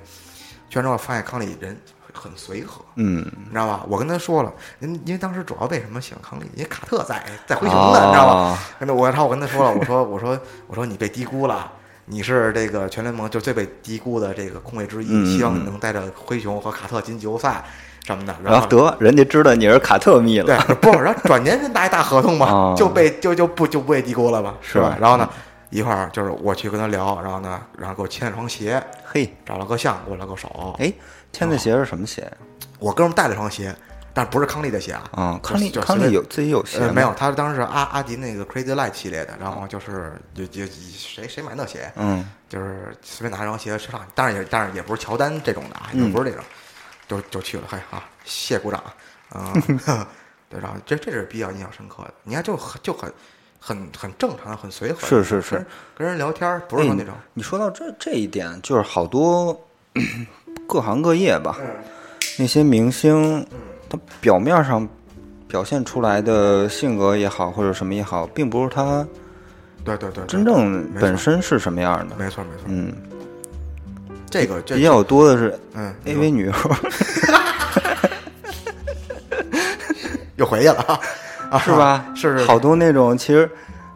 [SPEAKER 3] 去完之后发现康利人很随和，
[SPEAKER 2] 嗯，
[SPEAKER 3] 你知道吧？我跟他说了，因因为当时主要为什么喜欢康利，因为卡特在在灰熊呢，
[SPEAKER 2] 哦
[SPEAKER 3] 你知道吧？那我然后我跟他说了，我说我说我说你被低估了，你是这个全联盟就最被低估的这个控卫之一，
[SPEAKER 2] 嗯嗯
[SPEAKER 3] 希望你能带着灰熊和卡特进季后赛什么的。
[SPEAKER 2] 然后得人家知道你是卡特密了， <laughs>
[SPEAKER 3] 对，不，然后转年跟大一大合同嘛，
[SPEAKER 2] 哦
[SPEAKER 3] 就被就就不就不被低估了嘛，
[SPEAKER 2] 是
[SPEAKER 3] 是吧
[SPEAKER 2] 嗯？
[SPEAKER 3] 然后呢，一会儿就是我去跟他聊，然后呢，然后给我签了双鞋，
[SPEAKER 2] 嘿，
[SPEAKER 3] 找了个像，握了个手。
[SPEAKER 2] 哎，签的鞋是什么鞋？
[SPEAKER 3] 我哥们儿带了双鞋，但不是康利的鞋啊。
[SPEAKER 2] 啊，
[SPEAKER 3] 就
[SPEAKER 2] 康利
[SPEAKER 3] 就
[SPEAKER 2] 康
[SPEAKER 3] 随
[SPEAKER 2] 利
[SPEAKER 3] 便
[SPEAKER 2] 有自己有鞋
[SPEAKER 3] 呃，
[SPEAKER 2] 吗
[SPEAKER 3] 没有，，他当时是阿阿迪那个 Crazy Light 系列的，然后就是就就谁谁买那鞋，
[SPEAKER 2] 嗯，
[SPEAKER 3] 就是随便拿一双鞋上，当然也当然也不是乔丹这种的啊，也不是这种，就就去了，嗨啊，谢鼓掌，嗯，对，然后这这是比较印象深刻的，你看就很就很很很正常，很随和，
[SPEAKER 2] 是是是
[SPEAKER 3] 跟人，跟人聊天儿不是说那种
[SPEAKER 2] 哎，你说到这这一点，就是好多
[SPEAKER 3] 嗯
[SPEAKER 2] 各行各业吧，那些明星，
[SPEAKER 3] 嗯
[SPEAKER 2] 他表面上表现出来的性格也好，或者什么也好，并不是他
[SPEAKER 3] 对对对，对
[SPEAKER 2] 真正
[SPEAKER 3] 没错
[SPEAKER 2] 本身是什么样的。
[SPEAKER 3] 没错没错，
[SPEAKER 2] 嗯，
[SPEAKER 3] 这个这
[SPEAKER 2] 比较多的是
[SPEAKER 3] 嗯
[SPEAKER 2] AV 女优，
[SPEAKER 3] 又回去了啊啊，
[SPEAKER 2] 是吧？
[SPEAKER 3] 是是
[SPEAKER 2] 好多那种其实，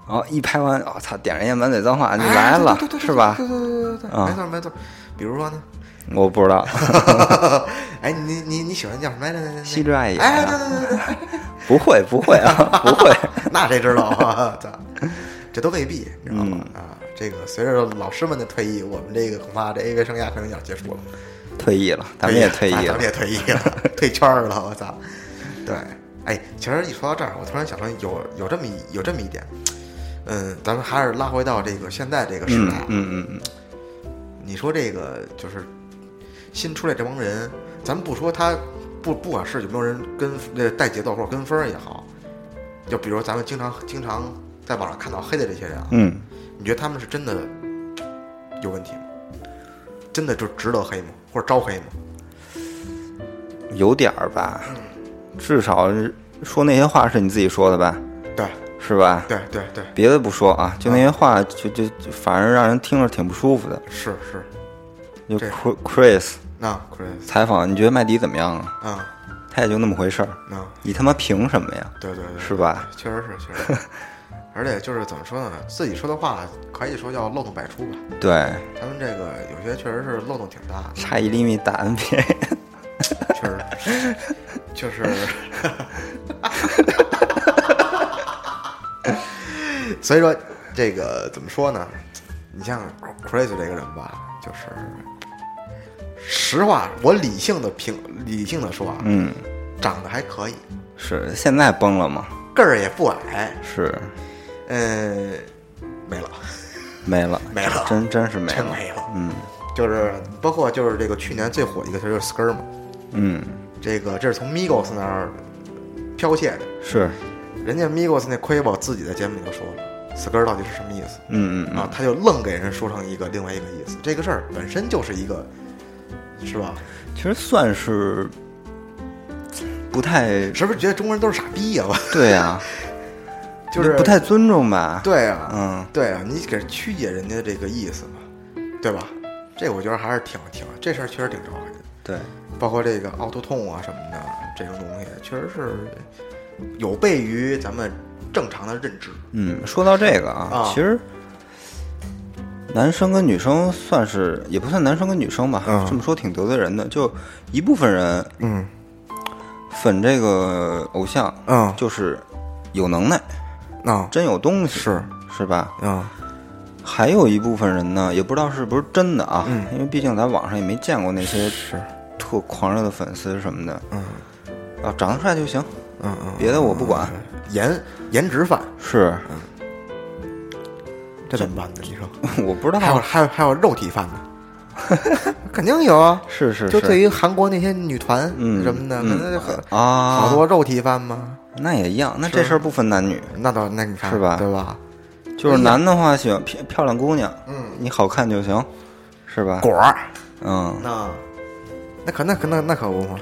[SPEAKER 2] 啊，一拍完，我操，点人家满嘴脏话就来了
[SPEAKER 3] 哎对对，对
[SPEAKER 2] 是吧
[SPEAKER 3] 对？对对对对对，
[SPEAKER 2] 啊
[SPEAKER 3] 没错没错。比如说呢，
[SPEAKER 2] 我不知道， <laughs>
[SPEAKER 3] 哎，你你你喜欢叫什么来着？那那那
[SPEAKER 2] 西之爱也
[SPEAKER 3] 哎，
[SPEAKER 2] 啊
[SPEAKER 3] 对对对对对，
[SPEAKER 2] 不会，不会
[SPEAKER 3] <laughs>
[SPEAKER 2] 啊，不会。
[SPEAKER 3] 那谁知道
[SPEAKER 2] <laughs>
[SPEAKER 3] 啊？操，这都未必，你知道
[SPEAKER 2] 嗯
[SPEAKER 3] 吗？啊，这个随着老师们的退役，我们这个恐怕这 AV 生涯可能要结束了。
[SPEAKER 2] 退役了，咱们也退役
[SPEAKER 3] 咱
[SPEAKER 2] 了
[SPEAKER 3] 们。也退役了，退圈儿了，我操！对，哎，其实一说到这儿，我突然想到有有这么一有这么一点，嗯，咱们还是
[SPEAKER 2] 嗯
[SPEAKER 3] 拉啊回到这个现在这个时代啊，
[SPEAKER 2] 嗯嗯嗯，
[SPEAKER 3] 你说这个就是新出来这帮人，咱们不说他不不管是有没有人跟呃带节奏或者跟风儿也好，就比如咱们经常经常在网上看到黑的这些人啊，
[SPEAKER 2] 嗯，
[SPEAKER 3] 你觉得他们是真的有问题吗？真的就值得黑吗？或者招黑吗？
[SPEAKER 2] 有点儿吧，至少说那些话是你自己说的吧，
[SPEAKER 3] 对
[SPEAKER 2] 是吧？
[SPEAKER 3] 对对对，
[SPEAKER 2] 别的不说啊，就那些话
[SPEAKER 3] 嗯
[SPEAKER 2] 就，就就反而让人听着挺不舒服的。
[SPEAKER 3] 是是。
[SPEAKER 2] 就
[SPEAKER 3] 对
[SPEAKER 2] Chris- Chris
[SPEAKER 3] 那 Chris
[SPEAKER 2] 采访，你觉得麦迪怎么样啊？
[SPEAKER 3] 啊，
[SPEAKER 2] 他也就那么回事儿，
[SPEAKER 3] 那
[SPEAKER 2] 你他妈凭什么呀？
[SPEAKER 3] 对对对，
[SPEAKER 2] 是吧？
[SPEAKER 3] 确实是确实是。 <laughs> 而且就是怎么说呢，自己说的话可以说叫漏洞百出吧。
[SPEAKER 2] 对，
[SPEAKER 3] 咱们这个有些确实是漏洞挺大的。
[SPEAKER 2] 差一厘米打
[SPEAKER 3] <laughs>
[SPEAKER 2] NBA， <laughs>
[SPEAKER 3] 确实，就是，所以说这个怎么说呢？你像 Crazy 这个人吧，就是，实话，我理性的评，理性的说啊，
[SPEAKER 2] 嗯，
[SPEAKER 3] 长得还可以，
[SPEAKER 2] 是现在崩了吗？
[SPEAKER 3] 个儿也不矮，
[SPEAKER 2] 是
[SPEAKER 3] 嗯，没了，
[SPEAKER 2] 没了，
[SPEAKER 3] 没了
[SPEAKER 2] 真真是没
[SPEAKER 3] 真
[SPEAKER 2] 了，
[SPEAKER 3] 没了，
[SPEAKER 2] 嗯
[SPEAKER 3] 就是包括就是这个去年最火的一个球就是 Skr 嘛，
[SPEAKER 2] 嗯，
[SPEAKER 3] 这个这是从 Migos 那儿剽窃的，
[SPEAKER 2] 是，
[SPEAKER 3] 人家 Migos 那 Quavo 自己在节目里就说了 s k i r 到底是什么意思、
[SPEAKER 2] 嗯嗯
[SPEAKER 3] 啊
[SPEAKER 2] 嗯，？
[SPEAKER 3] 他就愣给人说成一个另外一个意思，这个事儿本身就是一个，是吧？
[SPEAKER 2] 其实算是不太
[SPEAKER 3] 是不是觉得中国人都是傻逼呀、 <laughs> 我
[SPEAKER 2] 对啊，
[SPEAKER 3] 就是
[SPEAKER 2] 不太尊重吧？
[SPEAKER 3] 对啊，
[SPEAKER 2] 嗯
[SPEAKER 3] 对啊，你给曲解人家这个意思嘛，对吧？这我觉得还是挺挺，这事儿确实挺招黑的，
[SPEAKER 2] 对，
[SPEAKER 3] 包括这个凹凸痛啊什么的这种东西，确实是有悖于咱们正常的认知。
[SPEAKER 2] 嗯，说到这个啊，
[SPEAKER 3] 啊
[SPEAKER 2] 其实男生跟女生算是也不算男生跟女生吧，
[SPEAKER 3] 嗯
[SPEAKER 2] 这么说挺得罪人的。就一部分人
[SPEAKER 3] 嗯
[SPEAKER 2] 粉这个偶像，
[SPEAKER 3] 嗯
[SPEAKER 2] 就是有能耐，
[SPEAKER 3] 啊
[SPEAKER 2] 真有东西，
[SPEAKER 3] 是
[SPEAKER 2] 是吧？
[SPEAKER 3] 啊
[SPEAKER 2] 还有一部分人呢，也不知道是不是真的啊，
[SPEAKER 3] 嗯
[SPEAKER 2] 因为毕竟在网上也没见过那些
[SPEAKER 3] 是
[SPEAKER 2] 特狂热的粉丝什么的，
[SPEAKER 3] 嗯
[SPEAKER 2] 啊，长得帅就行，
[SPEAKER 3] 嗯嗯，
[SPEAKER 2] 别的我不管。
[SPEAKER 3] 颜颜值犯，
[SPEAKER 2] 是， <laughs>
[SPEAKER 3] 这怎么办呢？你说，
[SPEAKER 2] 我不知
[SPEAKER 3] <laughs> 还有
[SPEAKER 2] 道，啊
[SPEAKER 3] 还有还有肉体犯呢， <laughs> 肯定有啊。
[SPEAKER 2] 是是，
[SPEAKER 3] 就是对于韩国那些女团
[SPEAKER 2] 嗯
[SPEAKER 3] 什么的，
[SPEAKER 2] 嗯
[SPEAKER 3] 那很
[SPEAKER 2] 啊
[SPEAKER 3] 好多肉体犯嘛。
[SPEAKER 2] 那也一样，那这事儿不分男女，
[SPEAKER 3] 那倒那你看
[SPEAKER 2] 是吧
[SPEAKER 3] 对吧？
[SPEAKER 2] 就是男的话喜欢漂漂亮姑娘，
[SPEAKER 3] 嗯，
[SPEAKER 2] 你好看就行，是吧？
[SPEAKER 3] 果儿，
[SPEAKER 2] 嗯，
[SPEAKER 3] 那那可那可那那可不嘛。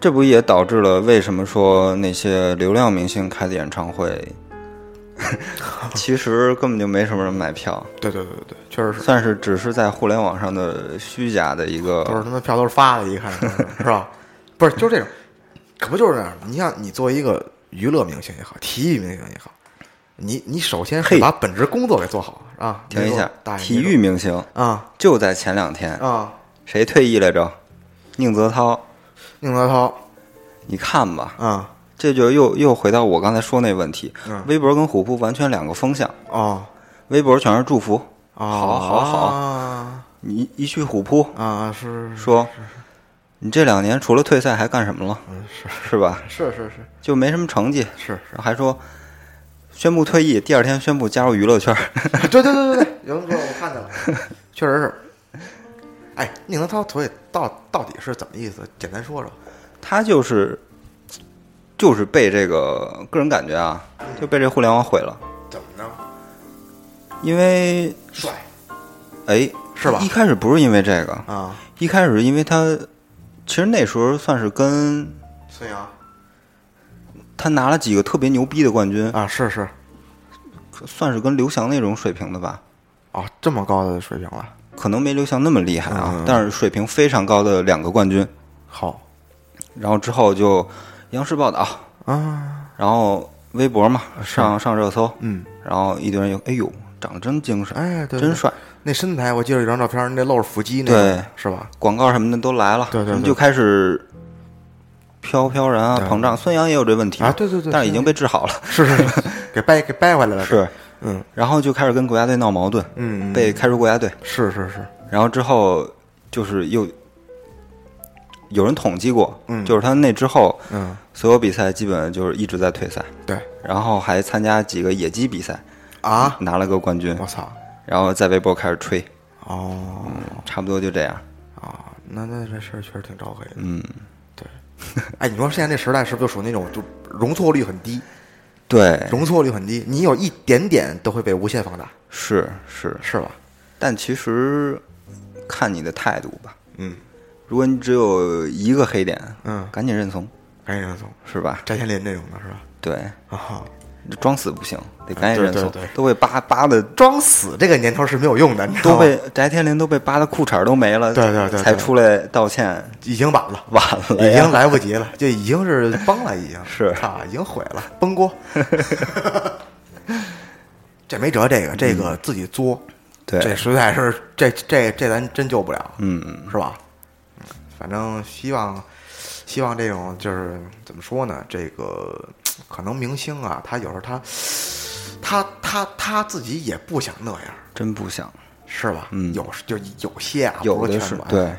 [SPEAKER 2] 这不也导致了为什么说那些流量明星开的演唱会， <laughs> 其实根本就没什么人买票，
[SPEAKER 3] 对对对对，确实是，
[SPEAKER 2] 算是只是在互联网上的虚假的一
[SPEAKER 3] 都
[SPEAKER 2] 个，
[SPEAKER 3] 是他妈票都是发的，一看是吧？不是，就是这种，可不就是这样吗？你像你作为一个娱乐明星也好，体育明星也好，你你首先是
[SPEAKER 2] 嘿
[SPEAKER 3] 把本职工作给做好啊。
[SPEAKER 2] 停一下
[SPEAKER 3] 您说大，爷
[SPEAKER 2] 体
[SPEAKER 3] 您说
[SPEAKER 2] 育明星
[SPEAKER 3] 啊
[SPEAKER 2] 就在前两天，
[SPEAKER 3] 啊，
[SPEAKER 2] 谁退役来着？宁泽涛，
[SPEAKER 3] 宁泽涛
[SPEAKER 2] 你看吧，
[SPEAKER 3] 啊
[SPEAKER 2] 这就又又回到我刚才说那问题，
[SPEAKER 3] 嗯
[SPEAKER 2] 微博跟虎扑完全两个风向，
[SPEAKER 3] 哦
[SPEAKER 2] 微博全是祝福，
[SPEAKER 3] 哦，
[SPEAKER 2] 好好好。
[SPEAKER 3] 啊
[SPEAKER 2] 你一去虎扑
[SPEAKER 3] 啊是
[SPEAKER 2] 说，你这两年除了退赛还干什么了？是是吧？
[SPEAKER 3] 是是是
[SPEAKER 2] 就没什么成绩，
[SPEAKER 3] 是
[SPEAKER 2] 还说宣布退役，第二天宣布加入娱乐圈。
[SPEAKER 3] 是， <laughs> 对对对对对，有人说我看见了，确实是。哎，宁泽涛所以到到底是怎么意思？简单说说。
[SPEAKER 2] 他就是就是被这个个人感觉啊，就被这互联网毁了，
[SPEAKER 3] 怎么着？
[SPEAKER 2] 因为
[SPEAKER 3] 帅
[SPEAKER 2] 哎，
[SPEAKER 3] 是吧
[SPEAKER 2] 一开始不是因为这个，
[SPEAKER 3] 啊，
[SPEAKER 2] 一开始是因为他其实那时候算是跟
[SPEAKER 3] 孙杨
[SPEAKER 2] 他拿了几个特别牛逼的冠军，
[SPEAKER 3] 啊，是是
[SPEAKER 2] 算是跟刘翔那种水平的吧。
[SPEAKER 3] 哦，这么高的水平了，
[SPEAKER 2] 可能没刘翔那么厉害啊，
[SPEAKER 3] 嗯
[SPEAKER 2] 但是水平非常高的两个冠军。
[SPEAKER 3] 好
[SPEAKER 2] 然后之后就央视报道，
[SPEAKER 3] 啊，
[SPEAKER 2] 然后微博嘛上上热搜，
[SPEAKER 3] 嗯，
[SPEAKER 2] 然后一堆人就哎呦长得真精神，
[SPEAKER 3] 哎对
[SPEAKER 2] 真帅，
[SPEAKER 3] 那身材我记得有张照片，那露着腹肌那个
[SPEAKER 2] 对
[SPEAKER 3] 是吧？
[SPEAKER 2] 广告什么的都来了，
[SPEAKER 3] 对对对
[SPEAKER 2] 你就开始飘飘然啊
[SPEAKER 3] 对
[SPEAKER 2] 膨胀。孙杨也有这问题
[SPEAKER 3] 啊对对对
[SPEAKER 2] 但是已经被治好了，
[SPEAKER 3] 是是 <laughs> 是，给掰给掰回来了，
[SPEAKER 2] 是，
[SPEAKER 3] 嗯
[SPEAKER 2] 然后就开始跟国家队闹矛盾，
[SPEAKER 3] 嗯嗯，
[SPEAKER 2] 被开除国家队，
[SPEAKER 3] 是是是，
[SPEAKER 2] 然后之后就是又有人统计过，
[SPEAKER 3] 嗯
[SPEAKER 2] 就是他那之后
[SPEAKER 3] 嗯
[SPEAKER 2] 所有比赛基本就是一直在退赛，
[SPEAKER 3] 对
[SPEAKER 2] 然后还参加几个野鸡比赛，
[SPEAKER 3] 啊，
[SPEAKER 2] 拿了个冠军
[SPEAKER 3] 我，操，
[SPEAKER 2] 然后在微博开始吹，
[SPEAKER 3] 哦
[SPEAKER 2] 差不多就这样。
[SPEAKER 3] 啊，那那这事儿确实挺招黑的。
[SPEAKER 2] 嗯，
[SPEAKER 3] 对，哎，你说现在这时代是不是就属于那种就容错率很低，
[SPEAKER 2] 对，
[SPEAKER 3] 容错率很低，你有一点点都会被无限放大，
[SPEAKER 2] 是是，
[SPEAKER 3] 是吧？
[SPEAKER 2] 但其实看你的态度吧。
[SPEAKER 3] 嗯，
[SPEAKER 2] 如果你只有一个黑点，
[SPEAKER 3] 嗯
[SPEAKER 2] 赶紧认怂，
[SPEAKER 3] 赶紧认怂，
[SPEAKER 2] 是吧？
[SPEAKER 3] 翟天临这种的是吧？
[SPEAKER 2] 对，
[SPEAKER 3] 啊，
[SPEAKER 2] 装死不行，得赶紧
[SPEAKER 3] 对
[SPEAKER 2] 认
[SPEAKER 3] 对
[SPEAKER 2] 怂，
[SPEAKER 3] 对
[SPEAKER 2] 都被扒扒的，
[SPEAKER 3] 装死这个年头是没有用的，你知道
[SPEAKER 2] 都
[SPEAKER 3] 吗
[SPEAKER 2] 被翟天临都被扒的裤衩都没了，
[SPEAKER 3] 对对对对
[SPEAKER 2] 才出来道歉，
[SPEAKER 3] 已经晚了，
[SPEAKER 2] 晚了
[SPEAKER 3] 已
[SPEAKER 2] 呀，
[SPEAKER 3] 经来不及了，就已经是崩了，已经
[SPEAKER 2] <laughs> 是
[SPEAKER 3] 啊，已经毁了，崩锅。 <laughs> 这没辙，这个这个自己作，
[SPEAKER 2] 嗯对
[SPEAKER 3] 这实在是这这这咱真救不了，
[SPEAKER 2] 嗯，
[SPEAKER 3] 是吧？嗯反正希望希望这种就是怎么说呢？这个可能明星啊，他有时候他他他他自己也不想那样，
[SPEAKER 2] 真不想，
[SPEAKER 3] 是吧？
[SPEAKER 2] 嗯
[SPEAKER 3] 有就有些啊，
[SPEAKER 2] 有
[SPEAKER 3] 不
[SPEAKER 2] 的
[SPEAKER 3] 全
[SPEAKER 2] 是
[SPEAKER 3] 部啊
[SPEAKER 2] 对，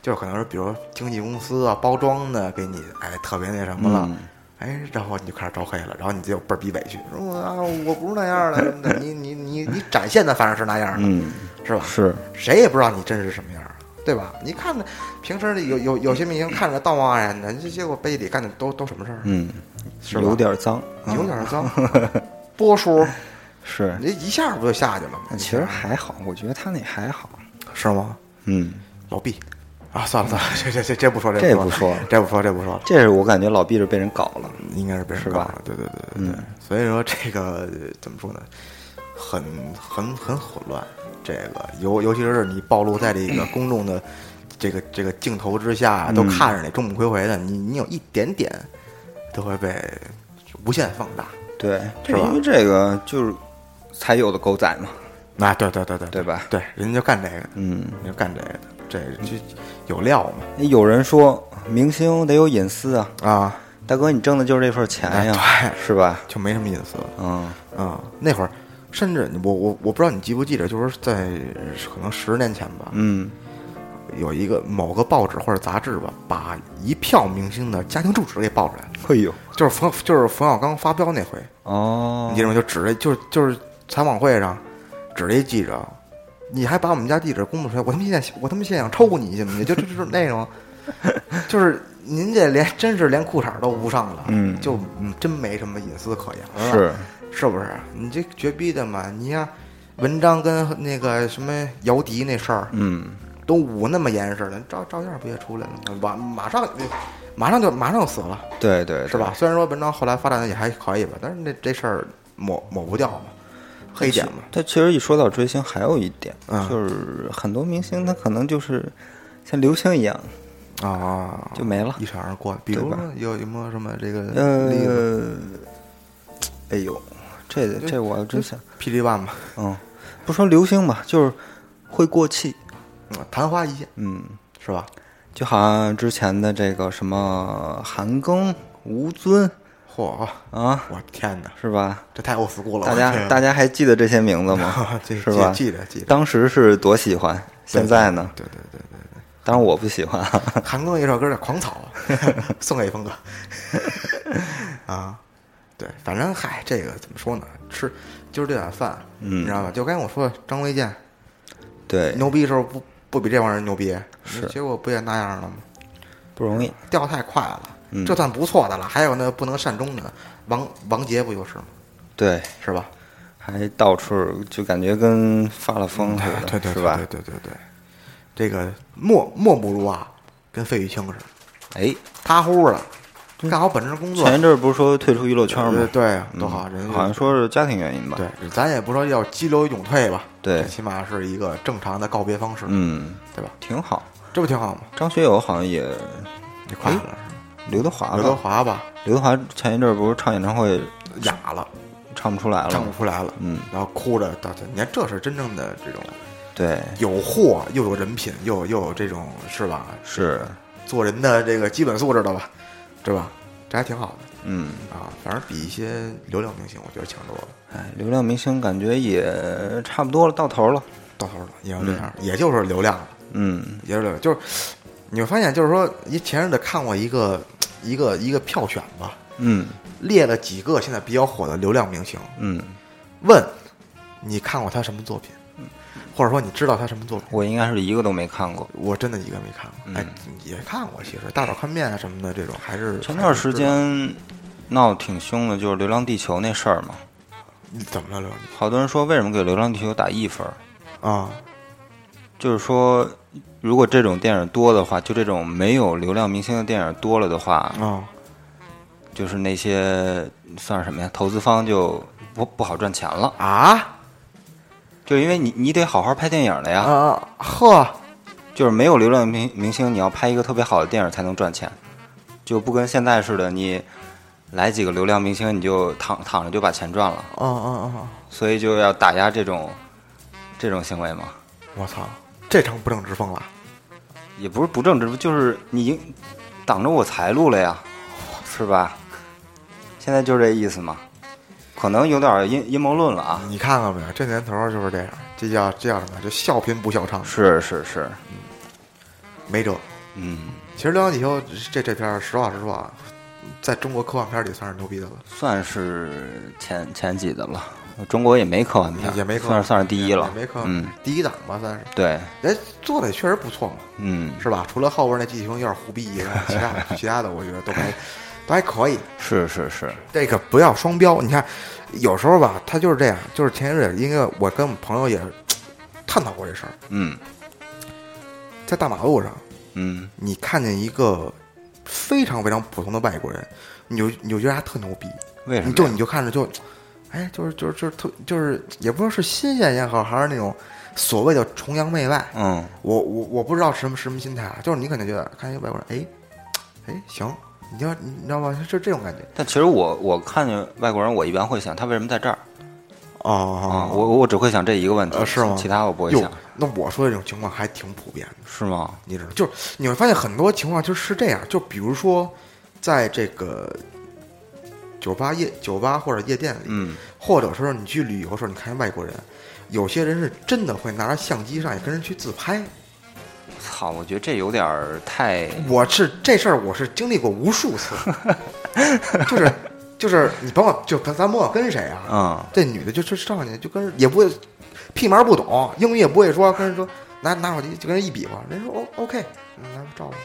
[SPEAKER 3] 就是可能是比如经纪公司啊包装的给你哎特别那什么了，
[SPEAKER 2] 嗯
[SPEAKER 3] 哎，然后你就开始招黑了，然后你就倍儿逼委屈，说我啊我不是那样
[SPEAKER 2] <laughs>
[SPEAKER 3] 的，什么的你你你你展现的反正是那样的，
[SPEAKER 2] 嗯，
[SPEAKER 3] 是吧？
[SPEAKER 2] 是，
[SPEAKER 3] 谁也不知道你真是什么样儿，对吧？你看着平时有有有些明星看着道貌岸然的，结结果背地里干的都都什么事儿？啊
[SPEAKER 2] 嗯，
[SPEAKER 3] 是吧
[SPEAKER 2] 有点嗯脏，
[SPEAKER 3] 有点儿脏， <laughs> 波叔，
[SPEAKER 2] 是，
[SPEAKER 3] 你一下不就下去了吗？
[SPEAKER 2] 那 <laughs> 其实还好，我觉得他那还好，
[SPEAKER 3] 是吗？
[SPEAKER 2] 嗯，
[SPEAKER 3] 老毕啊，算了算了，这这这这不说，
[SPEAKER 2] 这
[SPEAKER 3] 不
[SPEAKER 2] 不说了
[SPEAKER 3] 这不说，这不说了。
[SPEAKER 2] 这是我感觉老毕是被人搞了，
[SPEAKER 3] 应该是被人
[SPEAKER 2] 是
[SPEAKER 3] 告
[SPEAKER 2] 吧
[SPEAKER 3] 了，对对对对对。
[SPEAKER 2] 嗯
[SPEAKER 3] 所以说这个呃怎么说呢，很很很混乱。这个尤尤其是你暴露在这个公众的这个这个镜头之下，都看着你众目睽睽的，你你有一点点都会被无限放大。
[SPEAKER 2] 对，这
[SPEAKER 3] 是吧
[SPEAKER 2] 因为这个就是才有的狗仔嘛，
[SPEAKER 3] 啊，对对对对
[SPEAKER 2] 对吧
[SPEAKER 3] 对，人家就干这个的，
[SPEAKER 2] 嗯，
[SPEAKER 3] 人家干这个的，这就有料嘛
[SPEAKER 2] 有人说明星得有隐私啊，
[SPEAKER 3] 啊，
[SPEAKER 2] 大哥，你挣的就是这份钱呀，
[SPEAKER 3] 哎
[SPEAKER 2] 是吧？
[SPEAKER 3] 就没什么隐私了。
[SPEAKER 2] 嗯
[SPEAKER 3] 啊、那会儿甚至我我我不知道你记不记得，就是在可能十年前吧，
[SPEAKER 2] 嗯，
[SPEAKER 3] 有一个某个报纸或者杂志吧，把一票明星的家庭住址给爆出来了，
[SPEAKER 2] 会有
[SPEAKER 3] 就是冯就是冯小刚发飙那回，
[SPEAKER 2] 哦
[SPEAKER 3] 你记，得吗？就指着就是就是采访会上指着一记者，你还把我们家地址公布出来，我他妈现在我他妈现在想抽你，信不信？就就就是那
[SPEAKER 2] <laughs>
[SPEAKER 3] 种，就是您这连真是连裤衩都捂上了，
[SPEAKER 2] 嗯
[SPEAKER 3] 就嗯真没什么隐私可言了，
[SPEAKER 2] 是
[SPEAKER 3] 是不是？你这绝逼的嘛！你看文章跟那个什么姚笛那事儿，
[SPEAKER 2] 嗯，
[SPEAKER 3] 都捂那么严实了，照照样不也出来了吗？马马上马上就马上就死了，
[SPEAKER 2] 对对对
[SPEAKER 3] 是吧？？虽然说文章后来发展的也还可以吧，但是那这事儿抹抹不掉嘛，黑点嘛。
[SPEAKER 2] 但其实一说到追星，还有一点、
[SPEAKER 3] 嗯
[SPEAKER 2] 就是很多明星他可能就是像流星一样
[SPEAKER 3] 哦啊，
[SPEAKER 2] 就没了
[SPEAKER 3] 一。闪而过。比如
[SPEAKER 2] 对吧
[SPEAKER 3] 呢有有没有什么这个例子？
[SPEAKER 2] 呃，哎呦，这这我还真想，
[SPEAKER 3] PG One 嘛，
[SPEAKER 2] 嗯，不说流星吧，就是会过气，
[SPEAKER 3] 嗯昙花一现
[SPEAKER 2] 嗯，
[SPEAKER 3] 是吧？
[SPEAKER 2] 就好像之前的这个什么韩庚、吴尊
[SPEAKER 3] 嚯，
[SPEAKER 2] 啊，
[SPEAKER 3] 我天哪，
[SPEAKER 2] 是吧？
[SPEAKER 3] 这太 old school 了！
[SPEAKER 2] 大
[SPEAKER 3] 我天啊
[SPEAKER 2] 家大家还记得这些名字吗？
[SPEAKER 3] <laughs> 记
[SPEAKER 2] 是吧？
[SPEAKER 3] 记记着记着
[SPEAKER 2] 当时是多喜欢，现在呢？
[SPEAKER 3] 对对对对对，
[SPEAKER 2] 当然我不喜欢啊。
[SPEAKER 3] 韩庚有一首歌叫《狂草》， <laughs> 送给峰哥。 <laughs> 啊，对，反正嗨，这个怎么说呢？吃就是这碗饭，
[SPEAKER 2] 嗯
[SPEAKER 3] 你知道吧？就刚才我说的张卫健
[SPEAKER 2] 对，
[SPEAKER 3] 牛逼的时候不不比这帮人牛逼，
[SPEAKER 2] 是
[SPEAKER 3] 结果不也那样了吗？
[SPEAKER 2] 不容易。
[SPEAKER 3] 掉太快了，
[SPEAKER 2] 嗯
[SPEAKER 3] 这算不错的了。还有那不能善终的王王杰不就是吗？
[SPEAKER 2] 对，
[SPEAKER 3] 是吧？
[SPEAKER 2] 还到处就感觉跟发了疯似的，
[SPEAKER 3] 嗯对对
[SPEAKER 2] 嗯是
[SPEAKER 3] 对
[SPEAKER 2] 吧
[SPEAKER 3] 对？对对对，这个莫莫不如啊，跟费玉清似的，
[SPEAKER 2] 哎，
[SPEAKER 3] 塌呼了，干好本职工作
[SPEAKER 2] 前一阵儿不是说退出娱嗯乐圈
[SPEAKER 3] 对
[SPEAKER 2] 吗？
[SPEAKER 3] 对啊，
[SPEAKER 2] 嗯
[SPEAKER 3] 多好，人家
[SPEAKER 2] 好像说是家庭原因吧？
[SPEAKER 3] 对，咱也不说要激流勇退吧，
[SPEAKER 2] 对
[SPEAKER 3] 这起码是一个正常的告别方式，，
[SPEAKER 2] 嗯，
[SPEAKER 3] 对吧？
[SPEAKER 2] 挺好。
[SPEAKER 3] 这不挺好吗？
[SPEAKER 2] 张学友好像也，
[SPEAKER 3] 你快
[SPEAKER 2] 哎
[SPEAKER 3] 乐，
[SPEAKER 2] 刘德华吧？
[SPEAKER 3] 刘德华吧
[SPEAKER 2] 刘德华前一阵儿不是唱演唱会
[SPEAKER 3] 哑了，
[SPEAKER 2] 唱不出来了
[SPEAKER 3] 唱不
[SPEAKER 2] 吗？
[SPEAKER 3] 出来了，
[SPEAKER 2] 嗯，
[SPEAKER 3] 然后哭着道歉。你看，这是真正的这种
[SPEAKER 2] 对，
[SPEAKER 3] 有货又有人品，又有又有这种是吧？
[SPEAKER 2] 是，
[SPEAKER 3] 做人的这个基本素质的吧，对吧？这还挺好的
[SPEAKER 2] 嗯，
[SPEAKER 3] 啊，反正比一些流量明星，我觉得强多了。
[SPEAKER 2] 哎，流量明星感觉也差不多了，到头了。
[SPEAKER 3] 到头了也要这样，也就是流量了。
[SPEAKER 2] 嗯，
[SPEAKER 3] 也是流量，就是你会发现，就是说，一前日子看过一个一个一个票选吧，
[SPEAKER 2] 嗯
[SPEAKER 3] 列了几个现在比较火的流量明星，
[SPEAKER 2] 嗯，
[SPEAKER 3] 问你看过他什么作品，或者说你知道他什么作品？
[SPEAKER 2] 我应该是一个都没看过。
[SPEAKER 3] 我真的一个没看过，哎，也看过，其实大枣宽面啊什么的这种，还是
[SPEAKER 2] 嗯前段时
[SPEAKER 3] 还是
[SPEAKER 2] 间闹得挺凶的，就是《流浪地球》那事儿嘛，
[SPEAKER 3] 知道怎么了刘你
[SPEAKER 2] 好多人说为什么给《流浪地球》打一分儿，
[SPEAKER 3] 啊？
[SPEAKER 2] 就是说如果这种电影多的话，就这种没有流量明星的电影多了的话，
[SPEAKER 3] 啊，
[SPEAKER 2] 就是那些算是什么呀？投资方就不不好赚钱了，
[SPEAKER 3] 啊
[SPEAKER 2] 就因为你你得好好拍电影了呀。
[SPEAKER 3] 啊呵，
[SPEAKER 2] 就是没有流量明明星，你要拍一个特别好的电影才能赚钱，就不跟现在似的，你来几个流量明星你就躺躺着就把钱赚了，
[SPEAKER 3] 啊啊啊！
[SPEAKER 2] 所以就要打压这种这种行为嘛，
[SPEAKER 3] 我操，这成不正之风了！
[SPEAKER 2] 也不是不正直，就是你已经挡着我财路了呀，是吧？现在就是这意思嘛，可能有点阴阴谋论了啊，
[SPEAKER 3] 你看看没有，这年头儿就是这样，这叫这叫什么？这笑贫不笑娼，
[SPEAKER 2] 是是是，
[SPEAKER 3] 没辙。
[SPEAKER 2] 嗯，
[SPEAKER 3] 其实《流浪地球》这这片儿，实话实说啊，在中国科幻片儿里算是牛逼的了。
[SPEAKER 2] 算是前前几的了，中国也没科幻片，
[SPEAKER 3] 也没科
[SPEAKER 2] 算
[SPEAKER 3] 幻
[SPEAKER 2] 是算是第一了，
[SPEAKER 3] 也没科幻
[SPEAKER 2] 嗯，
[SPEAKER 3] 第一档吧，算是。
[SPEAKER 2] 对。
[SPEAKER 3] 哎，做的也确实不错嘛，
[SPEAKER 2] 嗯，
[SPEAKER 3] 是吧？除了后边那剧情有点胡逼以外，其
[SPEAKER 2] <laughs>
[SPEAKER 3] 他其他的我觉得都还都还可以。
[SPEAKER 2] 是是是，
[SPEAKER 3] 这个不要双标，你看有时候吧，他就是这样。就是前一阵，因为我跟我们朋友也探讨过这事儿，
[SPEAKER 2] 嗯
[SPEAKER 3] 在大马路上，
[SPEAKER 2] 嗯
[SPEAKER 3] 你看见一个非常非常普通的外国人，你就你就觉得他特牛逼，
[SPEAKER 2] 为什么呀
[SPEAKER 3] 你就你就看着就，哎，就是就是就是特就是也不知道是新鲜也好，还是那种所谓的崇洋媚外。
[SPEAKER 2] 嗯
[SPEAKER 3] 我我我不知道什么什么心态啊，就是你可能觉得看一个外国人，哎，哎行，你要你知道吧，就这种感觉。
[SPEAKER 2] 但其实我我看见外国人，我一般会想他为什么在这儿
[SPEAKER 3] 哦
[SPEAKER 2] 啊？我我只会想这一个问题，
[SPEAKER 3] 呃是吗？
[SPEAKER 2] 其他我不会
[SPEAKER 3] 哟
[SPEAKER 2] 想，
[SPEAKER 3] 那我说的这种情况还挺普遍的，
[SPEAKER 2] 是吗？
[SPEAKER 3] 你知道，就是你会发现很多情况就是这样，就比如说在这个酒吧夜酒吧或者夜店里，
[SPEAKER 2] 嗯，
[SPEAKER 3] 或者说你去旅游的时候，你看见外国人，有些人是真的会拿着相机上去跟人去自拍。
[SPEAKER 2] 嗯操，我觉得这有点儿太
[SPEAKER 3] 我是这事儿，我是经历过无数次，就是就是你甭管就咱咱甭管跟谁啊，
[SPEAKER 2] 嗯
[SPEAKER 3] 这女的就就上去就跟人也不会屁毛不懂，英语也不会说，跟人说拿拿手机就跟人一比划，人说 O OK，嗯来吧照吧。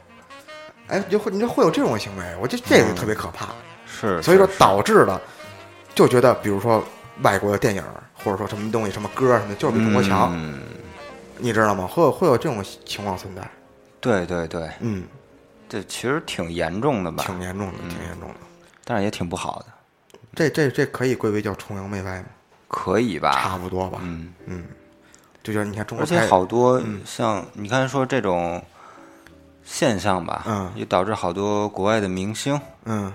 [SPEAKER 3] 哎，你就会你就会有这种行为，我觉得这个特别可怕。
[SPEAKER 2] 是，
[SPEAKER 3] 所以说
[SPEAKER 2] 是是
[SPEAKER 3] 导致了就觉得，比如说外国的电影儿或者说什么东西、什么歌儿什么的，就是比中国强，
[SPEAKER 2] 嗯，
[SPEAKER 3] 你知道吗？会有会有这种情况存在，
[SPEAKER 2] 对对对，
[SPEAKER 3] 嗯，
[SPEAKER 2] 这其实挺严重的吧，
[SPEAKER 3] 挺严重
[SPEAKER 2] 嗯
[SPEAKER 3] 的，挺严重的。
[SPEAKER 2] 但是也挺不好的，
[SPEAKER 3] 这这这可以归为叫崇洋媚外吗？
[SPEAKER 2] 可以吧？
[SPEAKER 3] 差不多吧，
[SPEAKER 2] 嗯，
[SPEAKER 3] 嗯，就就是你看中国
[SPEAKER 2] 而且
[SPEAKER 3] 拍
[SPEAKER 2] 好多嗯像你看说这种现象吧，
[SPEAKER 3] 嗯
[SPEAKER 2] 也导致好多国外的明星，
[SPEAKER 3] 嗯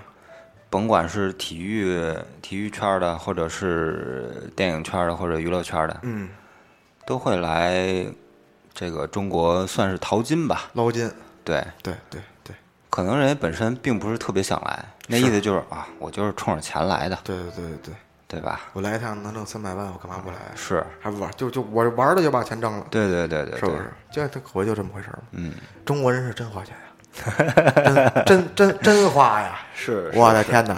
[SPEAKER 2] 甭管是体育体育圈儿的，或者是电影圈儿的，或者娱乐圈儿的，
[SPEAKER 3] 嗯
[SPEAKER 2] 都会来这个中国算是淘金吧。
[SPEAKER 3] 捞金，
[SPEAKER 2] 对，
[SPEAKER 3] 对对对
[SPEAKER 2] 可能人家本身并不是特别想来，那意思就是啊，我就是冲着钱来的，
[SPEAKER 3] 对对对对对，
[SPEAKER 2] 对吧？
[SPEAKER 3] 我来一趟能挣三百万，我干嘛不来？啊
[SPEAKER 2] 是，
[SPEAKER 3] 还不玩？就就我玩了就把钱挣了，
[SPEAKER 2] 对对对对，
[SPEAKER 3] 是不
[SPEAKER 2] 对
[SPEAKER 3] 是？就他回就这么回事儿嘛。
[SPEAKER 2] 嗯，
[SPEAKER 3] 中国人是真花钱呀，真真真真花呀！
[SPEAKER 2] 是
[SPEAKER 3] 我的，天哪！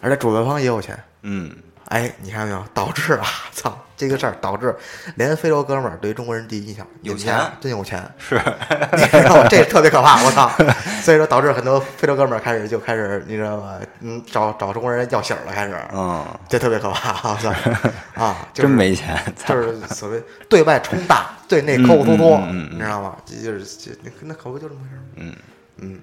[SPEAKER 3] 而且主办方也有钱， <laughs>
[SPEAKER 2] 嗯，
[SPEAKER 3] 哎，你看没有？导致啊， <laughs> 操，这个事儿导致连非洲哥们儿对中国人第一印象，
[SPEAKER 2] 有
[SPEAKER 3] 你们家
[SPEAKER 2] 钱
[SPEAKER 3] 真有钱， <laughs>
[SPEAKER 2] 是，
[SPEAKER 3] 你知道吗？这特别可怕，我操！所以说导致很多非洲哥们儿开始就开始，你知道吗？嗯，找找中国人要醒了，开始，
[SPEAKER 2] 嗯，
[SPEAKER 3] 这特别可怕，
[SPEAKER 2] <laughs>
[SPEAKER 3] 我操！啊，就是
[SPEAKER 2] 真没钱，操
[SPEAKER 3] 就是
[SPEAKER 2] <laughs>
[SPEAKER 3] 所谓对外冲大，对内抠抠
[SPEAKER 2] 嗯
[SPEAKER 3] 搓搓，
[SPEAKER 2] 嗯嗯嗯
[SPEAKER 3] 你知道吗？这就是这那那可不就这么回事吗？嗯嗯，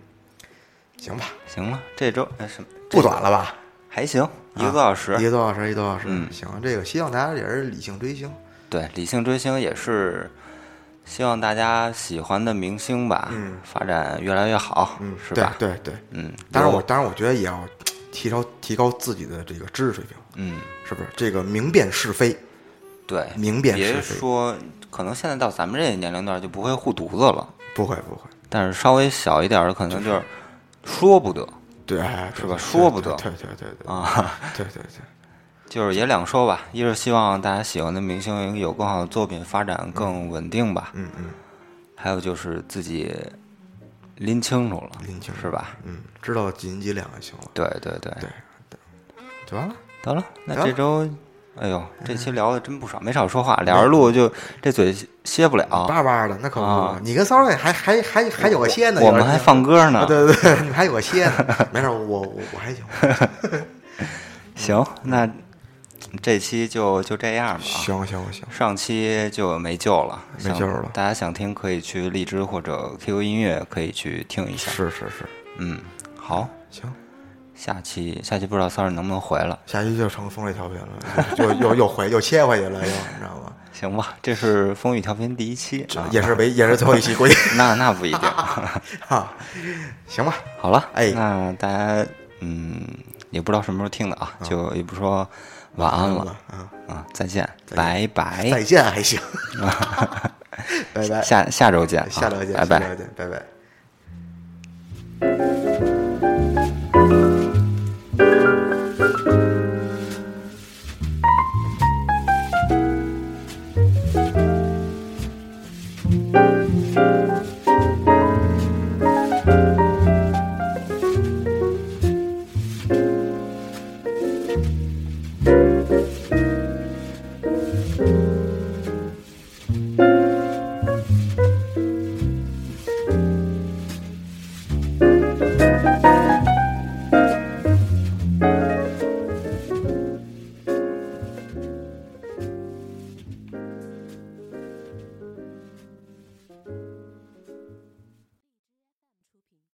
[SPEAKER 3] 行吧，
[SPEAKER 2] 行了，这周哎什么
[SPEAKER 3] 不短啊了吧？
[SPEAKER 2] 还行，一个多小时，
[SPEAKER 3] 一个多小时，一个多小时，
[SPEAKER 2] 啊嗯啊
[SPEAKER 3] 行，啊这个希望大家也是理性追星，
[SPEAKER 2] 对，理性追星也是希望大家喜欢的明星吧，
[SPEAKER 3] 嗯
[SPEAKER 2] 发展越来越好，
[SPEAKER 3] 嗯，
[SPEAKER 2] 是吧？
[SPEAKER 3] 对对对，
[SPEAKER 2] 嗯，
[SPEAKER 3] 当然
[SPEAKER 2] 有
[SPEAKER 3] 我当然我觉得也要提高提高自己的这个知识水平，
[SPEAKER 2] 嗯，
[SPEAKER 3] 是不是？这个明辨是非，
[SPEAKER 2] 对，
[SPEAKER 3] 明辨是
[SPEAKER 2] 别
[SPEAKER 3] 非
[SPEAKER 2] 说，可能现在到咱们这个年龄段就不会护犊子了，
[SPEAKER 3] 不会不会，
[SPEAKER 2] 但是稍微小一点儿的可能就是说不得
[SPEAKER 3] 对，哎对
[SPEAKER 2] 是吧
[SPEAKER 3] 对
[SPEAKER 2] 说不得
[SPEAKER 3] 对对对对，
[SPEAKER 2] 啊， <laughs>
[SPEAKER 3] 对对对。
[SPEAKER 2] 就是也两说吧，一是希望大家喜欢的明星有更好的作品，发展更稳定吧，
[SPEAKER 3] 嗯嗯
[SPEAKER 2] 还有就是自己拎清楚了，
[SPEAKER 3] 拎清楚
[SPEAKER 2] 是吧？
[SPEAKER 3] 嗯，知道几斤几两就行了，
[SPEAKER 2] 哎对对对，
[SPEAKER 3] 对，就完了。嗯
[SPEAKER 2] 得了，那
[SPEAKER 3] 得
[SPEAKER 2] 这
[SPEAKER 3] 了
[SPEAKER 2] 周哎呦，这期聊的真不少，没少说话，俩人录就这嘴歇不了。
[SPEAKER 3] 叭叭的，那可不嘛
[SPEAKER 2] 啊，
[SPEAKER 3] 你跟骚妹还还还还有个歇呢，
[SPEAKER 2] 我
[SPEAKER 3] 有人
[SPEAKER 2] 们还
[SPEAKER 3] 听
[SPEAKER 2] 放歌
[SPEAKER 3] 啊
[SPEAKER 2] 呢。
[SPEAKER 3] 对对对， <laughs> 你还有个歇
[SPEAKER 2] <laughs>
[SPEAKER 3] 呢，没事儿，我我我还行，
[SPEAKER 2] 行，那这期就就这样吧。
[SPEAKER 3] 行行
[SPEAKER 2] <laughs>
[SPEAKER 3] 行，
[SPEAKER 2] 上期就没救了，
[SPEAKER 3] 没
[SPEAKER 2] 想
[SPEAKER 3] 救了
[SPEAKER 2] 大家想听可以去荔枝或者 QQ 音乐可以去听一下。
[SPEAKER 3] 是是是，
[SPEAKER 2] 嗯，好，
[SPEAKER 3] 行，
[SPEAKER 2] 下期下期不知道三儿能不能回了，
[SPEAKER 3] 下期就成风力调频了，就又又回又切回去了，又你知道吗？
[SPEAKER 2] 行吧？这是风雨调频第一期，<laughs>
[SPEAKER 3] 这
[SPEAKER 2] 啊
[SPEAKER 3] 也是唯也是最后一期，估计
[SPEAKER 2] 那那不一
[SPEAKER 3] <laughs>
[SPEAKER 2] 定。
[SPEAKER 3] 啊，行吧，
[SPEAKER 2] 好了，
[SPEAKER 3] 哎
[SPEAKER 2] 那大家嗯也不知道什么时候听的啊，就也不说晚安
[SPEAKER 3] 好
[SPEAKER 2] 了
[SPEAKER 3] 吧啊，
[SPEAKER 2] 啊，再见，拜
[SPEAKER 3] 再
[SPEAKER 2] 拜，
[SPEAKER 3] 见
[SPEAKER 2] <laughs>
[SPEAKER 3] 还行， <laughs> 拜拜，
[SPEAKER 2] 哎下下周见啊，
[SPEAKER 3] 下周见，
[SPEAKER 2] 拜拜
[SPEAKER 3] 下。周见，拜拜。
[SPEAKER 1] Baby,